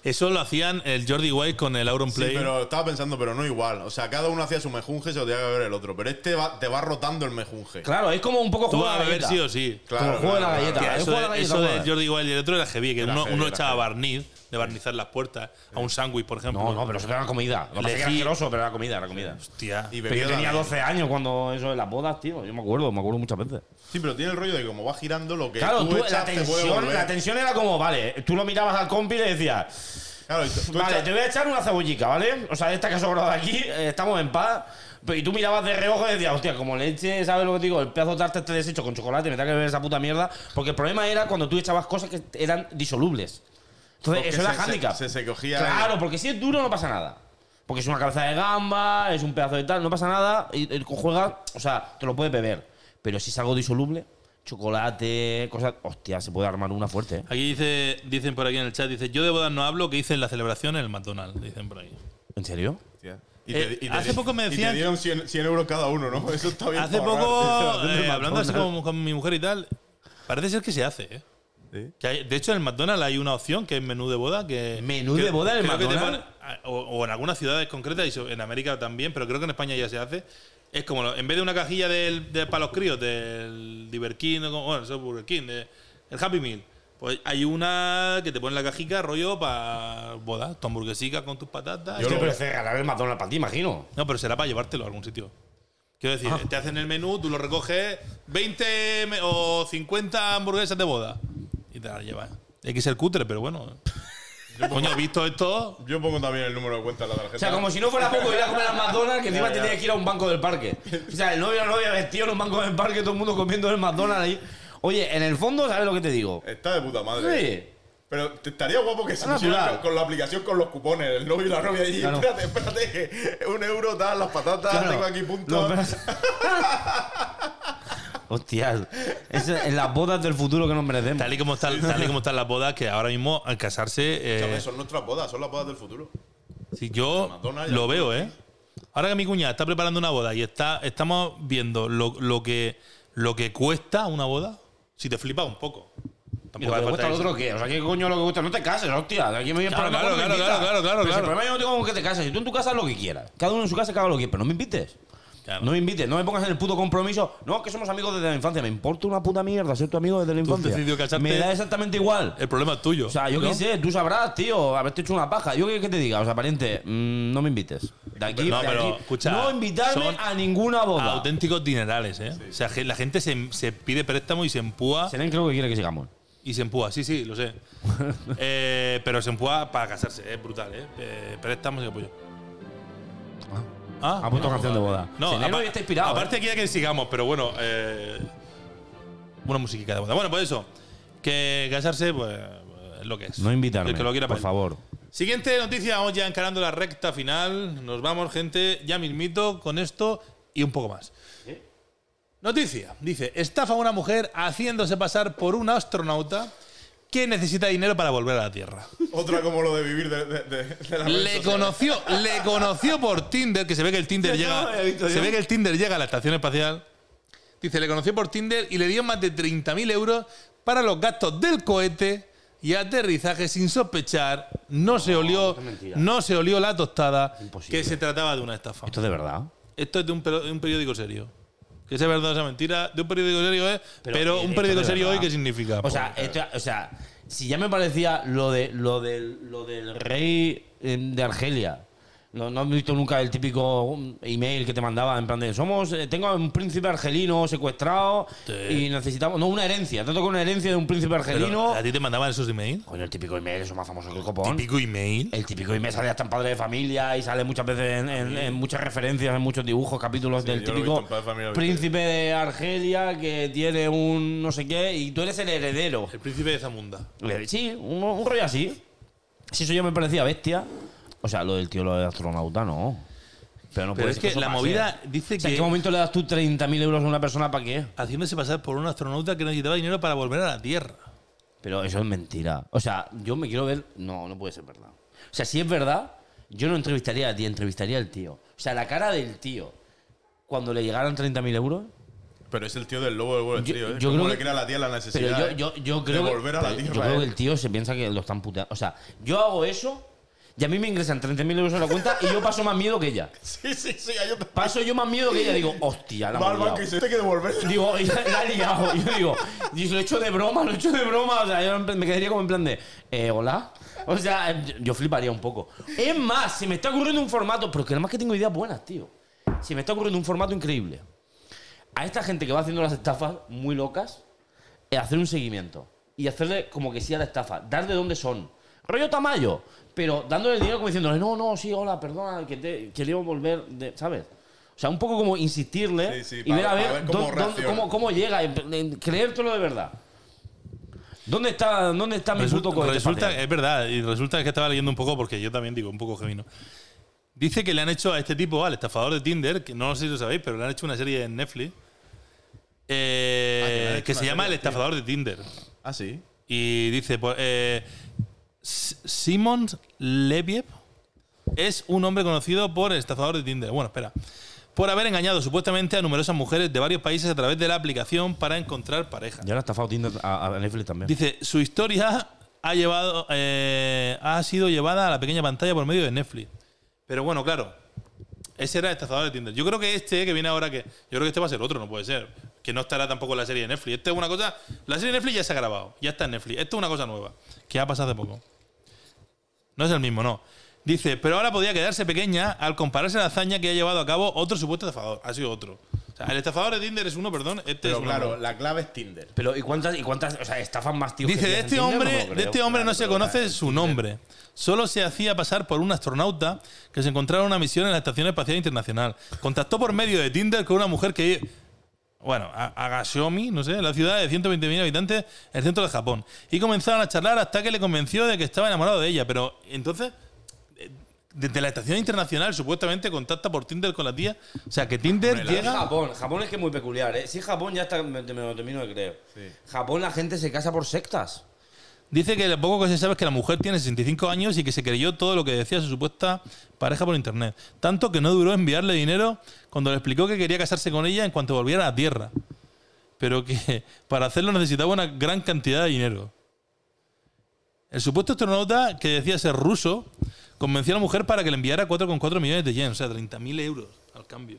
[SPEAKER 2] Eso lo hacían el Jordi White con el Auron
[SPEAKER 1] Sí,
[SPEAKER 2] Play.
[SPEAKER 1] pero estaba pensando, pero no igual. O sea, cada uno hacía su mejunje y se lo tenía que beber el otro. Pero este va- te va rotando el mejunje.
[SPEAKER 3] Claro, es como un poco
[SPEAKER 2] Tú
[SPEAKER 3] juego
[SPEAKER 2] vas
[SPEAKER 3] de
[SPEAKER 2] a
[SPEAKER 3] la
[SPEAKER 2] beber
[SPEAKER 3] galleta.
[SPEAKER 2] sí o sí.
[SPEAKER 1] Claro,
[SPEAKER 3] como juego de la
[SPEAKER 1] claro,
[SPEAKER 3] galleta.
[SPEAKER 1] claro.
[SPEAKER 2] Tía,
[SPEAKER 3] Es
[SPEAKER 2] eso
[SPEAKER 3] juego de la
[SPEAKER 2] de,
[SPEAKER 3] galleta,
[SPEAKER 2] eso de
[SPEAKER 3] joder.
[SPEAKER 2] Jordi Wild y el otro era heavy, que
[SPEAKER 1] Era
[SPEAKER 2] uno,
[SPEAKER 1] heavy,
[SPEAKER 2] uno
[SPEAKER 1] era
[SPEAKER 2] echaba
[SPEAKER 1] heavy.
[SPEAKER 2] barniz, de barnizar las puertas, a un sándwich, por ejemplo.
[SPEAKER 3] No, no, pero eso era comida. Lo que pasa es que era
[SPEAKER 2] Lejí-
[SPEAKER 3] asqueroso, pero era comida, era comida.
[SPEAKER 2] Hostia.
[SPEAKER 1] Y
[SPEAKER 3] Pero yo
[SPEAKER 1] bebida
[SPEAKER 3] tenía
[SPEAKER 1] también.
[SPEAKER 3] 12 años cuando eso de las bodas, tío. Yo me acuerdo, me acuerdo muchas veces.
[SPEAKER 1] Sí, pero tiene el rollo de que como va girando lo que
[SPEAKER 3] claro,
[SPEAKER 1] tú, eh.
[SPEAKER 3] tú,
[SPEAKER 1] echas
[SPEAKER 3] la,
[SPEAKER 1] te puede
[SPEAKER 3] tensión,
[SPEAKER 1] volver.
[SPEAKER 3] la tensión era como, vale, tú lo mirabas al compi y le decías,
[SPEAKER 1] Claro, y tú- tú
[SPEAKER 3] Pues vale,
[SPEAKER 1] echas-
[SPEAKER 3] te voy a echar una cebollica, ¿vale? O sea, esta que ha sobrado de aquí, eh, estamos en paz. Pero- Y tú mirabas de reojo y decías, hostia, como leche, ¿sabes lo que te digo? El pedazo de tarta este deshecho con chocolate, me tengo que beber esa puta mierda. Porque el problema era cuando tú echabas cosas que eran disolubles. Entonces,
[SPEAKER 1] Porque
[SPEAKER 3] eso era
[SPEAKER 1] se- se-
[SPEAKER 3] handicap.
[SPEAKER 1] se- se cogía
[SPEAKER 3] Claro,
[SPEAKER 1] el-
[SPEAKER 3] porque si es duro no pasa nada. Porque es una cabeza de gamba, es un pedazo de tal, no pasa nada. Y, y juega, o sea, te lo puedes beber. Pero si es algo disoluble, chocolate, cosas. Hostia, se puede armar una fuerte, ¿eh?
[SPEAKER 2] Aquí dice, dicen por aquí en el chat, dice, yo de bodas no hablo, que hice en la celebración en el McDonald's, dicen por aquí.
[SPEAKER 3] ¿En serio?
[SPEAKER 1] y te-
[SPEAKER 2] Eh,
[SPEAKER 1] y te-
[SPEAKER 2] hace poco me
[SPEAKER 1] Y
[SPEAKER 2] decían
[SPEAKER 1] te
[SPEAKER 2] que-
[SPEAKER 1] dieron 100, 100 euros cada uno, ¿no? Eso está bien.
[SPEAKER 2] Hace
[SPEAKER 1] para ahorrar.
[SPEAKER 2] poco,
[SPEAKER 1] Te la-
[SPEAKER 2] eh, hablando así
[SPEAKER 3] McDonald's.
[SPEAKER 2] con, con mi mujer y tal, parece ser que se hace, ¿eh?
[SPEAKER 1] ¿Sí?
[SPEAKER 2] Que hay- de hecho, en el McDonald's hay una opción que es menú de boda. Que,
[SPEAKER 3] ¿Menú
[SPEAKER 2] que-
[SPEAKER 3] de boda en el
[SPEAKER 2] creo que te
[SPEAKER 3] McDonald's?
[SPEAKER 2] ponen- o, o en algunas ciudades concretas, y so- en América también, pero creo que en España ya se hace. Es como, lo- en vez de una cajilla del, de, para los críos, del Diver King, o como- bueno, eso es Burger King, de- el Happy Meal, pues hay una que te pone la cajica rollo para boda, tu hamburguesica con tus patatas.
[SPEAKER 1] Yo
[SPEAKER 3] Hostia,
[SPEAKER 1] lo-
[SPEAKER 3] pero cerrar el McDonald's para ti, imagino.
[SPEAKER 2] No, pero será para llevártelo a algún sitio. Quiero decir, te hacen el menú, tú lo recoges 20 me- o 50 hamburguesas de boda y te las llevas. Hay que ser cutre, pero bueno. Coño, visto esto,
[SPEAKER 1] Yo pongo también el número de cuenta de la tarjeta.
[SPEAKER 3] O sea, como si no fuera poco ir a comer al McDonald's, que encima
[SPEAKER 1] Ya,
[SPEAKER 3] te
[SPEAKER 1] ya.
[SPEAKER 3] tenías que ir a un banco del parque. O sea, el novio la novia vestido en un banco del parque, todo el mundo comiendo en el McDonald's ahí. Oye, en el fondo, ¿sabes lo que te digo?
[SPEAKER 1] Está de puta madre.
[SPEAKER 3] Sí.
[SPEAKER 1] Pero te estaría guapo que se
[SPEAKER 3] Natural.
[SPEAKER 1] pusieran con, con la aplicación con los cupones, el novio y la novia. Y
[SPEAKER 3] Claro.
[SPEAKER 1] espérate, espérate, que un euro tal, las patatas,
[SPEAKER 3] Claro.
[SPEAKER 1] tengo aquí
[SPEAKER 3] No,
[SPEAKER 1] puntos.
[SPEAKER 3] pero- Hostias, es en las bodas del futuro que nos merecemos.
[SPEAKER 2] tal y como están, tal y como están las bodas, que ahora mismo al casarse. eh,
[SPEAKER 1] Escúchame, son nuestras bodas, son las bodas del futuro.
[SPEAKER 2] Sí, yo
[SPEAKER 1] McDonald's,
[SPEAKER 2] lo
[SPEAKER 1] ya.
[SPEAKER 2] veo, ¿eh? Ahora que mi cuñada está preparando una boda y está, estamos viendo lo, lo que, lo que cuesta una boda, si te flipas un poco.
[SPEAKER 3] ¿Y lo
[SPEAKER 2] hace
[SPEAKER 3] que
[SPEAKER 2] falta
[SPEAKER 3] cuesta al
[SPEAKER 2] irse.
[SPEAKER 3] otro qué? O sea, ¿qué coño es lo que cuesta? No te cases, hostia. Aquí me voy a
[SPEAKER 2] Claro, claro,
[SPEAKER 3] problema cuando me
[SPEAKER 2] claro,
[SPEAKER 3] invitas.
[SPEAKER 2] claro, claro,
[SPEAKER 3] Pero si
[SPEAKER 2] claro.
[SPEAKER 3] El problema yo no tengo con que te cases. Si tú en tu casa haz lo que quieras. Cada uno en su casa que haga lo que quiera. Pero no me invites.
[SPEAKER 2] Claro.
[SPEAKER 3] No me invites, no me pongas en el puto compromiso. No, que somos amigos desde la infancia. Me importa una puta mierda ser tu amigo desde la
[SPEAKER 2] has
[SPEAKER 3] infancia.
[SPEAKER 2] decidido casarte-
[SPEAKER 3] Me da exactamente igual.
[SPEAKER 2] El problema es tuyo.
[SPEAKER 3] O sea, yo
[SPEAKER 2] ¿no?
[SPEAKER 3] qué sé, tú sabrás, tío, haberte hecho una paja. Yo qué que te diga, o sea, pariente, mm, no me invites. De aquí,
[SPEAKER 2] No,
[SPEAKER 3] de
[SPEAKER 2] pero,
[SPEAKER 3] aquí.
[SPEAKER 2] escucha,
[SPEAKER 3] no invitarme
[SPEAKER 2] son
[SPEAKER 3] a ninguna boda.
[SPEAKER 2] Auténticos dinerales, ¿eh? O sea, que la gente se, se pide préstamo y se empúa.
[SPEAKER 3] Seren creo que quiere que sigamos.
[SPEAKER 2] Y se empúa, sí, sí, lo sé. Eh, pero se empúa para casarse, es brutal, ¿eh? Eh, préstamos y apoyo. Ah,
[SPEAKER 3] Ha puesto
[SPEAKER 2] no,
[SPEAKER 3] canción de boda.
[SPEAKER 2] No, ¿eh?
[SPEAKER 3] Senero
[SPEAKER 2] apa-
[SPEAKER 3] hoy está inspirado.
[SPEAKER 2] Aparte, quería que sigamos, pero bueno. eh, una musiquita de boda. Bueno, pues eso. Que casarse, pues. Es lo que es.
[SPEAKER 3] ¿eh? No invitarme.
[SPEAKER 2] El que lo quiera
[SPEAKER 3] por
[SPEAKER 2] para él.
[SPEAKER 3] favor.
[SPEAKER 2] Siguiente noticia, vamos ya encarando la recta final. Nos vamos, gente, ya mismito con esto y un poco más. Noticia, dice, estafa a una mujer haciéndose pasar por un astronauta
[SPEAKER 6] que necesita dinero para volver a la Tierra.
[SPEAKER 1] Otra como lo de vivir de, de, de, de la red
[SPEAKER 6] Le
[SPEAKER 1] social.
[SPEAKER 6] conoció, le conoció por Tinder, que se ve que el Tinder
[SPEAKER 3] Yo no
[SPEAKER 6] llega.
[SPEAKER 3] lo había visto
[SPEAKER 6] Se
[SPEAKER 3] yo.
[SPEAKER 6] ve que el Tinder llega a la estación espacial. Dice, le conoció por Tinder y le dio más de 30.000 euros para los gastos del cohete y aterrizaje sin sospechar. No se olió,
[SPEAKER 3] qué mentira.
[SPEAKER 6] no se olió la tostada
[SPEAKER 3] Imposible.
[SPEAKER 6] que se trataba de una estafa.
[SPEAKER 3] Esto es de verdad.
[SPEAKER 6] Esto es de un, pero- de un periódico serio. Que sea verdad o sea mentira, de un periódico serio es, pero,
[SPEAKER 3] eh,
[SPEAKER 6] un
[SPEAKER 3] esto
[SPEAKER 6] periódico
[SPEAKER 3] de
[SPEAKER 6] serio hoy,
[SPEAKER 3] verdad.
[SPEAKER 6] ¿qué significa?
[SPEAKER 3] O sea, esto- o sea, si ya me parecía lo, de, lo, del, lo del rey eh, de Argelia. No, no he visto nunca el típico um, email que te mandaba en plan de somos eh, tengo a un príncipe argelino secuestrado y necesitamos no una herencia, te toca una herencia de un príncipe
[SPEAKER 6] Pero,
[SPEAKER 3] argelino.
[SPEAKER 6] ¿A ti te mandaban esos emails?
[SPEAKER 3] Coño, el típico email es más famoso que el copón.
[SPEAKER 6] Típico email.
[SPEAKER 3] El típico email sale hasta en padre de familia y sale muchas veces en, en- en muchas referencias, en muchos dibujos, capítulos del
[SPEAKER 1] yo lo he
[SPEAKER 3] típico
[SPEAKER 1] visto en Padre de Familia, lo he
[SPEAKER 3] príncipe de Argelia que tiene un no sé qué y tú eres el heredero.
[SPEAKER 6] El príncipe de Zamunda.
[SPEAKER 3] Eh, Sí, un, un rollo así. Si eso yo me parecía bestia. O sea, lo del tío, lo de astronauta, no. Pero no
[SPEAKER 6] Pero
[SPEAKER 3] puede
[SPEAKER 6] es
[SPEAKER 3] ser
[SPEAKER 6] que
[SPEAKER 3] eso
[SPEAKER 6] la
[SPEAKER 3] pase.
[SPEAKER 6] movida dice
[SPEAKER 3] O sea, ¿En
[SPEAKER 6] que
[SPEAKER 3] qué momento le das tú 30.000 euros a una persona para qué?
[SPEAKER 6] haciéndose pasar por un astronauta que necesitaba dinero para volver a la Tierra.
[SPEAKER 3] Pero eso es mentira. O sea, yo me quiero ver. No, no puede ser verdad. O sea, si es verdad, yo no entrevistaría a ti, entrevistaría al tío. O sea, la cara del tío cuando le llegaran 30.000 euros.
[SPEAKER 1] Pero es el tío del lobo de Wall
[SPEAKER 3] Yo-
[SPEAKER 1] Street. ¿eh?
[SPEAKER 3] yo
[SPEAKER 1] Cómo
[SPEAKER 3] creo
[SPEAKER 1] le
[SPEAKER 3] que-
[SPEAKER 1] crea a la tía la necesidad
[SPEAKER 3] Pero yo,
[SPEAKER 1] eh,
[SPEAKER 3] yo, yo creo.
[SPEAKER 1] de
[SPEAKER 3] que-
[SPEAKER 1] volver a la
[SPEAKER 3] pero
[SPEAKER 1] tierra.
[SPEAKER 3] Yo creo
[SPEAKER 1] ¿eh?
[SPEAKER 3] que el tío se piensa que lo están puteando. O sea, yo hago eso y a mí me ingresan 30.000 euros a la cuenta y yo paso más miedo que ella.
[SPEAKER 1] Sí, sí, sí. ahí yo te-
[SPEAKER 3] Paso yo más miedo que ella. Digo, hostia, la
[SPEAKER 1] Va al
[SPEAKER 3] hemos
[SPEAKER 1] banco y
[SPEAKER 3] liado. Este
[SPEAKER 1] dice, "Te hay que devolver.
[SPEAKER 3] Digo, ya la he liado. Yo digo, y lo he hecho de broma, lo he hecho de broma. O sea, yo me quedaría como en plan de, eh, hola. O sea, eh, yo- yo fliparía un poco. Es más, se me está ocurriendo un formato, pero que nada más que tengo ideas buenas, tío. Se me está ocurriendo un formato increíble. A esta gente que va haciendo las estafas muy locas, eh, hacer un seguimiento y hacerle como que sí a la estafa, dar de dónde son. Rollo Tamayo, pero dándole el dinero como diciéndole, no, no, sí, hola, perdona, que te quería volver, de-", ¿sabes? O sea, un poco como insistirle
[SPEAKER 1] Sí, sí,
[SPEAKER 3] y
[SPEAKER 1] pa-
[SPEAKER 3] ver a
[SPEAKER 1] pa
[SPEAKER 3] ver,
[SPEAKER 1] ver
[SPEAKER 3] dó-
[SPEAKER 1] cómo
[SPEAKER 3] dónde-
[SPEAKER 1] reacciona.
[SPEAKER 3] cómo, cómo llega, en- en creértelo de verdad. ¿Dónde está, dónde está mi puto cohete
[SPEAKER 6] resulta-
[SPEAKER 3] espacial?
[SPEAKER 6] es verdad, y resulta que estaba leyendo un poco, porque yo también digo un poco gemino. Dice que le han hecho a este tipo, al estafador de Tinder, que no sé si lo sabéis, pero le han hecho una serie en Netflix eh,
[SPEAKER 1] Ah, que le han hecho
[SPEAKER 6] que,
[SPEAKER 1] una
[SPEAKER 6] se llama El
[SPEAKER 1] serie, tío.
[SPEAKER 6] estafador de Tinder.
[SPEAKER 1] Ah, sí.
[SPEAKER 6] Y dice, pues, eh, S- Simon Leviev es un hombre conocido por el estafador de Tinder. Bueno, espera. Por haber engañado supuestamente a numerosas mujeres de varios países a través de la aplicación para encontrar pareja.
[SPEAKER 3] Ya la ha estafado Tinder a, a Netflix también.
[SPEAKER 6] Dice, su historia ha, llevado, eh, ha sido llevada a la pequeña pantalla por medio de Netflix. Pero bueno, claro, ese era el estafador de Tinder. Yo creo que este que viene ahora, que yo creo que este va a ser otro, no puede ser. Que no estará tampoco en la serie de Netflix. Este es una cosa... La serie de Netflix ya se ha grabado, ya está en Netflix. Esto es una cosa nueva, que ha pasado hace poco. No es el mismo, no. Dice, pero ahora podía quedarse pequeña al compararse a la hazaña que ha llevado a cabo otro supuesto estafador. Ha sido otro. O sea, el estafador de Tinder es uno, perdón. Este es
[SPEAKER 1] Pero
[SPEAKER 6] uno.
[SPEAKER 1] claro, la clave es Tinder.
[SPEAKER 3] Pero ¿y cuántas, y cuántas, o sea, estafan más tíos?
[SPEAKER 6] Dice,
[SPEAKER 3] que
[SPEAKER 6] de
[SPEAKER 3] Tinder?
[SPEAKER 6] este,
[SPEAKER 3] No me lo
[SPEAKER 6] hombre,
[SPEAKER 3] creo.
[SPEAKER 6] de este hombre no
[SPEAKER 1] claro,
[SPEAKER 6] se
[SPEAKER 1] pero
[SPEAKER 6] conoce
[SPEAKER 1] la-
[SPEAKER 6] su nombre. Solo se hacía pasar por un astronauta que se encontraba en una misión en la Estación Espacial Internacional. Contactó por medio de Tinder con una mujer que... Bueno, a Agashomi, no sé, la ciudad de 120.000 habitantes, el centro de Japón. Y comenzaron a charlar hasta que le convenció de que estaba enamorado de ella. Pero entonces, eh, desde la Estación Internacional, supuestamente contacta por Tinder con la tía. O sea, que Tinder
[SPEAKER 1] Hombre, la-
[SPEAKER 6] llega...
[SPEAKER 3] Japón, Japón es que es muy peculiar, ¿eh? Sí, Japón ya está, me, me lo termino de creer.
[SPEAKER 1] Sí.
[SPEAKER 3] Japón la gente se casa por sectas.
[SPEAKER 6] Dice que lo poco que se sabe es que la mujer tiene 65 años y que se creyó todo lo que decía su supuesta pareja por internet. Tanto que no duró enviarle dinero cuando le explicó que quería casarse con ella en cuanto volviera a la tierra. Pero que para hacerlo necesitaba una gran cantidad de dinero. El supuesto astronauta, que decía ser ruso, convenció a la mujer para que le enviara 4,4 millones de yens, o sea, 30.000 euros al cambio.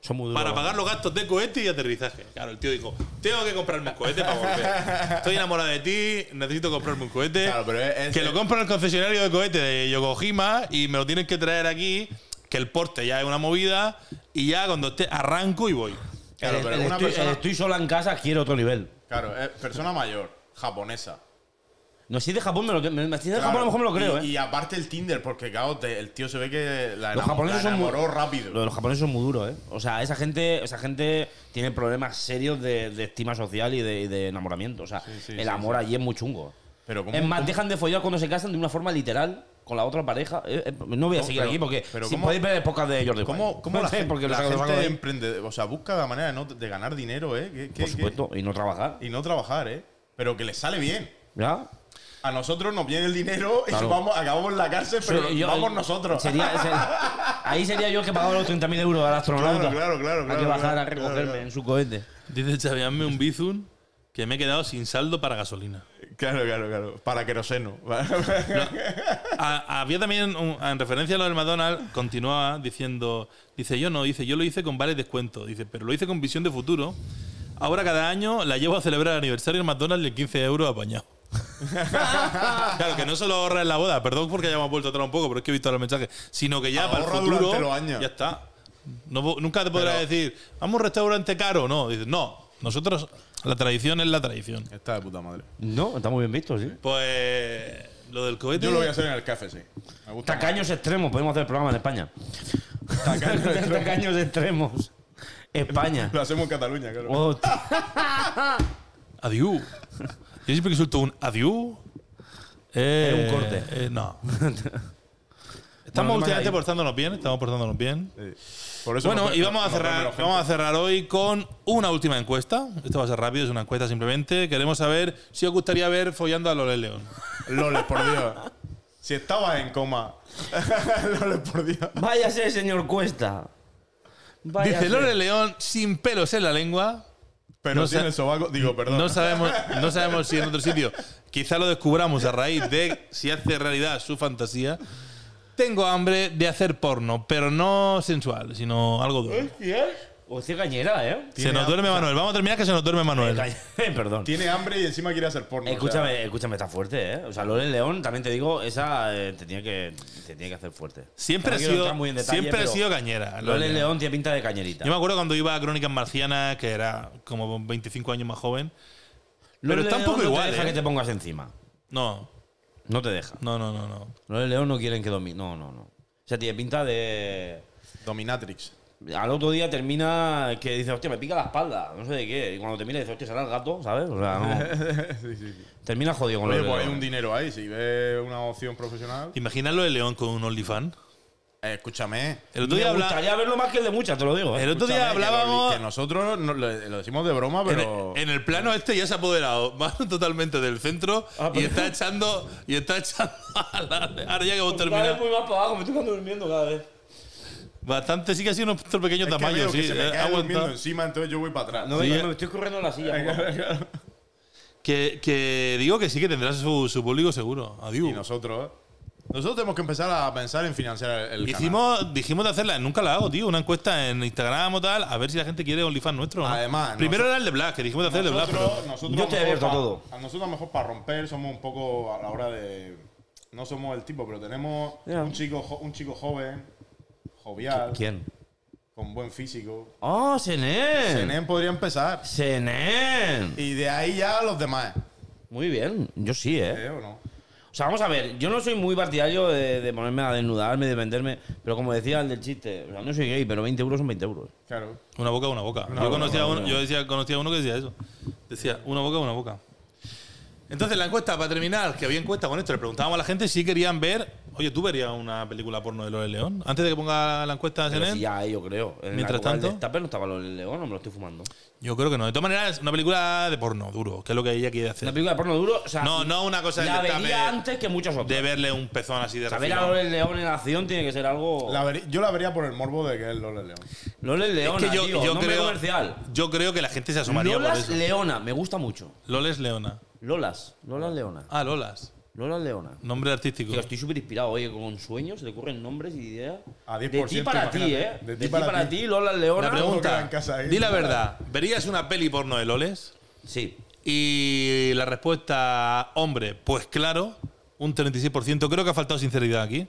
[SPEAKER 3] Son muy duros.
[SPEAKER 6] Para pagar los gastos de cohete y aterrizaje. Claro, el tío dijo, tengo que comprarme un cohete para volver. Estoy enamorado de ti, necesito comprarme un cohete.
[SPEAKER 1] Claro, pero es- es-
[SPEAKER 6] que lo compro en el concesionario de cohete de Yokohama y me lo tienen que traer aquí, que el porte ya es una movida y ya cuando esté arranco y voy.
[SPEAKER 1] Claro,
[SPEAKER 3] El-
[SPEAKER 1] pero
[SPEAKER 3] el
[SPEAKER 1] una
[SPEAKER 3] estoy,
[SPEAKER 1] persona-
[SPEAKER 3] el estoy sola en casa quiere otro nivel.
[SPEAKER 1] Claro, es persona mayor, japonesa.
[SPEAKER 3] No, si es de Japón me lo creo. me- Si es de Japón a lo mejor me lo creo, ¿eh?
[SPEAKER 1] y, y aparte el Tinder, porque claro, te- el tío se ve que la,
[SPEAKER 3] Los
[SPEAKER 1] enamo-
[SPEAKER 3] japoneses
[SPEAKER 1] la
[SPEAKER 3] son muy-
[SPEAKER 1] enamoró rápido.
[SPEAKER 3] Lo de los japoneses son muy duros, ¿eh? O sea, esa gente, esa gente tiene problemas serios de, de estima social y de, y de enamoramiento. O sea,
[SPEAKER 1] sí,
[SPEAKER 3] el
[SPEAKER 1] sí,
[SPEAKER 3] amor allí es muy chungo.
[SPEAKER 1] Pero ¿cómo-
[SPEAKER 3] es más,
[SPEAKER 1] cómo-
[SPEAKER 3] dejan de follar cuando se casan de una forma literal con la otra pareja. Eh, eh, no voy a
[SPEAKER 1] No,
[SPEAKER 3] seguir
[SPEAKER 1] pero-
[SPEAKER 3] aquí porque
[SPEAKER 1] pero
[SPEAKER 3] si
[SPEAKER 1] ¿cómo-
[SPEAKER 3] podéis ver épocas de Jordi
[SPEAKER 1] ¿Cómo,
[SPEAKER 3] Wild.
[SPEAKER 1] cómo
[SPEAKER 3] No
[SPEAKER 1] la,
[SPEAKER 3] sé,
[SPEAKER 1] gente,
[SPEAKER 3] lo
[SPEAKER 1] la
[SPEAKER 3] saco- lo saco de
[SPEAKER 1] gente
[SPEAKER 3] ahí.
[SPEAKER 1] emprende? O sea, busca la manera de, no- de ganar dinero, ¿eh? ¿Qué- qué-
[SPEAKER 3] Por
[SPEAKER 1] qué-
[SPEAKER 3] supuesto, y no trabajar.
[SPEAKER 1] y no trabajar, ¿eh? Pero que les sale bien.
[SPEAKER 3] ¿Ya?
[SPEAKER 1] A nosotros nos viene el dinero y
[SPEAKER 3] Claro.
[SPEAKER 1] vamos, acabamos en la cárcel, pero
[SPEAKER 3] yo-
[SPEAKER 1] vamos nosotros.
[SPEAKER 3] Sería, ser- ahí sería yo el que pagaba los 30.000 euros al astronauta.
[SPEAKER 1] Claro, claro, claro,
[SPEAKER 3] a que
[SPEAKER 1] claro,
[SPEAKER 3] bajara a
[SPEAKER 1] claro,
[SPEAKER 3] recogerme
[SPEAKER 1] claro.
[SPEAKER 3] en su cohete.
[SPEAKER 6] Dice Xavi, hazme un bizum que me he quedado sin saldo para gasolina.
[SPEAKER 1] Claro, claro, claro. Para queroseno.
[SPEAKER 6] A- había también, un- en referencia a lo del McDonald's, continuaba diciendo, dice, yo no, dice, yo lo hice con vales descuento, dice, pero lo hice con visión de futuro. Ahora cada año la llevo a celebrar el aniversario del McDonald's y el 15 euros apañado. claro, que no solo ahorra en la boda, perdón porque hayamos vuelto atrás un poco, pero es que he visto los mensajes, sino que ya para
[SPEAKER 1] Ahorra
[SPEAKER 6] el futuro
[SPEAKER 1] durante los años.
[SPEAKER 6] ya está. No po- nunca te podrás decir, vamos a un restaurante caro, no, dices, no, nosotros la tradición es la tradición.
[SPEAKER 1] Está de puta madre.
[SPEAKER 3] No, está muy bien visto, sí.
[SPEAKER 6] Pues lo del cohete.
[SPEAKER 1] Yo lo voy a hacer en el café, sí. Me gusta. más.
[SPEAKER 3] Tacaños extremos, podemos hacer el programa en España.
[SPEAKER 1] Tacaños extremos.
[SPEAKER 3] Tacaños extremos. España.
[SPEAKER 1] Lo hacemos en Cataluña, claro.
[SPEAKER 3] Hostia.
[SPEAKER 6] Adiós. Yo siempre que suelto un adiós. eh,
[SPEAKER 3] Es un corte.
[SPEAKER 6] eh, no.
[SPEAKER 3] Bueno,
[SPEAKER 6] Estamos
[SPEAKER 3] no me
[SPEAKER 6] últimamente
[SPEAKER 3] hagáis.
[SPEAKER 6] portándonos bien, estamos portándonos bien.
[SPEAKER 1] Sí. Por eso
[SPEAKER 6] Bueno,
[SPEAKER 1] nos-
[SPEAKER 6] y vamos a
[SPEAKER 1] nos
[SPEAKER 6] cerrar,
[SPEAKER 1] vemos, gente.
[SPEAKER 6] vamos a cerrar hoy con una última encuesta. Esto va a ser rápido, es una encuesta simplemente. Queremos saber si os gustaría ver follando a Lore León.
[SPEAKER 1] Loles, por Dios. Si estabas en coma. Loles, por Dios.
[SPEAKER 3] Váyase, señor Cuesta. Váyase.
[SPEAKER 6] Dice Lore León sin pelos en la lengua.
[SPEAKER 1] Pero
[SPEAKER 6] No
[SPEAKER 1] tiene
[SPEAKER 6] sé-
[SPEAKER 1] el sobaco. Digo, perdón.
[SPEAKER 6] No sabemos, no sabemos si en otro sitio. Quizá lo descubramos a raíz de si hace realidad su fantasía. Tengo hambre de hacer porno, pero no sensual, sino algo
[SPEAKER 3] Eh,
[SPEAKER 6] duro.
[SPEAKER 3] Hostia, cañera, ¿eh?
[SPEAKER 6] Se nos duerme Manuel. Vamos a terminar que se nos duerme Manuel.
[SPEAKER 3] Perdón.
[SPEAKER 1] Tiene hambre y encima quiere hacer porno. o sea,
[SPEAKER 3] Escúchame, escúchame, está fuerte, ¿eh? O sea, Loren León, también te digo, esa eh, te, tiene que, te tiene que hacer fuerte.
[SPEAKER 6] Siempre
[SPEAKER 3] No
[SPEAKER 6] he
[SPEAKER 3] quiero entrar muy en
[SPEAKER 6] sido,
[SPEAKER 3] detalle,
[SPEAKER 6] siempre he
[SPEAKER 3] pero
[SPEAKER 6] sido cañera.
[SPEAKER 3] Loren
[SPEAKER 6] Lore
[SPEAKER 3] León.
[SPEAKER 6] León.
[SPEAKER 3] tiene pinta de cañerita.
[SPEAKER 6] Yo me acuerdo cuando iba a Crónicas Marcianas, que era como 25 años más joven. Pero
[SPEAKER 3] Lore
[SPEAKER 6] está un
[SPEAKER 3] León
[SPEAKER 6] poco
[SPEAKER 3] no
[SPEAKER 6] igual.
[SPEAKER 3] te deja
[SPEAKER 6] ¿eh?
[SPEAKER 3] que te pongas encima.
[SPEAKER 6] No,
[SPEAKER 3] No te deja.
[SPEAKER 6] no, no, no, no.
[SPEAKER 3] Loren León no quieren que domine. No, no, no. O sea, tiene pinta de.
[SPEAKER 1] Dominatrix.
[SPEAKER 3] Al otro día termina que dice, hostia, me pica la espalda, no sé de qué. Y cuando te mira dice, hostia, será el gato, ¿sabes? O sea, no.
[SPEAKER 1] sí, sí, sí.
[SPEAKER 3] Termina jodido con
[SPEAKER 1] Oye,
[SPEAKER 3] Lore
[SPEAKER 1] pues hay
[SPEAKER 3] León. ¿eh?
[SPEAKER 1] un dinero ahí. Si ves una opción profesional.
[SPEAKER 6] ¿Te imaginas Lore León con un OnlyFans?
[SPEAKER 1] Eh, escúchame.
[SPEAKER 6] El otro
[SPEAKER 3] Me
[SPEAKER 6] día, habla-
[SPEAKER 3] gustaría verlo más que el de muchas, te lo digo. ¿eh?
[SPEAKER 6] el otro
[SPEAKER 1] Escúchame,
[SPEAKER 6] día
[SPEAKER 1] que lo-
[SPEAKER 6] hablábamos.
[SPEAKER 1] Que nosotros no- lo, lo decimos de broma,
[SPEAKER 6] En
[SPEAKER 1] pero.
[SPEAKER 6] el- En, el plano este ya se ha apoderado más totalmente del centro
[SPEAKER 3] Ah,
[SPEAKER 6] y
[SPEAKER 3] pero-
[SPEAKER 1] pues.
[SPEAKER 6] está echando y está echando a la- ahora ya que hemos
[SPEAKER 3] Cada vez
[SPEAKER 1] pues.
[SPEAKER 6] terminado
[SPEAKER 3] voy más para abajo, me estoy quedando durmiendo cada vez.
[SPEAKER 6] bastante sí que ha sido nuestro pequeño
[SPEAKER 1] Es que
[SPEAKER 6] tamaño
[SPEAKER 1] veo que
[SPEAKER 6] sí
[SPEAKER 1] se me
[SPEAKER 6] eh,
[SPEAKER 1] cae
[SPEAKER 6] ha
[SPEAKER 1] durmiendo
[SPEAKER 6] aguantado.
[SPEAKER 1] encima, entonces yo voy para atrás.
[SPEAKER 3] No,
[SPEAKER 6] Sí,
[SPEAKER 3] venga,
[SPEAKER 6] eh.
[SPEAKER 3] me estoy corriendo la silla. poco a poco.
[SPEAKER 6] que, que digo que sí que tendrá su, su público seguro
[SPEAKER 1] Y
[SPEAKER 6] adiós
[SPEAKER 1] nosotros. Nosotros tenemos que empezar a pensar en financiar el- el canal.
[SPEAKER 6] Hicimos, dijimos de hacerla, nunca la hago, tío. Una encuesta en Instagram o tal, a ver si la gente quiere OnlyFans nuestro. ¿no?
[SPEAKER 1] Además,
[SPEAKER 6] Primero
[SPEAKER 1] nosotros-
[SPEAKER 6] era el de Black, que dijimos de hacer el de Black,
[SPEAKER 1] Nosotros,
[SPEAKER 6] pero
[SPEAKER 1] nosotros
[SPEAKER 3] Yo estoy
[SPEAKER 1] a lo mejor
[SPEAKER 3] abierto a
[SPEAKER 1] pa-
[SPEAKER 3] todo.
[SPEAKER 1] A nosotros a lo mejor para romper somos un poco a la hora de... No somos el tipo, pero tenemos
[SPEAKER 3] Ya.
[SPEAKER 1] un, chico, jo- un chico joven, jovial,
[SPEAKER 3] ¿Quién?
[SPEAKER 1] con buen físico.
[SPEAKER 3] ¡Oh, Senen!
[SPEAKER 1] Senen podría empezar.
[SPEAKER 3] ¡Senen!
[SPEAKER 1] Y de ahí ya los demás.
[SPEAKER 3] Muy bien, yo sí, ¿eh?
[SPEAKER 1] ¿Eh o no?
[SPEAKER 3] O sea, vamos a ver, yo no soy muy partidario de, de ponerme a desnudarme, de venderme, pero como decía el del chiste, o sea, no soy gay, pero 20 euros son 20 euros.
[SPEAKER 1] Claro.
[SPEAKER 6] Una boca, una boca. yo conocía, a uno, yo decía, conocía a uno que decía eso. Decía, una boca, una boca. Entonces, la encuesta, para terminar, que había encuesta con esto, le preguntábamos a la gente si querían ver. Oye, ¿tú verías una película porno de Lore León? Antes de que ponga la encuesta en
[SPEAKER 3] Pero
[SPEAKER 6] CNN,
[SPEAKER 3] sí, ya, yo creo. En
[SPEAKER 6] Mientras
[SPEAKER 3] la
[SPEAKER 6] tanto-
[SPEAKER 3] Tapper no estaba el león, no me lo estoy fumando.
[SPEAKER 6] yo creo que no. De todas maneras, es una película de porno duro, que es lo que ella quiere
[SPEAKER 3] Una
[SPEAKER 6] hacer.
[SPEAKER 3] película de porno duro, o sea.
[SPEAKER 6] No, no una cosa
[SPEAKER 3] La
[SPEAKER 6] de
[SPEAKER 3] vería
[SPEAKER 6] Tapper.
[SPEAKER 3] antes que muchas otras.
[SPEAKER 6] De verle un pezón así de
[SPEAKER 3] Saber a
[SPEAKER 6] refilón.
[SPEAKER 3] Lore León en acción tiene que ser algo.
[SPEAKER 1] La verí- yo la vería por el morbo de que es Lola León.
[SPEAKER 3] Lola
[SPEAKER 6] Es
[SPEAKER 3] Leona,
[SPEAKER 6] que yo,
[SPEAKER 3] tío,
[SPEAKER 6] yo
[SPEAKER 3] nombre
[SPEAKER 6] creo,
[SPEAKER 3] comercial.
[SPEAKER 6] yo creo que la gente se asomaría por
[SPEAKER 3] Lolas
[SPEAKER 6] eso.
[SPEAKER 3] Leona, me gusta mucho.
[SPEAKER 6] Loles Leona.
[SPEAKER 3] Lolas, Lolas Leona.
[SPEAKER 6] Ah, Lolas.
[SPEAKER 3] Lolas Leona.
[SPEAKER 6] Nombre artístico.
[SPEAKER 3] Tío, estoy súper inspirado, oye, con sueños, se te ocurren nombres y ideas.
[SPEAKER 1] A
[SPEAKER 3] de
[SPEAKER 1] 10%,
[SPEAKER 3] ti para ti,
[SPEAKER 1] imagínate.
[SPEAKER 3] ¿eh? De ti para ti, Lola
[SPEAKER 6] La
[SPEAKER 3] Leona.
[SPEAKER 1] queda en
[SPEAKER 6] pregunta,
[SPEAKER 1] casa ahí.
[SPEAKER 6] di la verdad, ¿verías una peli porno de Loles?
[SPEAKER 3] Sí.
[SPEAKER 6] Y la respuesta, hombre, pues claro, un 36%. Creo que ha faltado sinceridad aquí.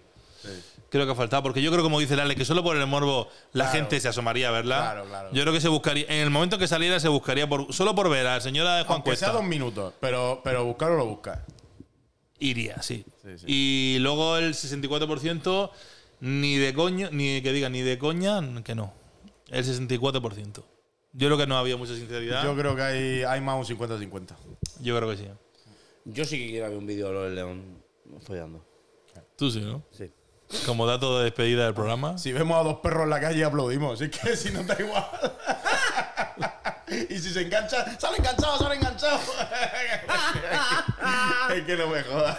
[SPEAKER 6] Creo que ha faltado, porque yo creo, como dice Lale, que solo por el morbo la gente se asomaría a verla.
[SPEAKER 1] Claro, claro.
[SPEAKER 6] Yo creo que se buscaría, en el momento que saliera, se buscaría por, solo por ver a la señora de Juan
[SPEAKER 1] Aunque
[SPEAKER 6] Cuesta.
[SPEAKER 1] sea dos minutos, pero, pero buscarlo lo buscas.
[SPEAKER 6] Iría, sí.
[SPEAKER 1] Sí, sí.
[SPEAKER 6] Y luego el 64%, ni de coña, ni que diga ni de coña, que no. El 64%. Yo creo que no había mucha
[SPEAKER 3] Ah.
[SPEAKER 6] sinceridad.
[SPEAKER 1] Yo creo que hay, hay más un 50-50.
[SPEAKER 6] Yo creo que sí.
[SPEAKER 3] Yo sí que quiero ver un vídeo de Lola León follando.
[SPEAKER 6] Tú sí, ¿no?
[SPEAKER 3] Sí.
[SPEAKER 6] Como dato de despedida del programa.
[SPEAKER 1] Si vemos a dos perros en la calle, aplaudimos. Es que si no da igual. y si se engancha, sale enganchado, sale enganchado. Es que no me jodas.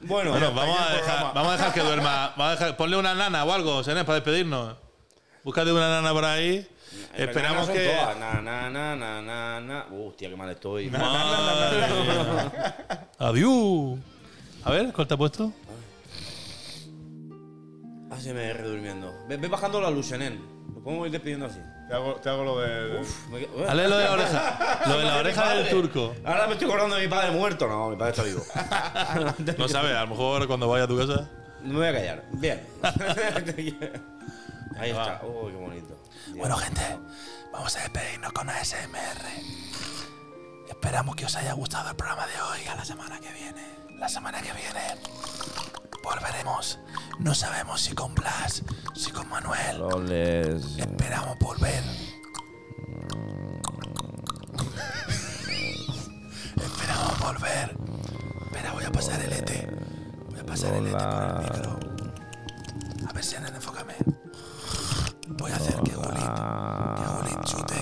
[SPEAKER 3] Bueno,
[SPEAKER 6] Bueno,
[SPEAKER 1] hasta aquí
[SPEAKER 6] vamos a,
[SPEAKER 1] el
[SPEAKER 6] dejar,
[SPEAKER 1] programa.
[SPEAKER 6] vamos a dejar que duerma. Vamos a dejar, ponle una nana o algo, Senes, para despedirnos. Búscate una nana por ahí. Esperamos que.
[SPEAKER 3] Na, na, na, na, na, na. Uh, Hostia, qué mal estoy.
[SPEAKER 6] Madre mía. Ah, Adiós. A ver, ¿cuál te ha puesto?
[SPEAKER 3] ASMR durmiendo. Ve, ve bajando la luz, Nen. Lo podemos ir despidiendo así.
[SPEAKER 1] Te hago, te hago lo del.
[SPEAKER 3] Me quedo-
[SPEAKER 6] Dale lo de la oreja. Lo de la oreja del
[SPEAKER 3] Padre.
[SPEAKER 6] turco.
[SPEAKER 3] Ahora me estoy acordando de mi padre muerto. No, mi padre está vivo.
[SPEAKER 6] No sabes, a lo mejor cuando vaya a tu casa.
[SPEAKER 3] No me voy a callar. Bien. Ahí está. Uy, qué bonito.
[SPEAKER 5] Bueno, gente, vamos a despedirnos con ASMR. Esperamos que os haya gustado el programa de hoy. A la semana que viene. La semana que viene volveremos. No sabemos si con Blas, si con Manuel. Esperamos volver. Esperamos volver. Espera, voy a pasar el ET. Voy a pasar el ET por el micro. A ver si Anen, enfócame. Voy a hacer que Gulit, que Gulit chute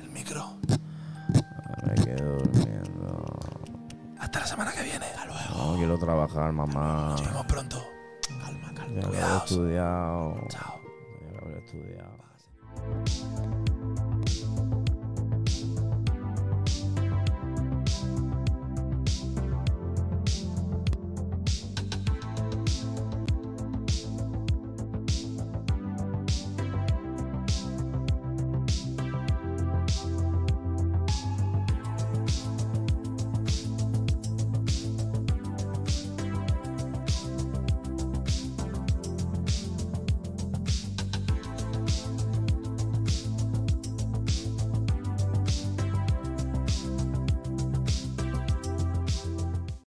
[SPEAKER 5] el micro.
[SPEAKER 7] Me quedo durmiendo.
[SPEAKER 5] Hasta la semana que viene. Hasta luego.
[SPEAKER 7] No quiero trabajar, mamá.
[SPEAKER 5] Nos vemos pronto. Calma, calma.
[SPEAKER 7] Ya lo he
[SPEAKER 5] Cuidaos.
[SPEAKER 7] estudiado.
[SPEAKER 5] Chao.